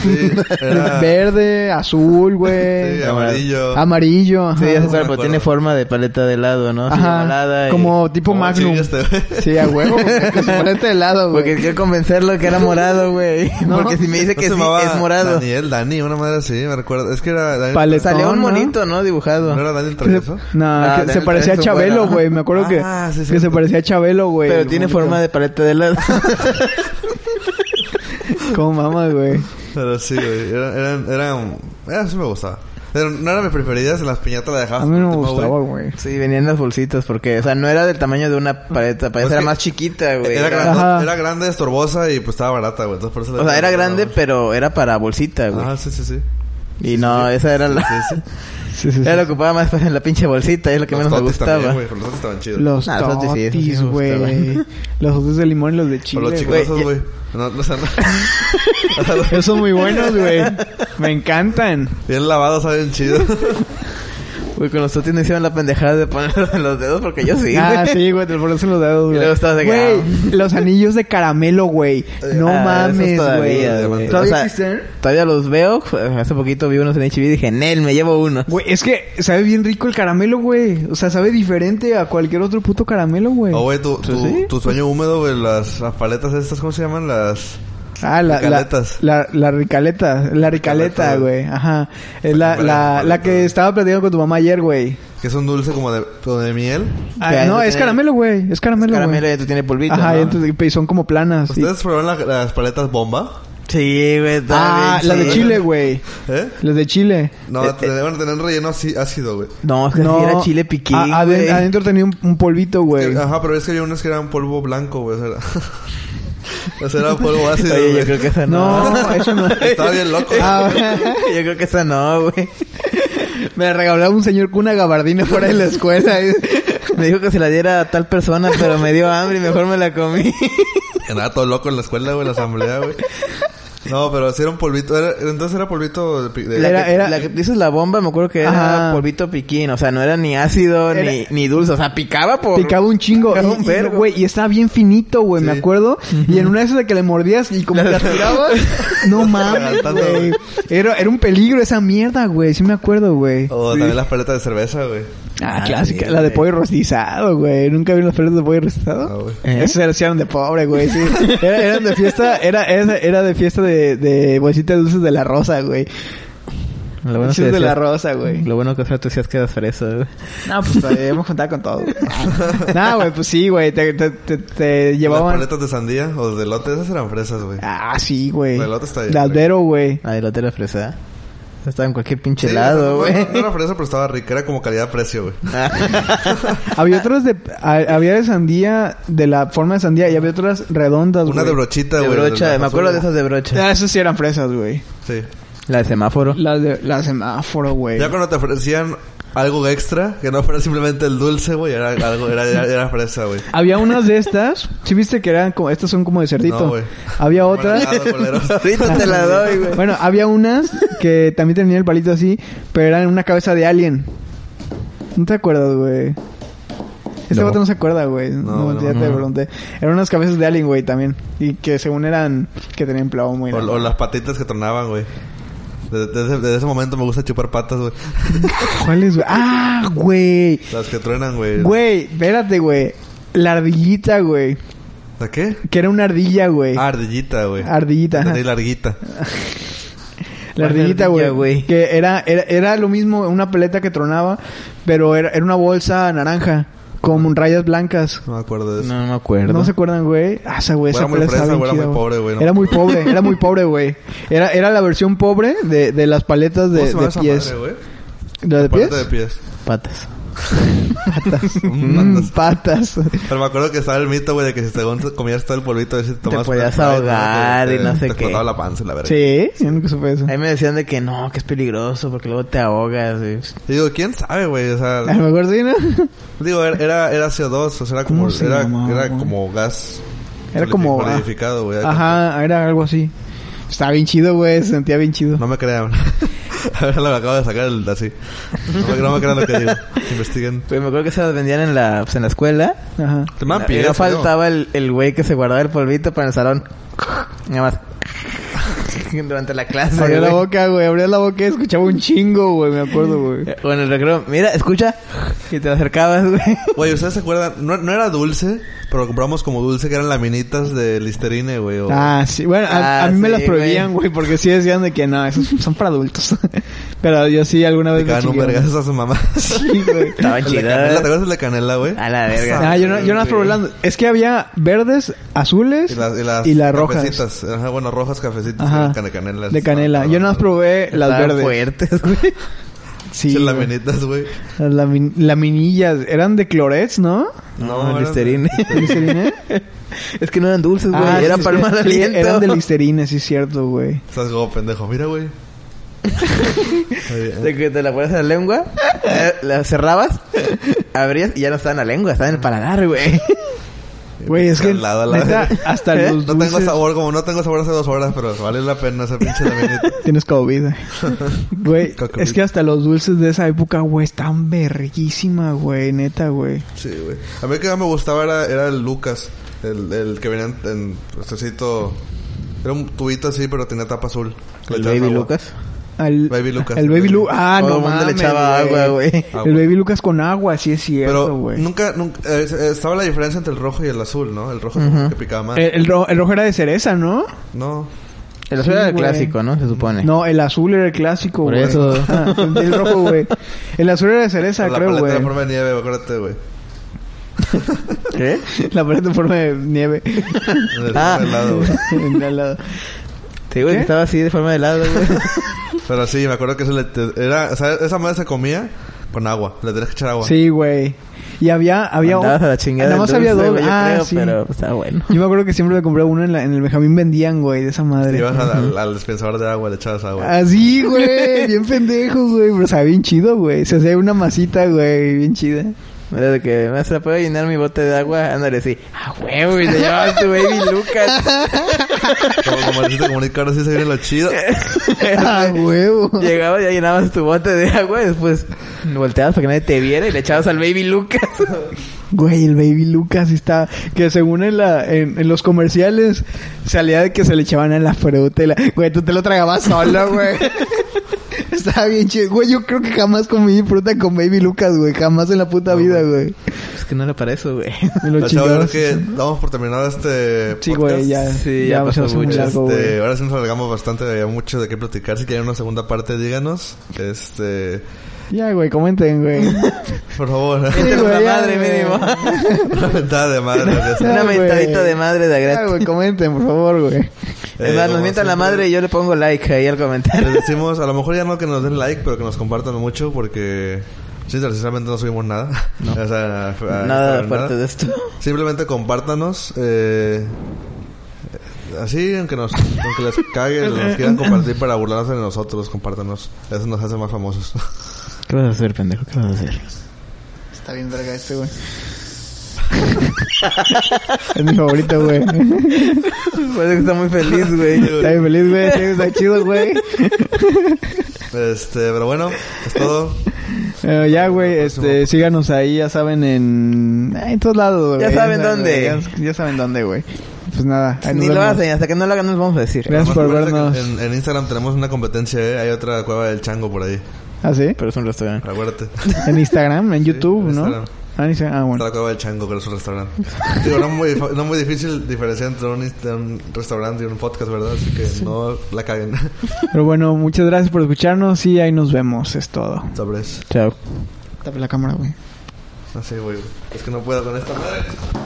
Sí, era-
Verde, azul, güey.
Sí, amarillo.
Amarillo, ajá.
Sí,
no
ya se
me
sabe, pero
acuerdo.
tiene forma de paleta de helado, ¿no? Así
Ajá.
ovalada y-
Como tipo
¿Cómo
Magnum.
chingaste, este, güey?
Sí, a huevo. Con su paleta este de helado,
Porque
güey.
quiero convencerlo que era morado, güey.
No.
Porque si me
¿No
dice que
se
sí,
llamaba
es morado.
Daniel, Dani, una madre así, me recuerdo. Es que era Daniel.
Paletón,
Salió un
¿no?
monito, ¿no? Dibujado.
¿No era Daniel
Que
Travieso?
se- Nah,
Ah,
que se
del-
parecía a
del-
Chabelo,
bueno.
güey. Me acuerdo que,
Ah, sí,
que
cierto.
se parecía a Chabelo, güey.
pero
el
tiene
monito.
forma de paleta de helado.
¿Cómo mamas, güey?
Pero sí, güey. Eran, eran, eran, eran- sí me gustaba. Pero no eran mis preferidas, en las piñatas las
Ah,
dejabas.
A mí no me
por último,
gustaba, güey.
sí, venían las bolsitas porque... O sea, no era del tamaño de una paleta. Paleta
Pues
era
que-
más chiquita, güey.
Era,
Era-
grande-
Ajá.
era grande, estorbosa y pues estaba barata, güey. Entonces por eso
O sea, era grande, pero era para bolsita, güey.
Ah, sí, sí, sí.
Y no, esa era la...
Sí, sí.
Sí, sí, sí.
Era lo que ocupaba más espacio en la pinche bolsita. Es lo que
Los
menos me
totis
gustaba.
También, güey, pero los totis estaban chidos.
Los
Nah, los totis sí, Ah, esos sí me
totis, güey.
gustaban.
Los totis de limón y los de
O
chile,
los
güey.
chiclosos,
ya-
güey. No, no, o sea, no.
Esos son muy buenos, güey. Me encantan.
Bien lavados, saben chido.
Güey, con los totis no hicieron la pendejada de ponerlos en los dedos porque yo sí,
ah,
güey.
sí, güey, te lo pones en los dedos, güey.
luego estabas de que, mm".
Güey, los anillos de caramelo, güey. No
Ah,
mames,
esos
güey.
todavía, güey.
¿Todavía
O sea,
existen?
Todavía los veo. Hace poquito vi unos en HB y dije, Nel, me llevo uno.
Güey, es que sabe bien rico el caramelo, güey. O sea, sabe diferente a cualquier otro puto caramelo, güey.
Oh,
O, güey, tu,
Sí,
tu,
sí.
tu sueño húmedo, güey. Las, las paletas estas, ¿cómo se llaman? Las...
ah, la, la,
Ricaletas.
la, la ricaleta. La ricaleta,
Ricaleta, güey.
güey. Ajá. Es la,
Hombre,
la, la
paleta, güey.
que estaba platicando con tu mamá ayer, güey.
Que es un dulce como de, como de miel.
Ah,
Ya,
no,
ya
es
tiene-
caramelo, güey. Es caramelo,
Caramelo
güey.
ya tú tiene polvito,
Ajá,
¿no?
y entonces- y son como planas. y-
¿Ustedes probaron la- las paletas bomba?
Sí, güey. está
Ah,
bien
las de
chido.
chile, güey.
¿Eh?
Las de chile.
No,
Eh,
te- deben tener relleno así- ácido, güey.
No, es que sí Pues era chile piquín,
a- aden-
güey. Ah,
adentro tenía un, un polvito, güey.
Ajá, pero es que había unos que eran polvo blanco, güey. O sea, era, o sea, era polvo ácido,
Oye,
güey.
yo creo que esa no.
No, eso no.
Estaba bien loco.
Ah,
yo creo que esa no, güey.
me la regalaba un señor con una gabardina fuera de la escuela. y-
Me dijo que se la diera a tal persona, pero me dio hambre y mejor me la comí.
Andaba todo loco en la escuela, güey, en la asamblea, güey. No, pero si era un polvito. era- entonces era polvito de... pi- de-
La
Era-
que,
era-
la que dices la bomba, me acuerdo que era
Ajá.
polvito piquín. O sea, no era ni ácido
Era-
ni, ni dulce. O sea, picaba por...
Picaba un chingo.
Era
Y-
un
y,
vergo.
Güey, y estaba bien finito, güey, me
Sí.
acuerdo. Y en una de esas de que le mordías y como que aspirabas. no mames,
Levantando,
güey.
güey.
Era, era un peligro esa mierda, güey. Sí me acuerdo, güey.
O también las paletas de cerveza, güey.
Ah,
Ah,
clásica.
bien,
La de
Oh, güey.
pollo rostizado, güey. ¿Nunca vieron las fiestas de pollo rostizado?
Ah, güey.
¿Eh?
Esas eran- sí eran de pobre, güey, sí. Era- eran de fiesta, era, era, era de fiesta de, de bolsitas dulces de la rosa, güey.
Lo
Bolsitas
bueno que
de la
decías-
rosa, güey.
Lo bueno que ahora te decías que eras fresa, güey.
No, pues todavía hemos contado con todo. güey. no, güey, pues sí, güey. Te, te, te, te
Las
llevaban...
paletas de sandía o de lote, esas eran fresas, güey.
Ah, sí, güey.
La lata está bien,
De
güey.
albero, güey.
Ah, La de la tela fresa. Estaba en cualquier pinche
Sí,
lado,
o sea,
güey.
no- No, no era fresa, pero estaba rica. Era como calidad-precio, güey.
Había otras de... a- había de sandía, de la forma de sandía, y había otras redondas, güey.
Una de brochita,
de
güey.
brocha, me acuerdo de esas de brocha.
Ah, esas sí eran fresas, güey.
Sí.
La de semáforo.
Las de... Las semáforo, güey.
Ya cuando te ofrecían algo extra, que no fuera simplemente el dulce, güey, era algo, era, era, era fresa, güey.
Había unas de estas. ¿Sí viste que eran como... Estas son como de cerdito.
No, güey.
había
Como el
otras...
helado, culero.
Ahorita Pues te la doy, güey.
Bueno, había unas que también tenían el palito así, pero eran una cabeza de alien. ¿No te acuerdas, güey? Este
No.
vato no se acuerda, güey. No,
no,
ya te pregunté. Eran unas cabezas de alien, güey, también. Y que según eran... Que tenían plomo y
O,
nada.
o las patitas que tornaban, güey. Desde, desde- desde ese momento me gusta chupar patas, güey.
¿Cuáles, güey? ¡Ah, güey!
Las que truenan, güey.
Güey, espérate, güey. La ardillita, güey.
¿La qué?
Que era una ardilla, güey.
Ah, ardillita, güey.
Ardillita, ajá.
Entendí, larguita.
La ardillita,
ardilla,
güey.
güey?
Que era, era, era lo mismo, una peleta que tronaba, pero era, era una bolsa naranja con rayas blancas.
No me acuerdo de eso.
No me acuerdo.
¿No se acuerdan, güey? Ah, esa güey,
Era
esa
muy
peleta estaba
fresa,
bien
güey, era
chida,
muy pobre, güey, no.
Era muy pobre, era muy pobre, güey. Era, era la versión pobre de, de las paletas
¿Cómo
de,
se llama
de
esa
pies.
madre, güey?
¿La de pies?
Paleta de pies.
Patas.
Mm, patas.
Pero me acuerdo que estaba el mito, güey, de que si según te comías todo el polvito, ese tomabas
podías
una-
ahogar
te-
y no sé
te
qué.
explotaba la panza, y la verga.
sí, yo nunca supe eso.
Ahí me decían de que no, que es peligroso porque luego te ahogas. güey.
Y digo, ¿quién sabe, güey? O sea,
A lo mejor sí, ¿no?
digo, era, era, era CO2, o sea, era como,
¿Cómo se
era,
llamaba,
era
güey?
como gas.
Era como-
Solidificado, güey.
Ajá, era algo así. Estaba bien chido, güey, se sentía bien chido.
No me crean. Ahora lo acabo de sacar el, así. No me, no me crean lo que digo. Investiguen.
Pues me acuerdo que se las vendían en la, pues, en la escuela.
Ajá.
Te mandan
Y
pies, creo.
no faltaba el el güey que se guardaba el polvito para el salón. Nada más. Durante la clase.
Abría la
güey.
boca, güey, abría la boca y escuchaba un chingo, güey, me acuerdo, güey.
Eh, O en el recreo. Mira, escucha. Y te acercabas, güey.
Güey, ¿ustedes se acuerdan? No, no era dulce, pero compramos como dulce que eran laminitas de listerine, güey. o-
Ah, sí. Bueno, a,
Ah,
a mí me
sí,
las prohibían, güey, porque sí decían de que no, esos son para adultos. Pero yo sí alguna
Le
vez me
cagaban un
chingué,
vergazo a su mamá.
güey. Sí, güey.
Estaban
El de canela, ¿Te
chidas.
acuerdas el de canela, güey?
A la verga.
Ah, yo no, yo no las probé las- Es que había verdes, azules
Y las, y las
rojas
Cafecitas. Ajá, bueno, rojas, cafecitas.
Ajá.
eran can- De canela.
de canela. Yo no las probé las
Estaban
verdes.
fuertes, güey.
Sí.
Las
güey.
laminitas, güey.
Las lamin- laminillas. Eran de clorets, ¿no?
No,
No,
eran-
Listerine.
¿Listerine?
Es que no eran dulces, güey.
Ah,
Era
sí,
para el
sí,
mal
sí,
aliento.
Eran de listerine, sí, es cierto, güey.
Estás como pendejo. Mira, güey.
De que te la pones en la lengua, eh, la cerrabas, abrías y ya no estaba en la lengua, estaba en el paladar, güey.
Pues Güey, es que
Calado a la
neta,
verga.
hasta
¿Eh?
los
No tengo
dulces
sabor, como no tengo sabor hace dos horas, pero vale la pena esa pinche laminita.
tienes COVID. eh. Güey,
Coco
es
beat.
que hasta los dulces de esa época, güey, están verguísima, güey, neta, güey.
Sí, güey. A mí el que más me gustaba era, era el Lucas. El, el que venía en, en trocito- Era un tubito así, pero tenía tapa azul. Le
El
echaban
Baby
agua.
Lucas.
Al
Baby Lucas.
El Baby Lucas. Ah,
Todo
no
el mundo
mames,
le echaba agua, güey.
Agua.
El Baby Lucas con agua, sí es cierto,
Ah, Pero
güey.
nunca, nunca eh, eh, estaba la diferencia entre el rojo y el azul, ¿no? El rojo es como que picaba más.
El, Eh, el ro- el rojo era de cereza, ¿no?
No.
El azul era el
güey.
clásico, ¿no? Se supone.
No, el azul era el clásico,
Por
güey.
eso.
Ah, el rojo, güey. El azul era de cereza,
la
creo,
paleta
güey.
de forma de nieve, acuérdate, güey.
¿Qué?
La paleta en forma de nieve.
En el
Ah.
helado, güey.
En al lado.
Te digo que
¿Qué?
estaba así de forma de helado, güey.
Pero sí, me acuerdo que eso le te- era, o sea, esa madre se comía con agua. Le tenías que echar agua.
Sí, güey. Y había, había
Andabas a la chingada.
Nada
del
más había
dulce,
dos.
güey, yo
ah,
creo,
sí.
pero estaba bueno.
Yo me acuerdo que siempre me compré uno en, la- en el Benjamín vendían, güey, de esa madre.
Ibas al, al- al dispensador de agua, le echabas
Ah.
agua.
Así, güey, bien pendejo, güey, pero estaba bien chido, güey. Se hacía una masita, güey, bien chida.
Era de que me hace, ¿puedo llenar mi bote de agua? Ándale, sí. ¡Ah, huevo! Y te llevabas tu baby Lucas.
Como, como dijiste, como Nick, ahora sí se viene lo chido.
Ah, huevo.
Llegabas y ya llenabas tu bote de agua. y Después volteabas para que nadie te viera y le echabas al baby Lucas.
Güey, el Baby Lucas está... Que según en, la, en, en los comerciales salía de que se le echaban a la fruta y la... Güey, tú te lo tragabas solo, güey. Estaba bien chido. Güey, yo creo que jamás comí fruta con Baby Lucas, güey. Jamás en la puta vida, güey.
Es que no era para eso, güey.
Me lo
Chavo,
chingaba.
creo que damos por terminado este
Sí,
podcast.
güey, ya.
Sí, ya pasó
se hace muy
mucho,
largo, güey.
Este, ahora sí nos alargamos bastante, había mucho de qué platicar. Si quieren una segunda parte, díganos. Este,
Ya, güey, comenten, güey.
por favor,
Sí,
Una
güey, ya,
madre
güey.
mínimo.
una mentada de madre. gracias.
Una
Ya, güey.
mentadita de madre de
Ya,
gratis.
güey, comenten, por favor, güey.
Es más,
Eh,
nos
como
mientan la
siempre,
madre y yo le pongo like ahí al comentario.
Les decimos, a lo mejor ya no que nos den like, pero que nos compartan mucho porque, sí, sinceramente no subimos nada. O sea, a- a
Nada
Instagram,
aparte de esto.
Simplemente compártanos. Eh, así, aunque, nos, aunque les cague, nos quieran compartir para burlarse de nosotros, compártanos. Eso nos hace más famosos.
¿Qué vas a hacer, pendejo? ¿Qué vas a hacer?
Está bien verga este, güey. es mi favorito, güey.
Parece que está muy feliz, güey.
Está bien feliz, güey. Está chido, güey.
Este, pero bueno, es todo.
Eh, ya, güey, este,
Próximo.
síganos ahí, ya saben, en, eh, en todos lados, güey.
Ya saben dónde.
Ya, ya saben dónde, güey. Pues nada, ahí nos
Ni lo
vemos.
hacen, hasta que no lo hagan, no nos vamos a decir.
Gracias por
Además, acuérdate
vernos.
que En, en Instagram tenemos una competencia, ¿eh? Hay otra cueva del chango por ahí.
¿Ah, sí?
Pero es un restaurante.
Acuérdate.
En Instagram, en YouTube,
en
¿no?
Instagram.
Ah, en Instagram. Ah,
Está
bueno.
la cueva del chango, que es un restaurante. Digo, no muy, fa- no muy difícil diferenciar entre un, insta- un restaurante y un podcast, ¿verdad? Así que no la caguen.
Pero bueno, muchas gracias por escucharnos y ahí nos vemos, es todo.
Sobres.
Chao.
Tapa la cámara, güey.
No sé, güey. Es que no puedo con esta madre.